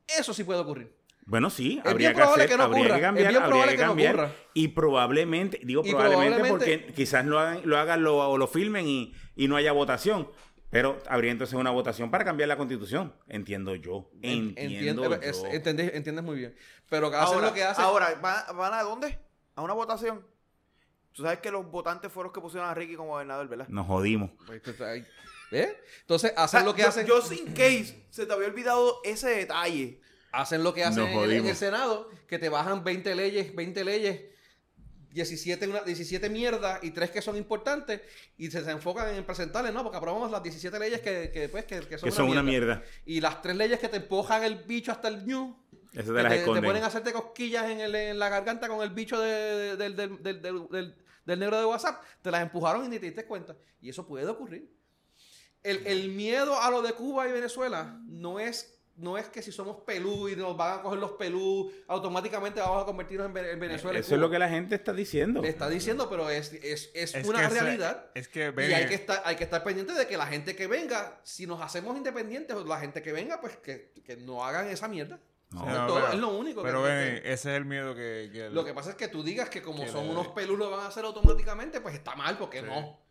Eso sí puede ocurrir.
Bueno, sí,
Es
habría
bien
que
probable
hacer,
que no
habría
ocurra,
que
es
cambiar,
bien
habría
probable
que
que no
cambiar.
ocurra.
y probablemente, digo
Y
probablemente,
probablemente-
porque quizás lo hagan, lo hagan lo- o lo filmen y, y no haya votación. Pero habría entonces una votación para cambiar la constitución. Entiendo yo.
En-
Entiendo
entiende- pues,
yo.
es- entiendes, entiendes muy bien. Pero hacen
ahora,
lo que hacen.
ahora, ¿van, van a dónde? A una votación. Tú sabes que los votantes fueron los que pusieron a Ricky como gobernador, ¿verdad?
Nos jodimos.
Pues, pues, ahí- ¿eh? Entonces
O sea,
hacen lo que
yo-
hacen.
Yo, sin case, se te había olvidado ese detalle.
Hacen lo que hacen
Nos
en, el- en
jodimos.
el Senado, que te bajan 20 leyes, 20 leyes, 17, una, 17 mierdas y tres que son importantes, y se, se enfocan en presentarles, ¿no? Porque aprobamos las 17 leyes que, que, pues, que, que son,
que son una mierda.
Y las tres leyes que te empujan el bicho hasta el ñu,
Esas
que
te las
te, te
esconden.
ponen a hacerte cosquillas en, el- en la garganta con el bicho de- del, del- del- del- del- del negro de WhatsApp, te las empujaron y ni te diste cuenta. Y eso puede ocurrir. El, el miedo a lo de Cuba y Venezuela no es, no es que si somos pelú y nos van a coger los pelú, automáticamente vamos a convertirnos en, Ve- en Venezuela. y
Eso es lo que
Cuba.
la gente está diciendo.
Le está diciendo, pero es, es, es
Es
una
que esa-
realidad.
es que,
y
baby,
hay que, estar, hay que estar pendiente de que la gente que venga, si nos hacemos independientes, o la gente que venga, pues que, que no hagan esa mierda.
No.
O
No,
sea, todo-
pero-
es lo único que-
Pero
que-
ven,
que-
ese es el miedo que... que el-
lo que pasa es que tú digas que como
Que
son
le-
unos pelus lo van a hacer automáticamente, pues está mal, porque
Sí.
no.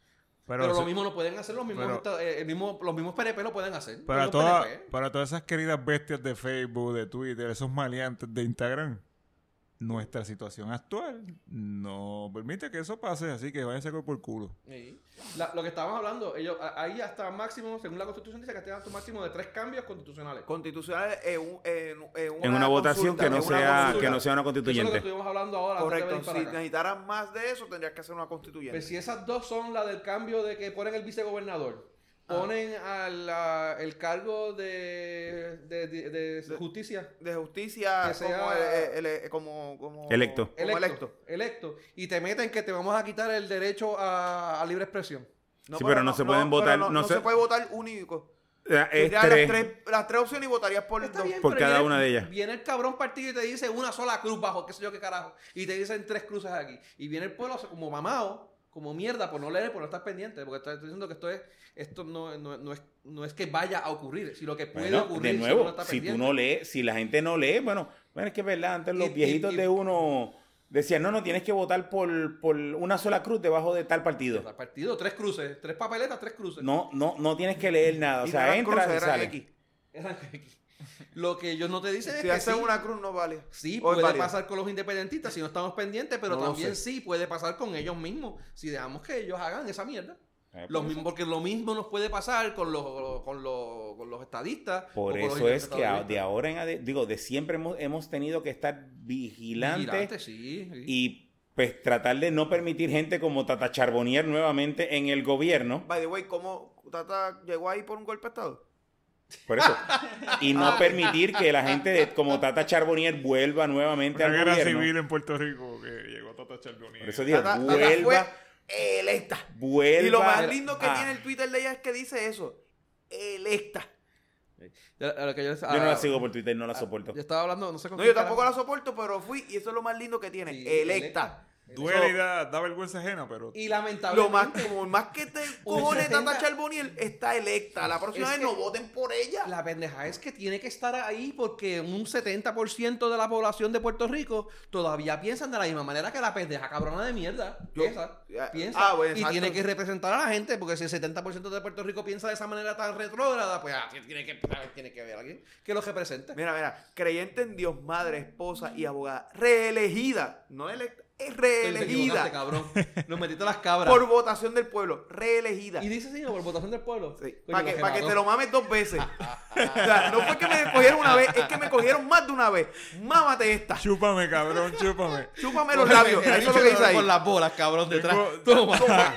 pero
Pero, lo
se-
mismo lo pueden hacer, los mismos,
pero-
esta- eh, el mismo- los mismos PNP lo pueden hacer.
Para,
Los
toda-
PNP.
para todas esas queridas bestias de Facebook, de Twitter, esos maleantes de Instagram, nuestra situación actual no permite que eso pase, así que váyanse con por culo.
Sí. La- lo que estábamos hablando, ellos, a- ahí hasta máximo, según la constitución, dice que tienen hasta un máximo de tres cambios constitucionales.
Constitucional en, un- en- en una,
en una votación
consulta,
que no,
en una
sea,
consulta.
que no
Eso
sea una
es lo que
constituyente.
estuvimos hablando ahora. antes de
Correcto.
venir para
Si
acá.
necesitaras más de eso, tendrías que hacer una constituyente.
Pues si esas dos son la del cambio de que ponen el vicegobernador,
Ah.
ponen al a- el cargo de, de- de- de
De-
justicia
de justicia
Que sea-
como, el- el- el- como, como-
Electo.
como
electo,
electo.
electo, y te meten que te vamos a quitar el derecho a, a libre expresión.
Sí, pero no se pueden votar,
No,
no
no
se-
se... puede votar único.
Eh, es
Tendrías Las,
tres.
tres, las tres opciones y votarías por
Está
dos.
bien,
por
pero
cada
viene-
una de ellas.
Viene el cabrón partido y te dice una sola cruz bajo, qué sé yo qué carajo, y te dicen tres cruces aquí. Y viene el pueblo como mamado, como mierda, por no leer, por no estar pendiente, porque estoy estoy diciendo que esto es, esto no, no- no es, no es que vaya a ocurrir, sino que puede
Bueno,
ocurrir.
de
si
nuevo,
uno está
si tú
pendiente.
no lees, si la gente no lee, bueno, bueno, es que es verdad, antes los
Y- y-
viejitos
y-
de uno decían, no, no, tienes que votar por, por una sola cruz debajo de tal partido.
Cada partido, tres cruces, tres papeletas, tres cruces.
No, no, no tienes que leer nada, o
Y
sea,
eran
entras
cruces,
y
eran
sales.
X.
Eran- Lo que ellos no te dicen es
Si
que
haces
sí,
una cruz no vale.
sí
O es
puede
válido.
pasar con los independentistas si no estamos pendientes, pero
No lo
también sí puede pasar con ellos mismos si dejamos que ellos hagan esa mierda.
Eh,
Lo
por
mismo, porque lo mismo nos puede pasar con los, con los, con los estadistas. o
Por
con los
eso es que a- de
interpretadoristas.
ahora en adelante, digo, de siempre hemos, hemos tenido que estar vigilantes
Vigilantes, sí, sí.
y pues tratar de no permitir gente como Tata Charbonnier nuevamente en el gobierno.
By the way, ¿cómo Tata llegó ahí por un golpe de estado?
Por eso. Y no permitir que la gente de- como Tata Charbonnier vuelva nuevamente
Una
al
guerra
gobierno.
civil en Puerto Rico que llegó Tata está Charbonnier.
Por eso dije,
Tata- Tata
vuelva,
fue electa.
vuelva.
Y lo más lindo que
a-
tiene el Twitter de ella es que dice eso. Electa.
Ya- a lo que yo, les-
Yo no
ah,
la sigo por Twitter, no la soporto.
Yo estaba hablando, no sé con
No,
quién
yo tampoco la
carajo.
soporto, pero fui y eso es lo más lindo que tiene.
Sí,
electa.
Duele y
Eso-
da, da vergüenza ajena, pero.
Y
Lo
lamentablemente.
más, como el más que te cojones Tata
70.
Charboniel está electa. La próxima vez
Es que-
no voten por ella.
La pendeja es que tiene que estar ahí porque un 70% de la población de Puerto Rico todavía piensan de la misma manera que la pendeja cabrona de mierda.
Yo-
piensa.
Ah,
piensa.
ah, bueno,
y
exacto.
tiene que representar a la gente porque si el 70% de Puerto Rico piensa de esa manera tan retrógrada, pues ah, tiene, que, tiene que haber alguien que los represente.
Mira, mira, creyente en Dios, madre, esposa y abogada, reelegida, no electa, es reelegida
cabrón. Nos metiste las cabras.
por votación del pueblo, reelegida.
Y dice sí, por votación del pueblo.
Para que, pa' que te lo mames dos veces. O sea, no fue que me cogieron una vez, es que me cogieron más de una vez. Mámate esta.
Chúpame, cabrón, chúpame.
Chúpame los labios. Eso es lo que dice ahí.
Con las bolas, cabrón, detrás.
Tengo-
Toma.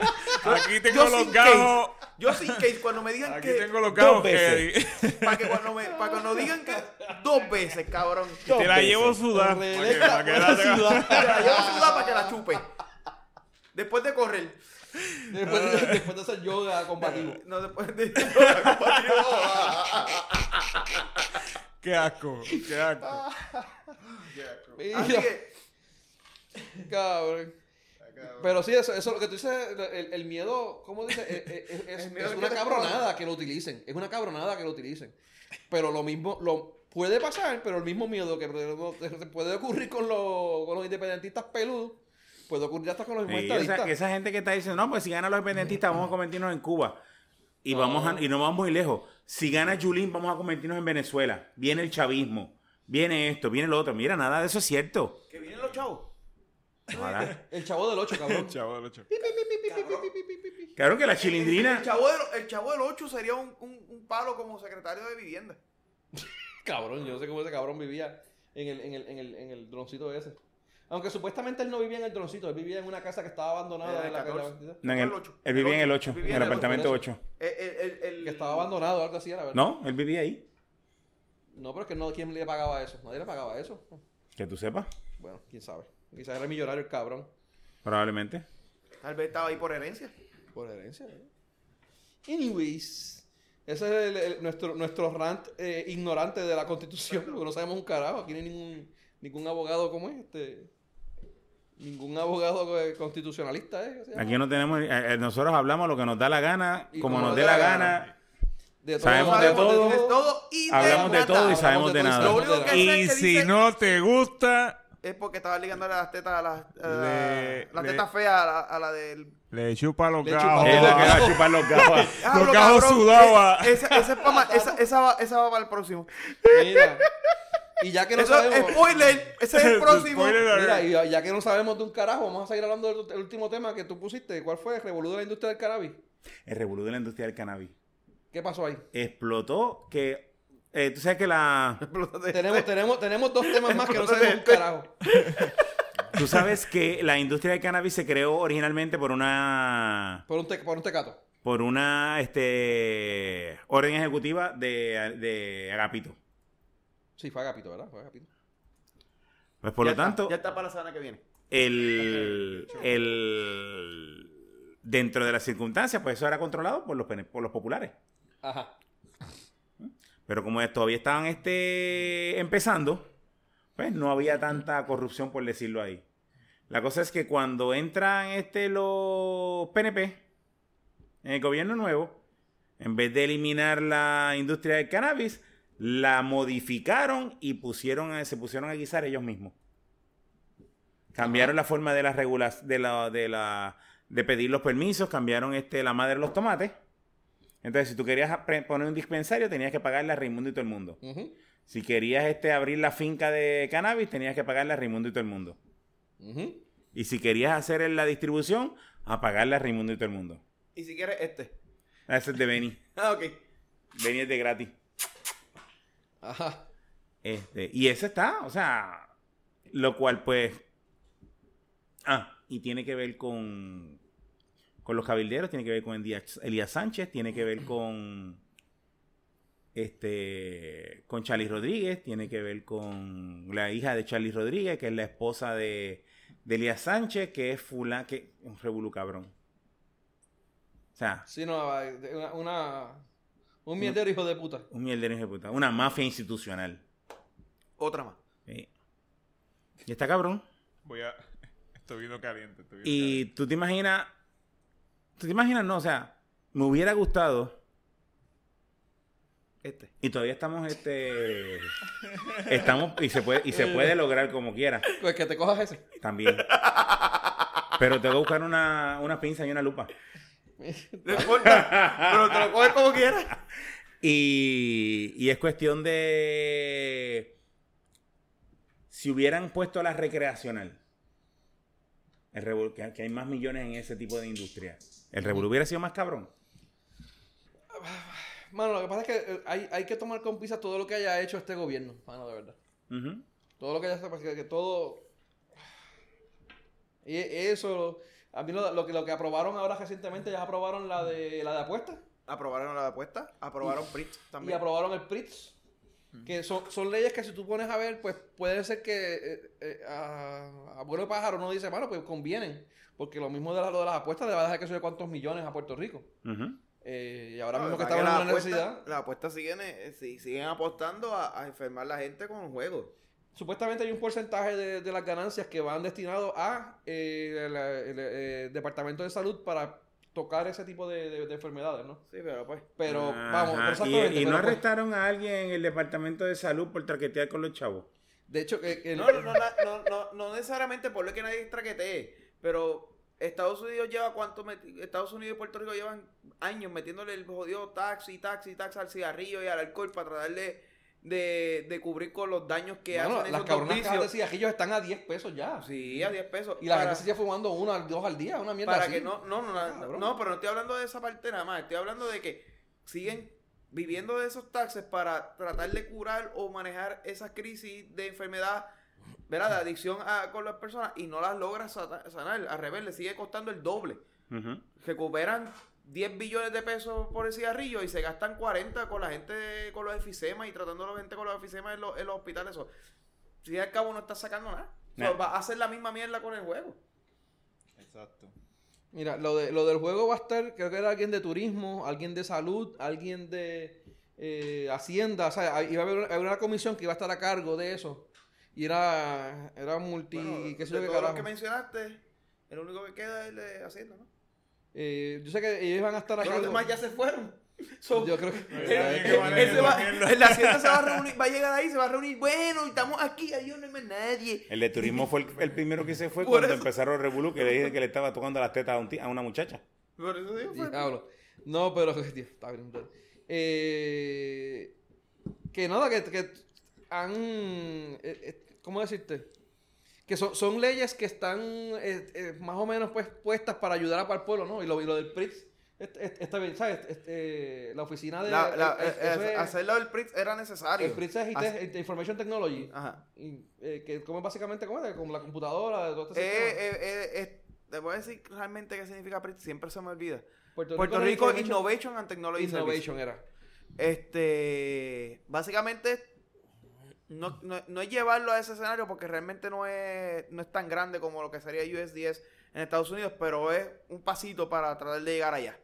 Aquí tengo
Yo
los
sin case.
gajos.
Yo sin que cuando me digan
Aquí
que.
tengo los gajos.
dos veces.
que-
Para que cuando me pa' cuando digan que. Dos veces, cabrón.
Dos
Te la
veces.
llevo sudada. Para que, pa' que la tenga-
La llevo sudada para que la chupe. Después de correr.
Después, de- después de hacer yoga combativo.
No, después de.
Qué asco, qué asco.
Mira,
Así que,
cabrón. Pero sí, eso, eso lo que tú dices, el, el miedo, ¿cómo dices? Es, eh, es- es-
miedo
es
que
una
te
cabronada que lo utilicen. Es una cabronada que lo utilicen. Pero lo mismo, lo puede pasar, pero el mismo miedo que te- te puede ocurrir con los, con los independentistas peludos, puede ocurrir hasta con los mismos
Sí, o sea,
estadistas.
que esa gente que está diciendo, no, pues si ganan los independentistas, vamos a convertirnos en Cuba. Y, vamos a- y no vamos muy lejos. Si gana Yulín, vamos a convertirnos en Venezuela. Viene el chavismo. Viene esto, viene lo otro. Mira, nada de eso es cierto.
que vienen los chavos.
Ojalá.
El chavo del 8, cabrón.
Chavo del ocho.
Claro que la
El
chilindrina.
chavo del, el chavo del 8 sería un, un- un palo como secretario de vivienda.
Cabrón, yo no sé cómo ese cabrón vivía en el, en el, en el, en el droncito ese. Aunque supuestamente él no vivía en el droncito, él vivía en una casa que estaba abandonada.
Era
en la que,
14.
la-
No, en el,
el ocho.
él vivía en el 8,
Vivía en
en el
el ocho,
apartamento
por
8.
El, el- el- el-
que estaba abandonado o algo así, era verdad.
No, él vivía ahí.
No, pero es que no, ¿quién le pagaba eso? Nadie le pagaba eso.
Que tú sepas.
Bueno, quién sabe. Quizás era millonario el cabrón.
Probablemente.
Tal vez estaba ahí por herencia.
Por herencia, ¿eh? Anyways. Ese es el- el- nuestro, nuestro rant eh, ignorante de la constitución, porque no sabemos un carajo. Aquí no hay ningún, ningún abogado como este. Ningún abogado eh, constitucionalista, ¿eh? ¿Qué se llama?
Aquí no tenemos. eh, eh, nosotros hablamos lo que nos da la gana,
Y
como, nos dé la gana.
De todo,
Sabemos de
sabemos
todo.
de todo.
y
Hablamos de
nada.
todo y
Hablamos
sabemos
de
de
todo y
nada.
Lo único que sé
Y
es que
si
dice-
no te gusta,
Es porque estaba ligando las tetas a las a
Le-
las
le-
tetas feas a la, a la del.
le chupa los
Le
gajos.
chupa
Es la que va a
Oh.
chupar los gajos.
Ah,
Los
lo
gajos
cabrón,
sudaba.
Esa, esa, es pa' ma- esa, esa va, esa va para el próximo.
Mira. Y ya que no
Eso es
sabemos.
spoiler. Ese es el próximo.
Spoiler alert.
Mira, y ya- ya que no sabemos de un carajo, vamos a seguir hablando del, del último tema que tú pusiste. ¿Cuál fue? Revolú de la industria del cannabis.
El revolú de la industria del cannabis.
¿Qué pasó ahí?
explotó que eh, tú sabes que la
Tenemos, tenemos, tenemos dos temas más que no sabemos un carajo.
tú sabes que la industria del cannabis se creó originalmente por una
Por un, te- por un tecato.
por una este orden ejecutiva de, de Agapito.
Sí, fue Agapito, ¿verdad? Fue Agapito.
Pues por
Ya
lo
está,
tanto,
Ya está para la semana que viene.
el, el dentro de las circunstancias, pues eso era controlado por los pene- por los populares.
Ajá.
Pero como todavía estaban este, empezando, pues no había tanta corrupción, por decirlo ahí. La cosa es que cuando entran este, los PNP en el gobierno nuevo, en vez de eliminar la industria del cannabis, la modificaron y pusieron a- se pusieron a guisar ellos mismos. Cambiaron la forma de las regula- de la, de la- de pedir los permisos, cambiaron este, la madre de los tomates. Entonces, si tú querías apre- poner un dispensario, tenías que pagarle a Raimundo y todo el mundo.
Ujú.
Si querías este, abrir la finca de cannabis, tenías que pagarle a Raimundo y todo el mundo.
Ujú.
Y si querías hacer la distribución, a pagarle a Raimundo y todo el mundo.
Y si quieres, este.
Ese es de Benny.
Ah, ok.
Benny es de gratis.
Ajá.
Este, y ese está, o sea, lo cual pues... Ah, y tiene que ver con, con los cabilderos, tiene que ver con Elías Elías Sánchez, tiene que ver con... Este, con Charlie Rodríguez, tiene que ver con la hija de Charlie Rodríguez, que es la esposa de de Elías Sánchez, que es fula, que un revolú cabrón. O sea,
Sí, no, una, una- un mierdero hijo de puta.
un mierdero hijo de puta, una mafia institucional.
Otra más.
Sí. Y está cabrón.
Voy a. Estoy viendo caliente. Estoy viendo
Y tú te imaginas, tú te imaginas, no, o sea, me hubiera gustado,
Este.
y todavía estamos este, estamos, y se puede, y se puede lograr como quiera,
Pues que te cojas ese.
también. Pero tengo que buscar una, una pinza y una lupa.
No importa, pero te lo coges como quieras.
Y, y es cuestión de. Si hubieran puesto la recreacional, el revol- que, que hay más millones en ese tipo de industria, el revolú hubiera sido más cabrón.
Mano, lo que pasa es que eh, hay, hay que tomar con pizza todo lo que haya hecho este gobierno, mano, de verdad.
Ujú.
Todo lo que haya pasado, que todo... Y e- eso, a mí lo, lo que, lo que aprobaron ahora recientemente, ya aprobaron la de, la de apuestas
Aprobaron la apuesta, aprobaron Pritz
y
también.
aprobaron el PRITS. Que son, son leyes que si tú pones a ver, pues puede ser que eh, eh, a, a vuelo de pájaro uno dice, mano, pues convienen. Porque lo mismo de, la- lo de las apuestas le va a dejar que sube cuántos millones a Puerto Rico.
Ujú.
Eh, y ahora
No,
mismo que
la verdad
estamos en una
apuesta-
necesidad,
Las apuestas siguen, eh, si- siguen apostando a, a enfermar la gente con juegos.
supuestamente hay un porcentaje de, de las ganancias que van destinados a eh, la- el, eh, Departamento de Salud para tocar ese tipo de, de- de enfermedades, ¿no?
Sí, pero pues.
Pero vamos,
Ajá.
pero
Y-
exactamente,
Y,
pero,
no
pues,
arrestaron a alguien en el departamento de salud por traquetear con los chavos.
de hecho, que, que el-
No, no, no, no, no, no necesariamente por lo que nadie traquetee, pero Estados Unidos lleva cuánto meti- Estados Unidos y Puerto Rico llevan años metiéndole el jodido tax y tax y tax al cigarrillo y al alcohol para tratar de, de, de cubrir con los daños que
mano,
hacen
las
esos
cabronas
dos
cajas de
vicios.
cigajillos están a 10 pesos ya.
Sí, a 10 pesos.
Y la
para-
gente se sigue fumando uno al dos al día, una mierda
para
así.
que no, no, no, no,
Cabrón.
no, pero no estoy hablando de esa parte nada más, estoy hablando de que siguen viviendo de esos taxes para tratar de curar o manejar esas crisis de enfermedad, ¿verdad? De adicción a- con las personas y no las logras sana- sanar, al revés, le sigue costando el doble.
Ujú.
Recuperan 10 billones de pesos por el cigarrillo y se gastan 40 con la gente con los efisemas y tratando a la gente con los efisemas en, los- en los hospitales. Eso. Si al cabo no está sacando nada, O sea,
Nah.
va a hacer la misma mierda con el juego.
Exacto.
Mira, lo, de, lo del juego va a estar, creo que era alguien de turismo, alguien de salud, alguien de eh, hacienda, o sea, iba a haber, haber una comisión que iba a estar a cargo de eso. Y era, era multi,
Bueno,
qué sé
de todos
yo qué
los
carajo.
que mencionaste, el único que queda es el de Hacienda, ¿no?
Eh, yo sé que ellos van a estar a
Todos los
cargo.
demás ya se fueron. So,
Yo creo que...
Qué vale
él se va-
mierda.
el de Hacienda se va a reunir, va a llegar ahí, se va a reunir. Bueno, estamos aquí, adiós, no hay más nadie.
El de turismo fue el, el primero que se fue
Por
cuando
eso.
empezaron el revolú que le dije que le estaba tocando las tetas a, un ti- a una muchacha.
Por eso digo, fue-
Diablo. No, pero Dios, está bien. brutal. Eh, que nada, que, que han. eh, eh, ¿Cómo decirte? Que son, son leyes que están eh, eh, más o menos pues, puestas para ayudar a- al pueblo, ¿no? Y lo, y lo del PRITS. est- est- Está bien, ¿sabes? Este, la oficina de.
la, la-
eh, eh,
eh,
eso
eh,
es-
hacerlo del PRITS era necesario.
el PRITS es IT,
Hace-
eh, Information Technology.
Ajá.
Y, eh, que como básicamente como como la computadora, de todo
Eh,
este sistema.
eh, eh, eh, te voy a decir realmente qué significa PRITS, siempre se me olvida. Puerto,
es
Rico,
Information-
Innovation and Technology Service.
Innovation era.
Este, básicamente, no, no, no es llevarlo a ese escenario porque realmente no es, no es tan grande como lo que sería USDS en Estados Unidos, pero es un pasito para tratar de llegar allá.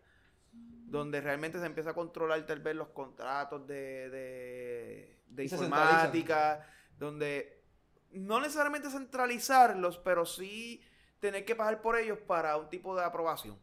Donde realmente se empieza a controlar tal vez los contratos de, de, de
Y se
informática, donde no necesariamente centralizarlos, pero sí tener que pagar por ellos para un tipo de aprobación.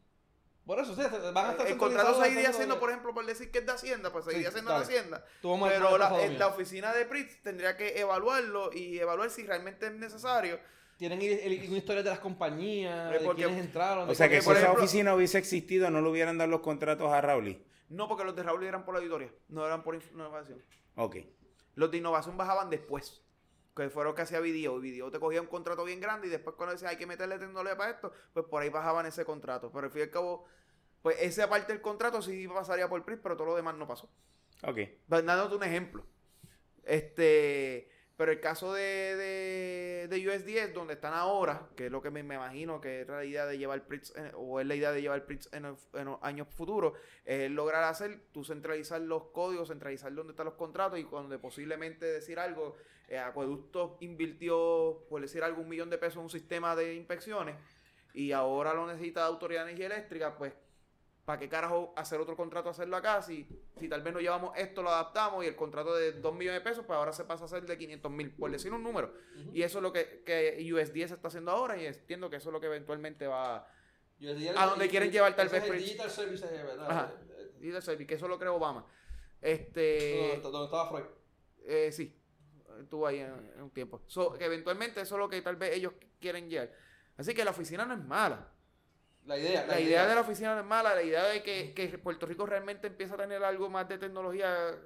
Por eso, sí, van a estar
El contrato
centralizados
seguiría
en
Eh, haciendo,
todo.
por ejemplo, por decir que es de Hacienda, pues
Sí,
seguiría haciendo de
dale.
Hacienda.
Tú vamos a
Pero
dejar
la,
pasado
eh,
mío.
la oficina de PRITS tendría que evaluarlo y evaluar si realmente es necesario.
Tienen el- el- una historia de las compañías,
Eh,
de
porque-
quienes entraron. de
O sea que
quiénes-
si
por
esa
ejemplo-
oficina hubiese existido, no le hubieran dado los contratos a Rauli.
No, porque los de Raúl eran por la auditoría, no eran por inf- innovación.
Ok.
Los de innovación bajaban después, que fueron que hacía video. Y video te cogía un contrato bien grande y después cuando decían hay que meterle tecnología para esto, pues por ahí bajaban ese contrato. Pero al fin y al cabo, pues esa parte del contrato sí pasaría por PRITS, pero todo lo demás no pasó.
Ok.
dándote un ejemplo. Este, Pero el caso de, de, de US10, donde están ahora, que es lo que me, me imagino que es la idea de llevar Pritz, en- o es la idea de llevar Pritz en, el- en los años futuros, es lograr hacer, tú centralizar los códigos, centralizar dónde están los contratos y cuando posiblemente decir algo, eh, Acueductos invirtió, por decir algo, un millón de pesos en un sistema de inspecciones y ahora lo necesita la Autoridad de Energía Eléctrica, pues ¿Para qué carajo hacer otro contrato, hacerlo acá? Si, si tal vez no llevamos esto, lo adaptamos y el contrato de 2 millones de pesos, pues ahora se pasa a ser de 500 mil, por decir un número. Y eso es lo que, que US10 está haciendo ahora y entiendo que eso es lo que eventualmente va ¿A dónde quieren llevar tal vez
El
Prince?
Digital Services, eh, ¿verdad?
Ajá.
Eh,
y que eso lo creó Obama.
eh,
Este,
Donde donde estaba Freud.
eh, sí, estuvo ahí en, en un tiempo. So, que eventualmente eso es lo que tal vez ellos quieren llegar. Así que la oficina no es mala.
La idea. Eh,
La idea de la oficina no es mala, la idea de que, que Puerto Rico realmente empieza a tener algo más de tecnología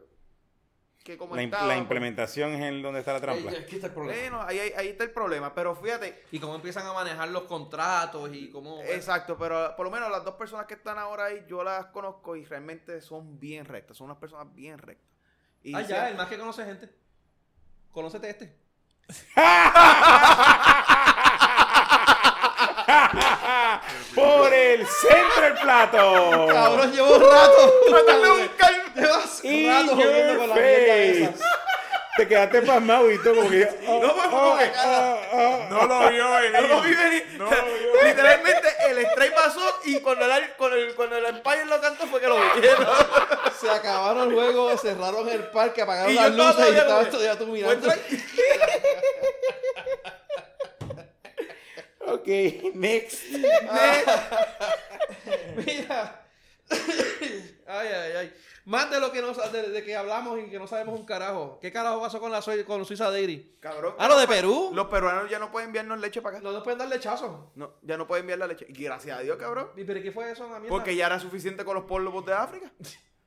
que como
La, im-
estaba,
la
pues,
implementación es en donde está la trampa.
Eh, Aquí está el problema.
Bueno, ahí, ahí- ahí está el problema, pero fíjate,
Y cómo empiezan a manejar los contratos y cómo.
exacto, pero por lo menos las dos personas que están ahora ahí, yo las conozco y realmente son bien rectas, son unas personas bien rectas. Y
ah,
se-
ya, el más que conoce gente. Conócete este.
Por el centro del plato.
Cabrón, llevo un rato.
¡Nunca el-
Llevas
In
rato jodiendo con la
your
mierda esa.
face. Te quedaste pasmado y todo como que. oh, oh, oh, oh.
No lo vio venir.
no vi venir.
No lo vio
Literalmente el strike pasó y cuando el, cuando el, cuando el umpire lo cantó fue que lo vieron.
Se acabaron el juego, cerraron el parque, apagaron
Y yo
las
estaba
luces y
todavía
estaba
como que,
todavía tú mirando.
Ok, next.
Mira. ay, ay, ay. Más de lo que, nos, de, de que hablamos y que no sabemos un carajo. ¿Qué carajo pasó con la Sui- con Suiza Dairy?
Cabrón.
Ah, lo de Perú.
Los peruanos ya no pueden enviarnos leche para acá.
No nos pueden dar lechazo.
No, ya no pueden enviar la leche. Y gracias a Dios, cabrón.
¿Y pero qué fue eso? Una mierda?
Porque ya era suficiente con los polvos de África.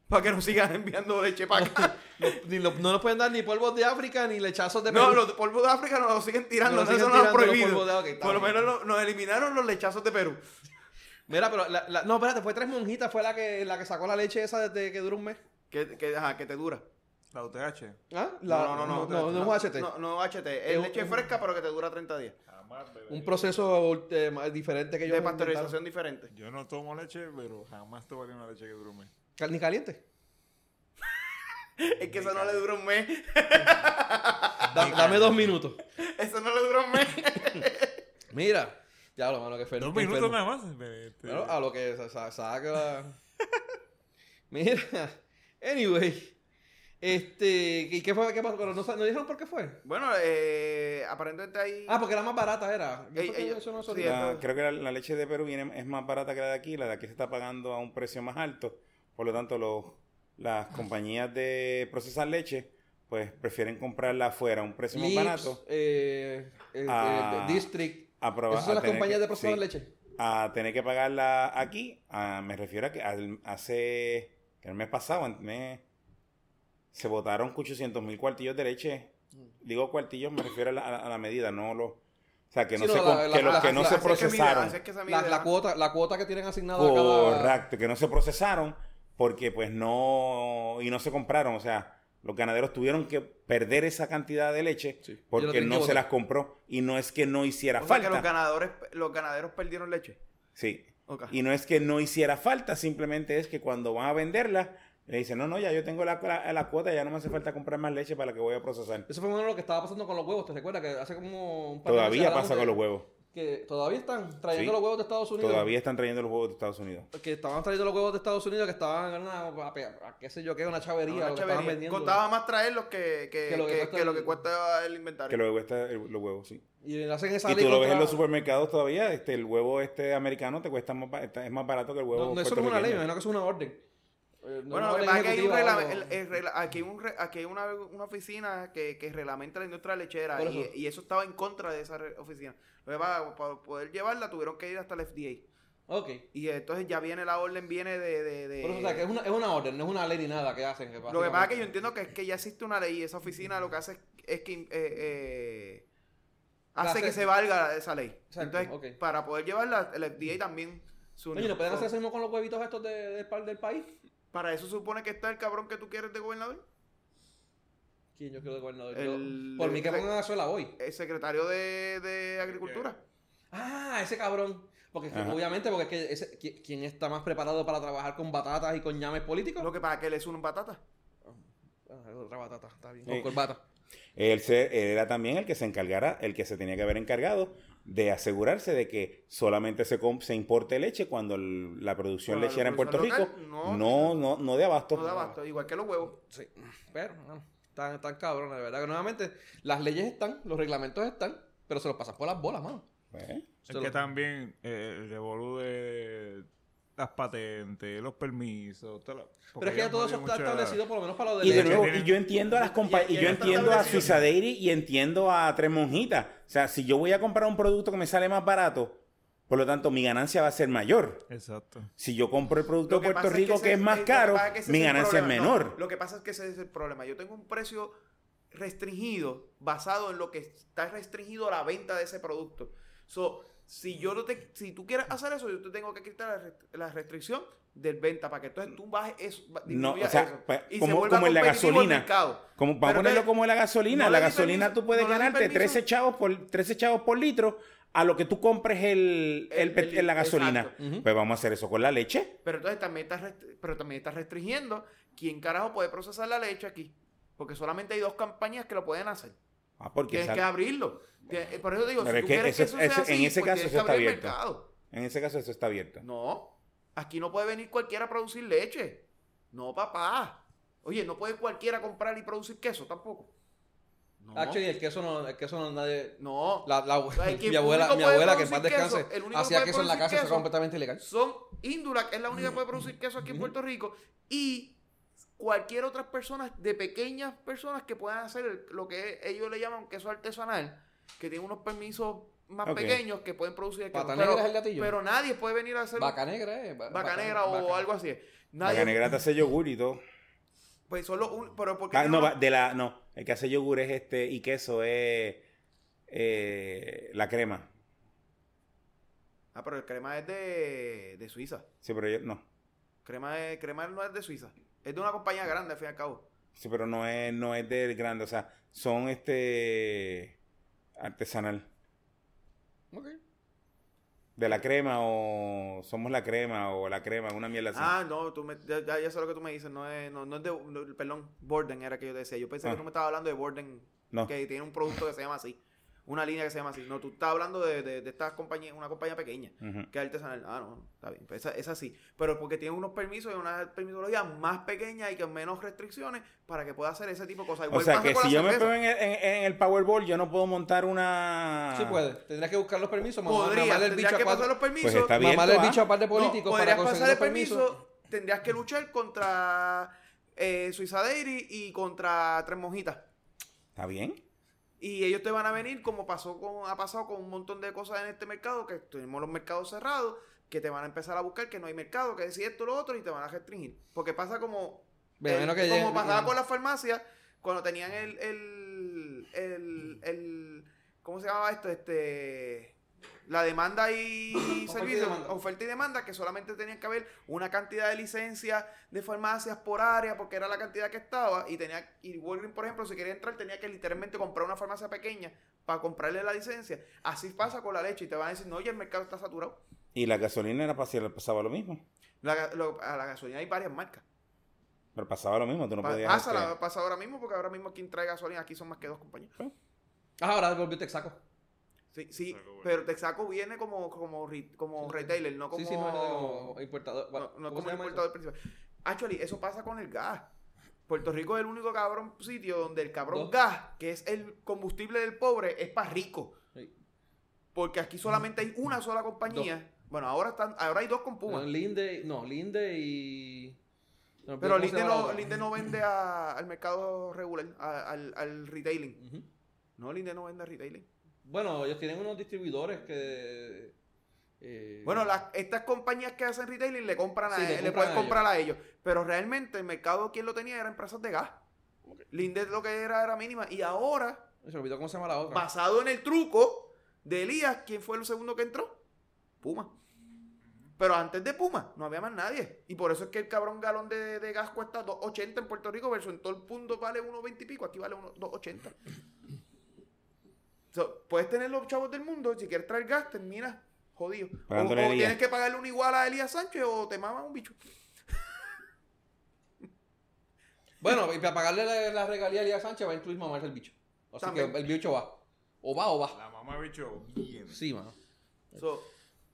Para que nos sigan enviando leche para acá.
Ni lo- no nos pueden dar ni polvos de África ni lechazos de Perú.
No, los polvos de África nos los siguen tirando.
Nos
no,
los siguen
eso nos han
tirando los
prohibido.
polvos de- ok, está
Por lo
bien.
menos lo- nos eliminaron los lechazos de Perú.
Mira, pero la, la- no, espérate, fue tres monjitas, fue la que, la que sacó la leche esa desde que duró un mes.
Que, que, ajá, que te dura.
La UTH.
¿Ah? La-
no, no, no.
no, no es un HT.
No, no HT.
Es
Es
un-
leche
un-
fresca, pero que te dura 30 días.
Un proceso eh, más diferente que yo.
De pasteurización diferente.
Yo no tomo leche, pero jamás tomaría una leche que drume.
Ni caliente.
Es que eso no le dura un mes.
Ah,
Da- dame dos minutos.
Eso no le dura un mes.
Mira. Ya lo malo que fue.
Dos minutos nada más. Este,
Bueno, a lo que sa- sa- saca la- Mira. Anyway. Este. ¿Y qué fue? ¿Qué pasó? Pero no, sa- no dijeron por qué fue.
Bueno, eh, aparentemente ahí.
Ah, porque era más barata, era. ¿Qué
Ey,
fue que
ey,
eso no se
sí,
dijo?
La- creo que la, la leche de Perú viene, es más barata que la de aquí. La de aquí se está pagando a un precio más alto. Por lo tanto, los, las compañías de procesar leche, pues prefieren comprarla afuera a un precio
Lips,
más barato.
eh, eh,
Ah.
eh, District.
A proba-
Esas son
a
las
tener
compañías
que-
de procesador
sí,
de leche.
A tener que pagarla aquí. Ah, me refiero a que al- hace. que el mes pasado, el mes- se votaron 800 mil cuartillos de leche.
Mm.
Digo cuartillos, me refiero a la, a la- a la medida, no los. O sea, que no
Sí,
se,
no,
com-
la- la-
que los
la-
que no
Ah, Así
se
es que mide,
procesaron.
así es que se mide,
La, la
ah.
cuota, la cuota que tienen asignada a cada.
Correcto, que no se procesaron porque pues no y no se compraron, o sea, los ganaderos tuvieron que perder esa cantidad de leche
Sí. Yo la
porque
tengo que
no se
botar.
las compró y no es que no hiciera
O sea, que los
falta.
ganadores, los ganaderos perdieron leche.
Sí.
Ok.
Y no es que no hiciera falta, simplemente es que cuando van a venderla le dicen, "No, no, ya yo tengo la, la- la cuota, ya no me hace falta comprar más leche para la que voy a procesar."
Eso fue uno de lo que estaba pasando con los huevos, ¿te recuerdas? Que hace como un par de meses
Todavía
hablamos
pasa
de-
con los huevos.
Que todavía están trayendo
Sí.
los huevos de Estados Unidos.
Todavía están trayendo los huevos de Estados Unidos.
Que estaban trayendo los huevos de Estados Unidos que estaban en una, a- a- a- qué sé yo, que una chavería,
Una
lo que
chavería.
estaban vendiendo.
Costaba más traerlos que, que,
Que lo que
que-
cuesta
que lo
el-
que cuesta el inventario.
Que los huevos, está- el- los huevos, sí.
Y hacen esa
Y
ley
tú lo ves en
contra-
los supermercados todavía, este, el huevo este americano te cuesta más, ba- está- es más barato que el huevo
No, no, eso no es una ley, me
puertorriqueño.
imagino que eso es una orden. Eh,
bueno,
no es
lo
una
que
orden
pasa es que hay un
ejecutiva o
regla-
algo.
el- el regla- aquí hay, un re- aquí hay una, una oficina que, que reglamenta la industria lechera
Por
y,
eso.
y eso estaba en contra de esa re- oficina. Lo que pasa, para poder llevarla tuvieron que ir hasta el FDA.
Ok.
Y entonces ya viene la orden, viene de... de- de-
Por eso, o sea, que es una, es una orden, no es una ley ni nada que hacen. Que
Lo que pasa es que yo entiendo que es que ya existe una ley y esa oficina lo que hace es, es que eh, eh,
La
hace
hace-
que se valga esa ley.
Exacto,
Entonces,
ok.
para poder llevarla, el FDA también se
Oye,
unió.
¿no pueden hacer
So,
eso mismo con los huevitos estos de, del par- del país?
Para eso supone que está el cabrón que tú quieres de gobernador.
¿Quién yo creo de gobernador?
El-
Yo- por mí que
el-
pongan a Azuela hoy.
El secretario de, de Agricultura.
Ah, ese cabrón. Porque es que,
Ajá.
obviamente, porque es que ese- qui- ¿quién está más preparado para trabajar con batatas y con ñames políticos?
Lo que para que le suenen patatas.
Ah, otra batata, está bien.
Sí.
Con corbata.
Él, se- él era también el que se encargara, el que se tenía que haber encargado de asegurarse de que solamente se, com- se importe leche cuando el- la producción
Cuando la
lechera en Puerto
producción
Rico
local,
no,
no-
no, no, de abasto.
No da abasto. Igual que los huevos.
Sí. Pero, mano, están, tan cabrones, de verdad. Que nuevamente, las leyes están, los reglamentos están, pero se los pasan por las bolas, mano.
Pues,
Es
Se
que
los-
también eh, el revolú de las patentes, los permisos. toda la-
Pero
porque
es que ya
ellos
todo
no
eso
tienen
está
mucha-
establecido, por lo menos para lo de
Y de
leche.
nuevo,
tienen-
y yo entiendo a las compañías, y yo entiendo a Suiza Dairy y entiendo a Tres Monjitas. O sea, si yo voy a comprar un producto que me sale más barato, por lo tanto, mi ganancia va a ser mayor.
Exacto.
Si yo compro el producto
Lo
de
que
Puerto
pasa
Rico,
ese
que es más
lo
caro,
pasa es que ese
mi
el
ganancia es
problema. No,
menor.
lo que pasa es que ese es el problema. Yo tengo un precio restringido basado en lo que está restringido a la venta de ese producto. So, si yo no te, si tú quieres hacer eso, yo te tengo que quitar la, rest- la restricción del venta para que entonces tú bajes eso, ba-
No,
disminuyas
o sea,
eso,
pa-
y se
como-
vuelva
como en la
competitivo el
gasolina.
mercado.
Como, vamos
Pero
a ponerlo
entonces,
como la gasolina.
no
la
le di
gasolina
permiso,
tú puedes
no le di
ganarte
permiso.
13 chavos, por, 13 chavos por litro a lo que tú compres el, el
El-
pet-
el-
la gasolina.
exacto.
Ujú.
Pues vamos a hacer eso con la leche.
Pero entonces también estás, rest- pero también estás restringiendo quién carajo puede procesar la leche aquí. Porque solamente hay dos compañías que lo pueden hacer.
Ah, porque
Tienes
esa-
que abrirlo. Tienes- eh, Por eso digo,
Pero
si
es
tú
que
quieres
ese-
que eso sea
ese- en
así,
ese
pues
caso
tienes
eso
que
está
abrir el
abierto.
mercado.
en ese caso eso está abierto.
No, aquí no puede venir cualquiera a producir leche. No, papá. Oye, no puede cualquiera comprar y producir queso tampoco. No,
Actually, el queso no, el queso no nadie.
no.
La, la-
O sea, el que-
mi abuela,
único
mi
puede
abuela que en paz
producir
descanse,
queso, el único
hacía
puede
queso en la casa
producir
y eso era
queso.
completamente ilegal.
Son Indulac es la única que puede producir queso aquí en Puerto Rico y cualquier otra persona de pequeñas personas que puedan hacer el- lo que ellos le llaman queso artesanal, que tiene unos permisos más
Ok.
pequeños que pueden producir el queso.
Pata
pero,
negra es el gatillo.
pero nadie puede venir a hacer
Vaca negra, eh. va-
vaca negra o
vaca-
algo así. Nadie,
Vaca negra te hace yogur y todo.
Pues solo un, pero porque
Va- no, va- de la, no, el que hace yogur es este y queso es eh, la crema.
Ah, pero el crema es de, de Suiza.
Sí, pero yo, no.
Crema es, crema no es de Suiza. Es de una compañía grande, al fin y al cabo.
Sí, pero no es, no es del grande. O sea, son este artesanal.
Ok.
De la crema o somos la crema o la crema, una mierda así.
Ah, no, tú me, ya, ya- ya sé lo que tú me dices. No es, no, no es de. no, perdón, Borden era que yo te decía. Yo pensé
Ah.
que tú me estabas hablando de Borden,
No.
que tiene un producto que se llama así. Una línea que se llama así. No, tú estás hablando de, de, de esta compañía, una compañía pequeña,
Ujú.
que es artesanal. Ah, no, está bien. Pues esa, esa sí. Pero porque tiene unos permisos y una permisología más pequeña y con menos restricciones para que pueda hacer ese tipo de cosas.
O
Igual
sea
pasa
que
con
si
la
yo me
cerveza.
pego en el, en- en el Powerball, yo no puedo montar una.
Sí puede. Tendrías que buscar los permisos, mamá,
Ah. Podría,
mamarle el
tendrías
bicho a
que pasar
cuatro.
los permisos.
Pues está bien.
mamarle el
abierto,
bicho
¿ah?
a par de políticos
No,
para
podrías
conseguir
pasar
los
el
permisos.
permiso, tendrías que luchar contra eh, Suiza Dairy y contra Tres Monjitas.
¿Está bien?
Y ellos te van a venir como pasó con, ha pasado con un montón de cosas en este mercado, que tenemos los mercados cerrados, que te van a empezar a buscar que no hay mercado, que si esto, lo otro, y te van a restringir. Porque pasa como,
Ve,
el-
menos que
como
llegue-
pasaba con las farmacias, cuando tenían el, el, el, el- ¿cómo se llamaba esto? Este, la demanda y
Oferta y
servicio,
demanda.
oferta y demanda, que solamente tenían que haber una cantidad de licencias de farmacias por área, porque era la cantidad que estaba, y tenía, y Walgreens, por ejemplo, si quería entrar, tenía que literalmente comprar una farmacia pequeña para comprarle la licencia. Así pasa con la leche, y te van a decir, no, oye, el mercado está saturado.
Y la gasolina era pas- pasaba lo mismo.
La ga- lo- a la gasolina hay varias marcas.
Pero pasaba lo mismo, tú no
Pa-
podías.
pasa, la-
este,
pasa ahora mismo, porque ahora mismo quien trae gasolina aquí son más que dos compañías.
Ah, ahora volvió Texaco.
Sí, sí, pero Texaco viene como, como, re- como retailer, no como,
Sí, sí, no, no, como importador.
no- no
¿Cómo
como el
se llama eso?
importador principal. Actually, eso pasa con el gas. Puerto Rico es el único cabrón sitio donde el cabrón
Dos.
gas, que es el combustible del pobre, es para rico.
Sí.
Porque aquí solamente hay una sola compañía. Bueno, ahora están, ahora hay dos con Puma.
No, Linde, no, Linde y... no,
pero
¿cómo se
Linde
llama la
no,
otra?
Linde no vende a- al mercado regular, a- al, al retailing.
Ujú.
No, Linde no vende a retailing.
Bueno, ellos tienen unos distribuidores que... eh,
Bueno, las- estas compañías que hacen retailing le compran
Sí,
a
le
le,
compran
pueden
a ellos.
comprar a ellos. Pero realmente el mercado quien lo tenía era empresas de gas. Linde lo que era era mínima. Y ahora,
Se me olvidó cómo se llama la otra.
basado en el truco de Elías, ¿quién fue el segundo que entró? Puma. Pero antes de Puma no había más nadie. Y por eso es que el cabrón galón de, de gas cuesta 2.80 en Puerto Rico versus en todo el mundo vale 1.20 y pico. Aquí vale 1 2.80. So, puedes tener los chavos del mundo. Si quieres traer gas, terminas jodido. O, o
Pagándole a Elías.
tienes que pagarle un igual a Elías Sánchez o te maman un bicho.
Bueno, y para pagarle la, la regalía a Elías Sánchez va a incluir mamarse el bicho. Así
También.
que el bicho va. O va o va.
La mamá bicho viene.
Sí, mano.
So,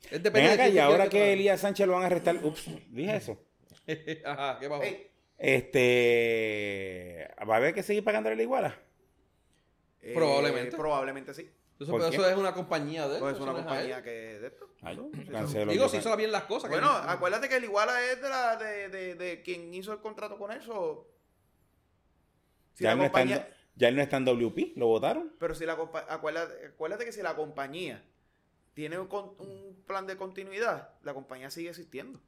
Es
Ven
depende
acá,
de
y
ti,
ahora
tú
que
quieres
Elías Sánchez lo van a arrestar. Ups, dije eso.
que te- Ajá, ¿qué pasó?
ey,
Este. Va a haber que seguir pagándole la iguala.
eh,
Probablemente.
probablemente sí.
Eso,
¿por
pero
qué?
eso es una compañía de él.
Pues es
eso
una
no a
compañía
él.
que de esto.
Ay,
Sí,
cancelo.
Digo,
yo
si
can-
hizo bien las cosas. que
Bueno,
no-
acuérdate que el Iguala es de, la, de, de, de quien hizo el contrato con él. so- Si
ya,
la
él no está en,
compañía-
ya él no está en WP, lo votaron.
Pero si la compa- acuérdate, acuérdate que si la compañía tiene un, con- un plan de continuidad, la compañía sigue existiendo.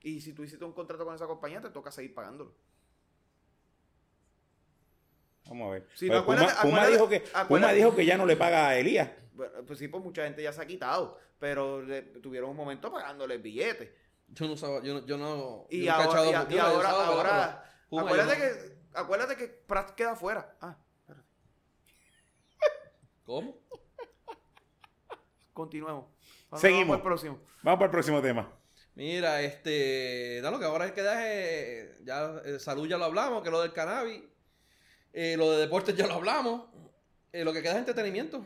Y si tú hiciste un contrato con esa compañía, te toca seguir pagándolo.
Vamos a ver.
Sí,
Pero
no, acuérdate-
Puma, Puma
acuérdate-
dijo que, Puma
acuérdate-
dijo que ya no le paga a Elías.
Bueno, pues sí, pues mucha gente ya se ha quitado, pero le- tuvieron un momento pagándole el billete.
Yo no sabía, yo no, yo no.
Y,
yo no he
ahora,
cachado-
y a-
yo
y
no he
ahora,
usado, ¿verdad?
ahora
Pero Puma,
acuérdate,
yo no-
que, acuérdate que Pratt queda fuera. Ah, espérate.
¿Cómo?
continuemos. Vamos
Seguimos.
al próximo.
Vamos para el próximo tema.
Mira, este, da lo que ahora queda es, eh, ya, eh, salud ya lo hablamos, que lo del cannabis, eh, lo de deportes ya lo hablamos, eh, lo que queda es entretenimiento.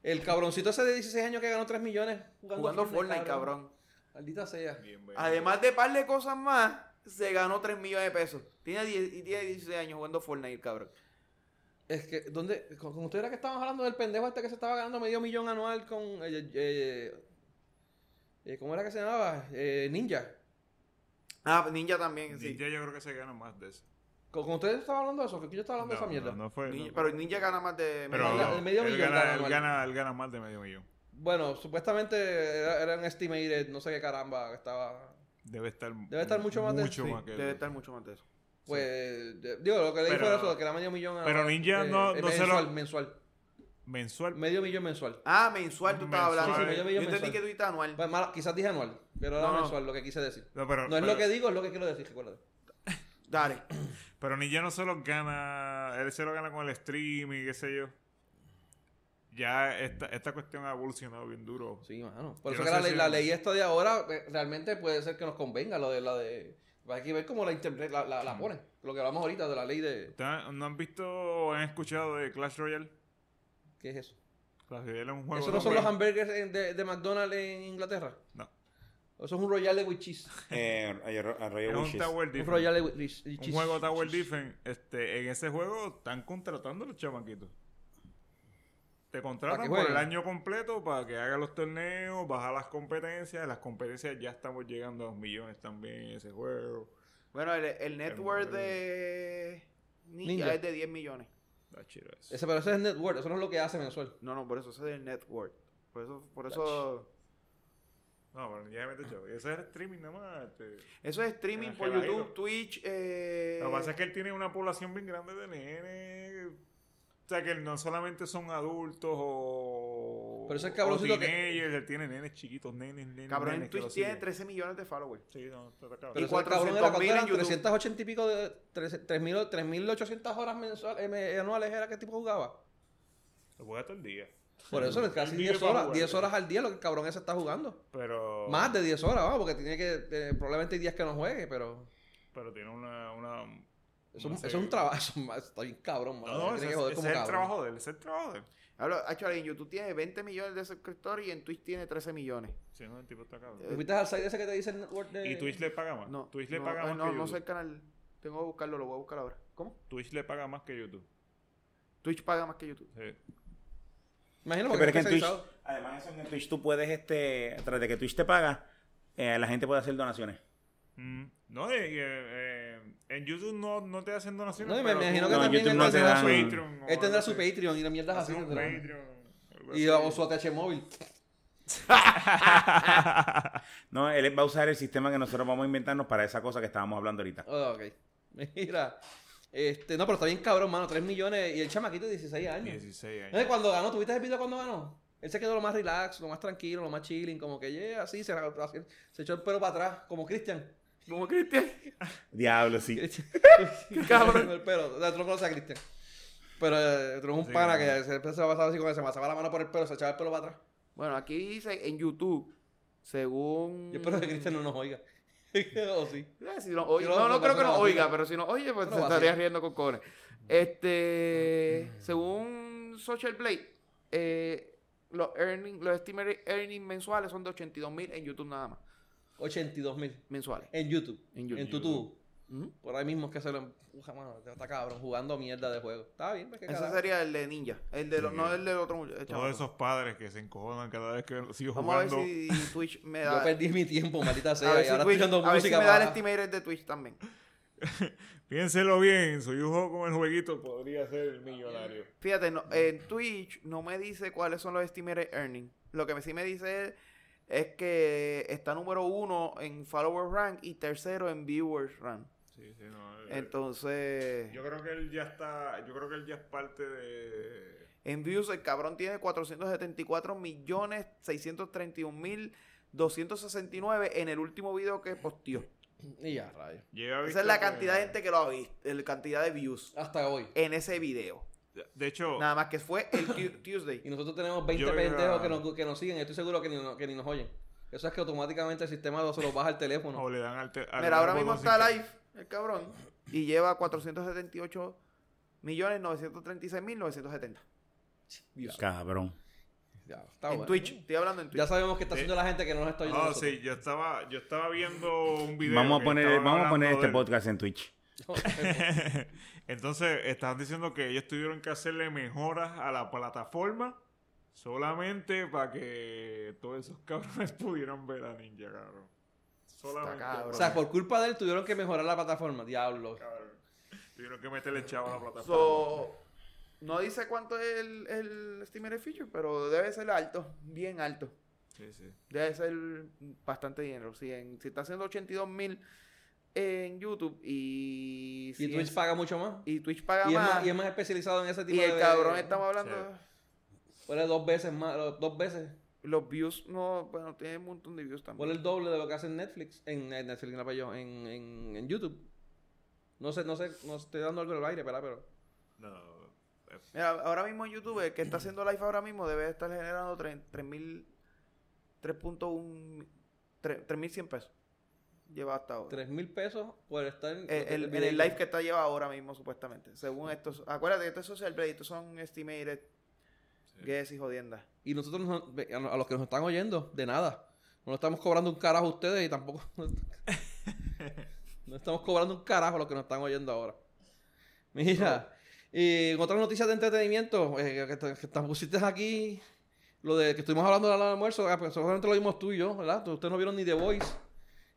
El cabroncito ese de 16 años que ganó 3 millones
Jugando Fortnite, cabrón.
Maldita sea.
Además de par de cosas más, se ganó 3 millones de pesos. Tiene, 10 y tiene 16 años jugando Fortnite, cabrón.
Es que, ¿dónde? Con, con usted era que estábamos hablando del pendejo este que se estaba ganando medio millón anual con, eh, eh, eh, eh, ¿cómo era que se llamaba? Eh, Ninja.
Ah, Ninja también, sí.
Ninja yo creo que se gana más de eso.
¿Con, con usted estaba hablando de eso? ¿Fue que yo estaba hablando de esa mierda?
No, no fue.
Ninja-
no.
pero Ninja gana más de...
Pero
El- el medio
él,
millón
gana,
gana
él,
más.
gana, él gana más de medio millón.
Bueno, supuestamente era, era un estimated, no sé qué caramba, que estaba...
Debe estar,
Debe estar mucho más de-
mucho
sí,
más que él.
debe estar mucho más de eso.
Pues, de- digo, lo que leí
Pero-
fue eso, que era medio millón. a-
pero Ninja no- no se lo-
mensual, mensual.
mensual.
Medio millón mensual.
Ah, mensual tú estabas
Mensual.
hablando.
Sí,
yo
medio
sí,
millón
entendí
mensual.
que tú dijiste anual.
Pues, mal- quizás dije anual, pero era
No, no.
mensual lo que quise decir.
No, pero,
No es
pero-
lo que digo, es lo que quiero decir, recuerda.
Dale.
pero Ninja no se lo gana. Él se lo gana con el stream y qué sé yo. Ya esta, esta cuestión ha evolucionado bien duro.
Sí, mano. Por
Yo
eso que
no sé
la, ley-
si-
la ley esta de ahora eh, realmente puede ser que nos convenga lo de la de... Hay que ver cómo la, inter- la, la,
Mm.
la ponen. Lo que hablamos ahorita de la ley de...
¿Ustedes ¿No han visto o han escuchado de Clash Royale?
¿Qué es eso?
Clash Royale es un juego.
¿Eso no
de
son los
juego.
hamburgers en- de, de McDonald's en Inglaterra?
No.
¿O eso es un Royal de with cheese?
Eh, a- a- a Royal
Es un
Wishes.
Tower
Un
Defense.
Royal with with cheese.
Un juego Tower Defense. Este, en ese juego están contratando a los chamaquitos. Te
Para
contratan
que
por el
jueguen.
año completo para que hagas los torneos, bajar las competencias. Las competencias ya estamos llegando a los millones también en ese juego.
Bueno, el, el net
Pero-
worth de Ninja,
Ninja.
es de 10 millones.
Está chido eso.
Ese, pero ese es Network, eso no es lo que hace mensual.
No, no, por eso ese es el net worth. Por eso, por eso...
No, pero ya me chavo. Ese es el streaming nada más. este.
Eso es streaming
Ah,
por
relajito.
YouTube, Twitch, eh...
Lo que pasa es que él tiene una población bien grande de nenes. O sea, que no solamente son adultos o.
Pero ese
o
cabroncito que-
teenagers, él tiene nenes chiquitos, nenes, nenes.
Cabrón, en
nenes que lo
Twitch tiene
siguen.
13 millones de followers.
Sí, no, está está cabrón.
Pero
Y
ese cabrón era
400.000
cuánto
en
eran
YouTube.
380 y pico de tres- 3.000 3.800 horas mensuales eh, anuales era que tipo jugaba.
Lo juega todo el día.
Por eso es casi
Él vive
10
para
horas,
jugar.
10 horas al día lo que el cabrón ese está jugando.
Pero.
Más de 10 horas, vamos, porque tiene que eh, probablemente hay días que no juegue, pero
Pero tiene una. una
eso,
no
eso
sé.
es un trabajo, eso es más- está bien cabrón,
No,
mano,
no,
tiene
ese,
que
es-
joder
ese
como
es el
cabrón.
trabajo de él, ese es el trabajo de él.
Hablo, actually, en YouTube tiene 20 millones de suscriptores y en Twitch tiene 13 millones.
Sí, no, el tipo está cabrón.
¿Te fuiste al site ese que te dice el network de
Y Twitch le paga más.
No,
Twitch le
no,
paga
ah,
más
no,
que
no
YouTube.
sé el canal. Tengo que buscarlo, lo voy a buscar ahora. ¿Cómo?
Twitch le paga más que YouTube.
Twitch paga más que YouTube.
Sí.
Imagino
Sí,
porque
pero es que en Twitch,
especializado.
además eso en Twitch tú puedes, este, tras de que Twitch te paga, eh, la gente puede hacer donaciones.
Mm, No, de- eh, eh, en YouTube no, no te hacen donaciones.
No, y me
pero tú-
imagino que
No,
también
YouTube
él
no te
tendrá
dan-
su-
Patreon o
él tendrá
algo
su
así.
Patreon y las mierdas así.
Hacer un
tendrá.
Patreon. algo
Y
así.
vamos su ATH móvil.
No, él va a usar el sistema que nosotros vamos a inventarnos para esa cosa que estábamos hablando ahorita.
Ah, ok. Mira. Este, no, pero está bien cabrón, mano. 3 millones y el chamaquito de 16 años.
16
¿No es
años.
cuando ganó? ¿Tuviste el video cuando ganó? Él se quedó lo más relax, lo más tranquilo, lo más chilling, como que yeah, así, se, se echó el pelo para atrás, como Cristian.
Como Cristian.
Diablo, sí.
cabrón. el pelo. O sea, tú no conoces a Cristian. Pero eh, tú eres un
Sí,
pana
cabrón.
que se empezó a pasar así con él, se pasaba la mano por el pelo, se echaba el pelo para atrás.
Bueno, aquí dice en YouTube, según.
Yo espero que Cristian no nos oiga. o sí.
Ah, si no, oye-
Yo lo-
no, no
lo
creo
paso
que
la
nos
basura.
oiga, pero si nos oye, pues
Lo
se
vacía.
estaría riendo con cojones. Este, según Social Blade, eh, los earning, los estimated earnings mensuales son de 82 mil en YouTube nada más.
82 mil.
Mensuales. ¿Mm?
En YouTube.
En
En,
YouTube.
tu tubo.
Ujú.
Por ahí mismo es que se lo empuja, mano. Está cabrón, jugando mierda de juego. Está bien, pues, qué
Ese
carajo.
sería el de Ninja. El de los-
Sí.
no el del otro muchacho.
Todos esos padres que se encojonan cada vez que los sigo
Vamos a ver
jugando.
si Twitch me da.
Yo perdí mi tiempo, maldita sea.
a ver
y
si,
ahora
Twitch-
estoy
a
escuchando
ver si
música
me da el
baja.
estimated de Twitch también.
Piénselo bien, soy un juego con el jueguito, podría ser el millonario.
Fíjate, no- en Twitch no me dice cuáles son los estimated earnings. Lo que sí me dice es, es que está número uno en follower rank y tercero en viewers rank.
Sí, sí, no. eh,
Entonces,
Yo creo que él ya está, yo creo que él ya es parte de...
en views el cabrón tiene 474 millones 631 mil 269 en el último video que posteó.
Y ya, rayo.
Lleva
Esa es la
visto
cantidad de
que-
gente que lo ha visto, la cantidad de views
Hasta hoy.
en ese video.
De hecho,
Nada más que fue el Tu- Tuesday.
Y nosotros tenemos 20
Yo iba-
pendejos que nos, que nos siguen. Estoy seguro que ni, no- que ni nos oyen. Eso es que automáticamente el sistema se los baja al
o
teléfono.
le dan al... te- al
Mira, ahora
botón
mismo
sin
está
que-
live el cabrón y lleva 478 millones 936 mil 970.
Cabrón.
Ya, está
En
bueno.
Twitch, estoy hablando en Twitch.
Ya sabemos que está
Sí.
haciendo la gente que no nos está oyendo.
Ah,
a nosotros.
sí, yo estaba, yo estaba viendo un video.
Vamos a
que
poner,
estaban
vamos a poner este
hablando de-
podcast en Twitch.
Entonces, estaban diciendo que ellos tuvieron que hacerle mejoras a la plataforma solamente para que todos esos cabrones pudieran ver a Ninja, cabrón. Solamente.
cabrón.
o sea, por culpa de él tuvieron que mejorar la plataforma. Diablo.
Cabrón. Tuvieron que meterle chavo a la plataforma.
So, no dice cuánto es el, el Steamer Feature, pero debe ser alto, bien alto.
Sí, sí.
Debe ser bastante dinero. Si, en- si está haciendo 82 mil en YouTube y,
Y
si
Twitch
es-
paga mucho más.
y Twitch paga
Y es,
más,
más, y es más especializado en ese tipo
y
de...
el cabrón estamos hablando...
Sí.
Ponle dos veces más, lo- dos veces.
Los views, no, bueno, tiene un montón de views también.
Ponle el doble de lo que hace en Netflix, en, en Netflix, no, yo, en, en, en YouTube. No sé, no sé, no estoy dando algo al aire, ¿verdad? Pero...
No.
Mira, ahora mismo en YouTube, el que está haciendo live ahora mismo debe estar generando tres- 3.000, 3.1, tres- 3.100 pesos. Lleva hasta ahora.
3 mil pesos por estar en
Eh, El, el- el live que está lleva ahora mismo, supuestamente. Según estos. Acuérdate que esto es social media, estos son estimated, guess y jodienda.
Y nosotros, no- ve- a no- a los que nos están oyendo, de nada. No le estamos cobrando un carajo a ustedes y tampoco... no estamos cobrando un carajo a los que nos están oyendo ahora. Mira, y en otras noticias de entretenimiento, eh, que, te- que te pusiste aquí, lo de que estuvimos hablando de la hora del almuerzo, ah, pues solamente lo vimos tú y yo, ¿verdad? Tú- Ustedes no vieron ni The Voice,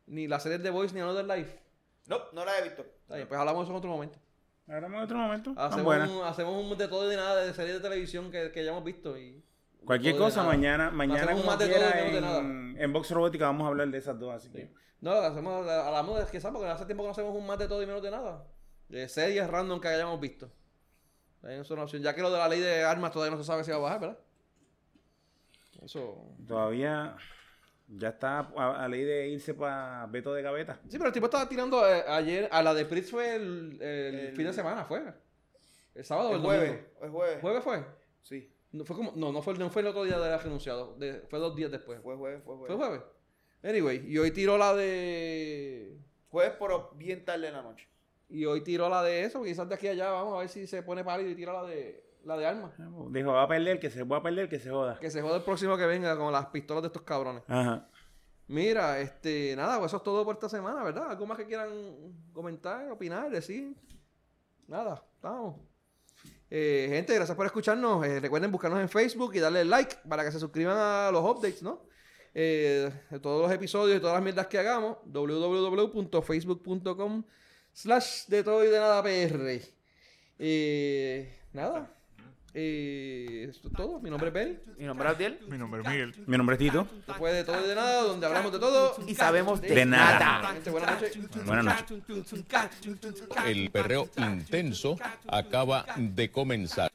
ni la serie The Voice, ni Another Life.
No, no la he visto.
Está bien, pues hablamos de eso en otro momento.
Hablamos en otro momento. Tan
Hacemos
Ah, buena.
un, hacemos un de todo y de nada de series de televisión que, que ya hemos visto y...
Cualquier
todo y de
cosa,
nada.
mañana, mañana
Hacemos
como
más de
quiera,
todo y menos de
en, en Box Robótica vamos a hablar de esas dos, así que.
No, hacemos, hablamos de que ¿sabes? porque hace tiempo que no hacemos un más de todo y menos de nada. De series random que hayamos visto. Ahí Es una opción. Ya que lo de la ley de armas todavía no se sabe si va a bajar, ¿verdad? Eso.
Todavía ya está a, a ley de irse para Beto de Gaveta.
Sí, pero el tipo estaba tirando eh, ayer. A la de Pritz fue el, el
El-
fin de semana, fue. El sábado o
El
el
jueves.
domingo.
El jueves.
¿Jueves fue?
Sí,
No fue como. No, no fue, no fue el otro día de la renunciado. de- fue dos días después.
fue jueves, fue
Fue
jueves.
jueves. Anyway, y hoy tiró la de.
Jueves, pero bien tarde en la noche.
Y hoy tiró la de eso, quizás de aquí a allá vamos a ver si se pone pálido y tira la de la de armas.
Dijo, va a perder, que se va a perder, que se joda.
Que se joda el próximo que venga con las pistolas de estos cabrones.
Ajá.
Mira, este, nada, pues eso es todo por esta semana, ¿verdad? ¿Algo más que quieran comentar, opinar, decir? Nada, estamos. Eh, gente, gracias por escucharnos. Eh, recuerden buscarnos en Facebook y darle like para que se suscriban a los updates, ¿no? Eh, de todos los episodios y todas las mierdas que hagamos. www.facebook.com slash de todo y de nada PR. Eh, nada. Eh, esto es todo. Mi nombre es Benny.
Mi nombre es Abdiel.
Mi nombre es Miguel.
Mi nombre es Tito.
Después de todo y de nada, donde hablamos de todo
Y sabemos de,
De nada.
Gente, buenas noches.
Buenas noches.
El perreo intenso acaba de comenzar.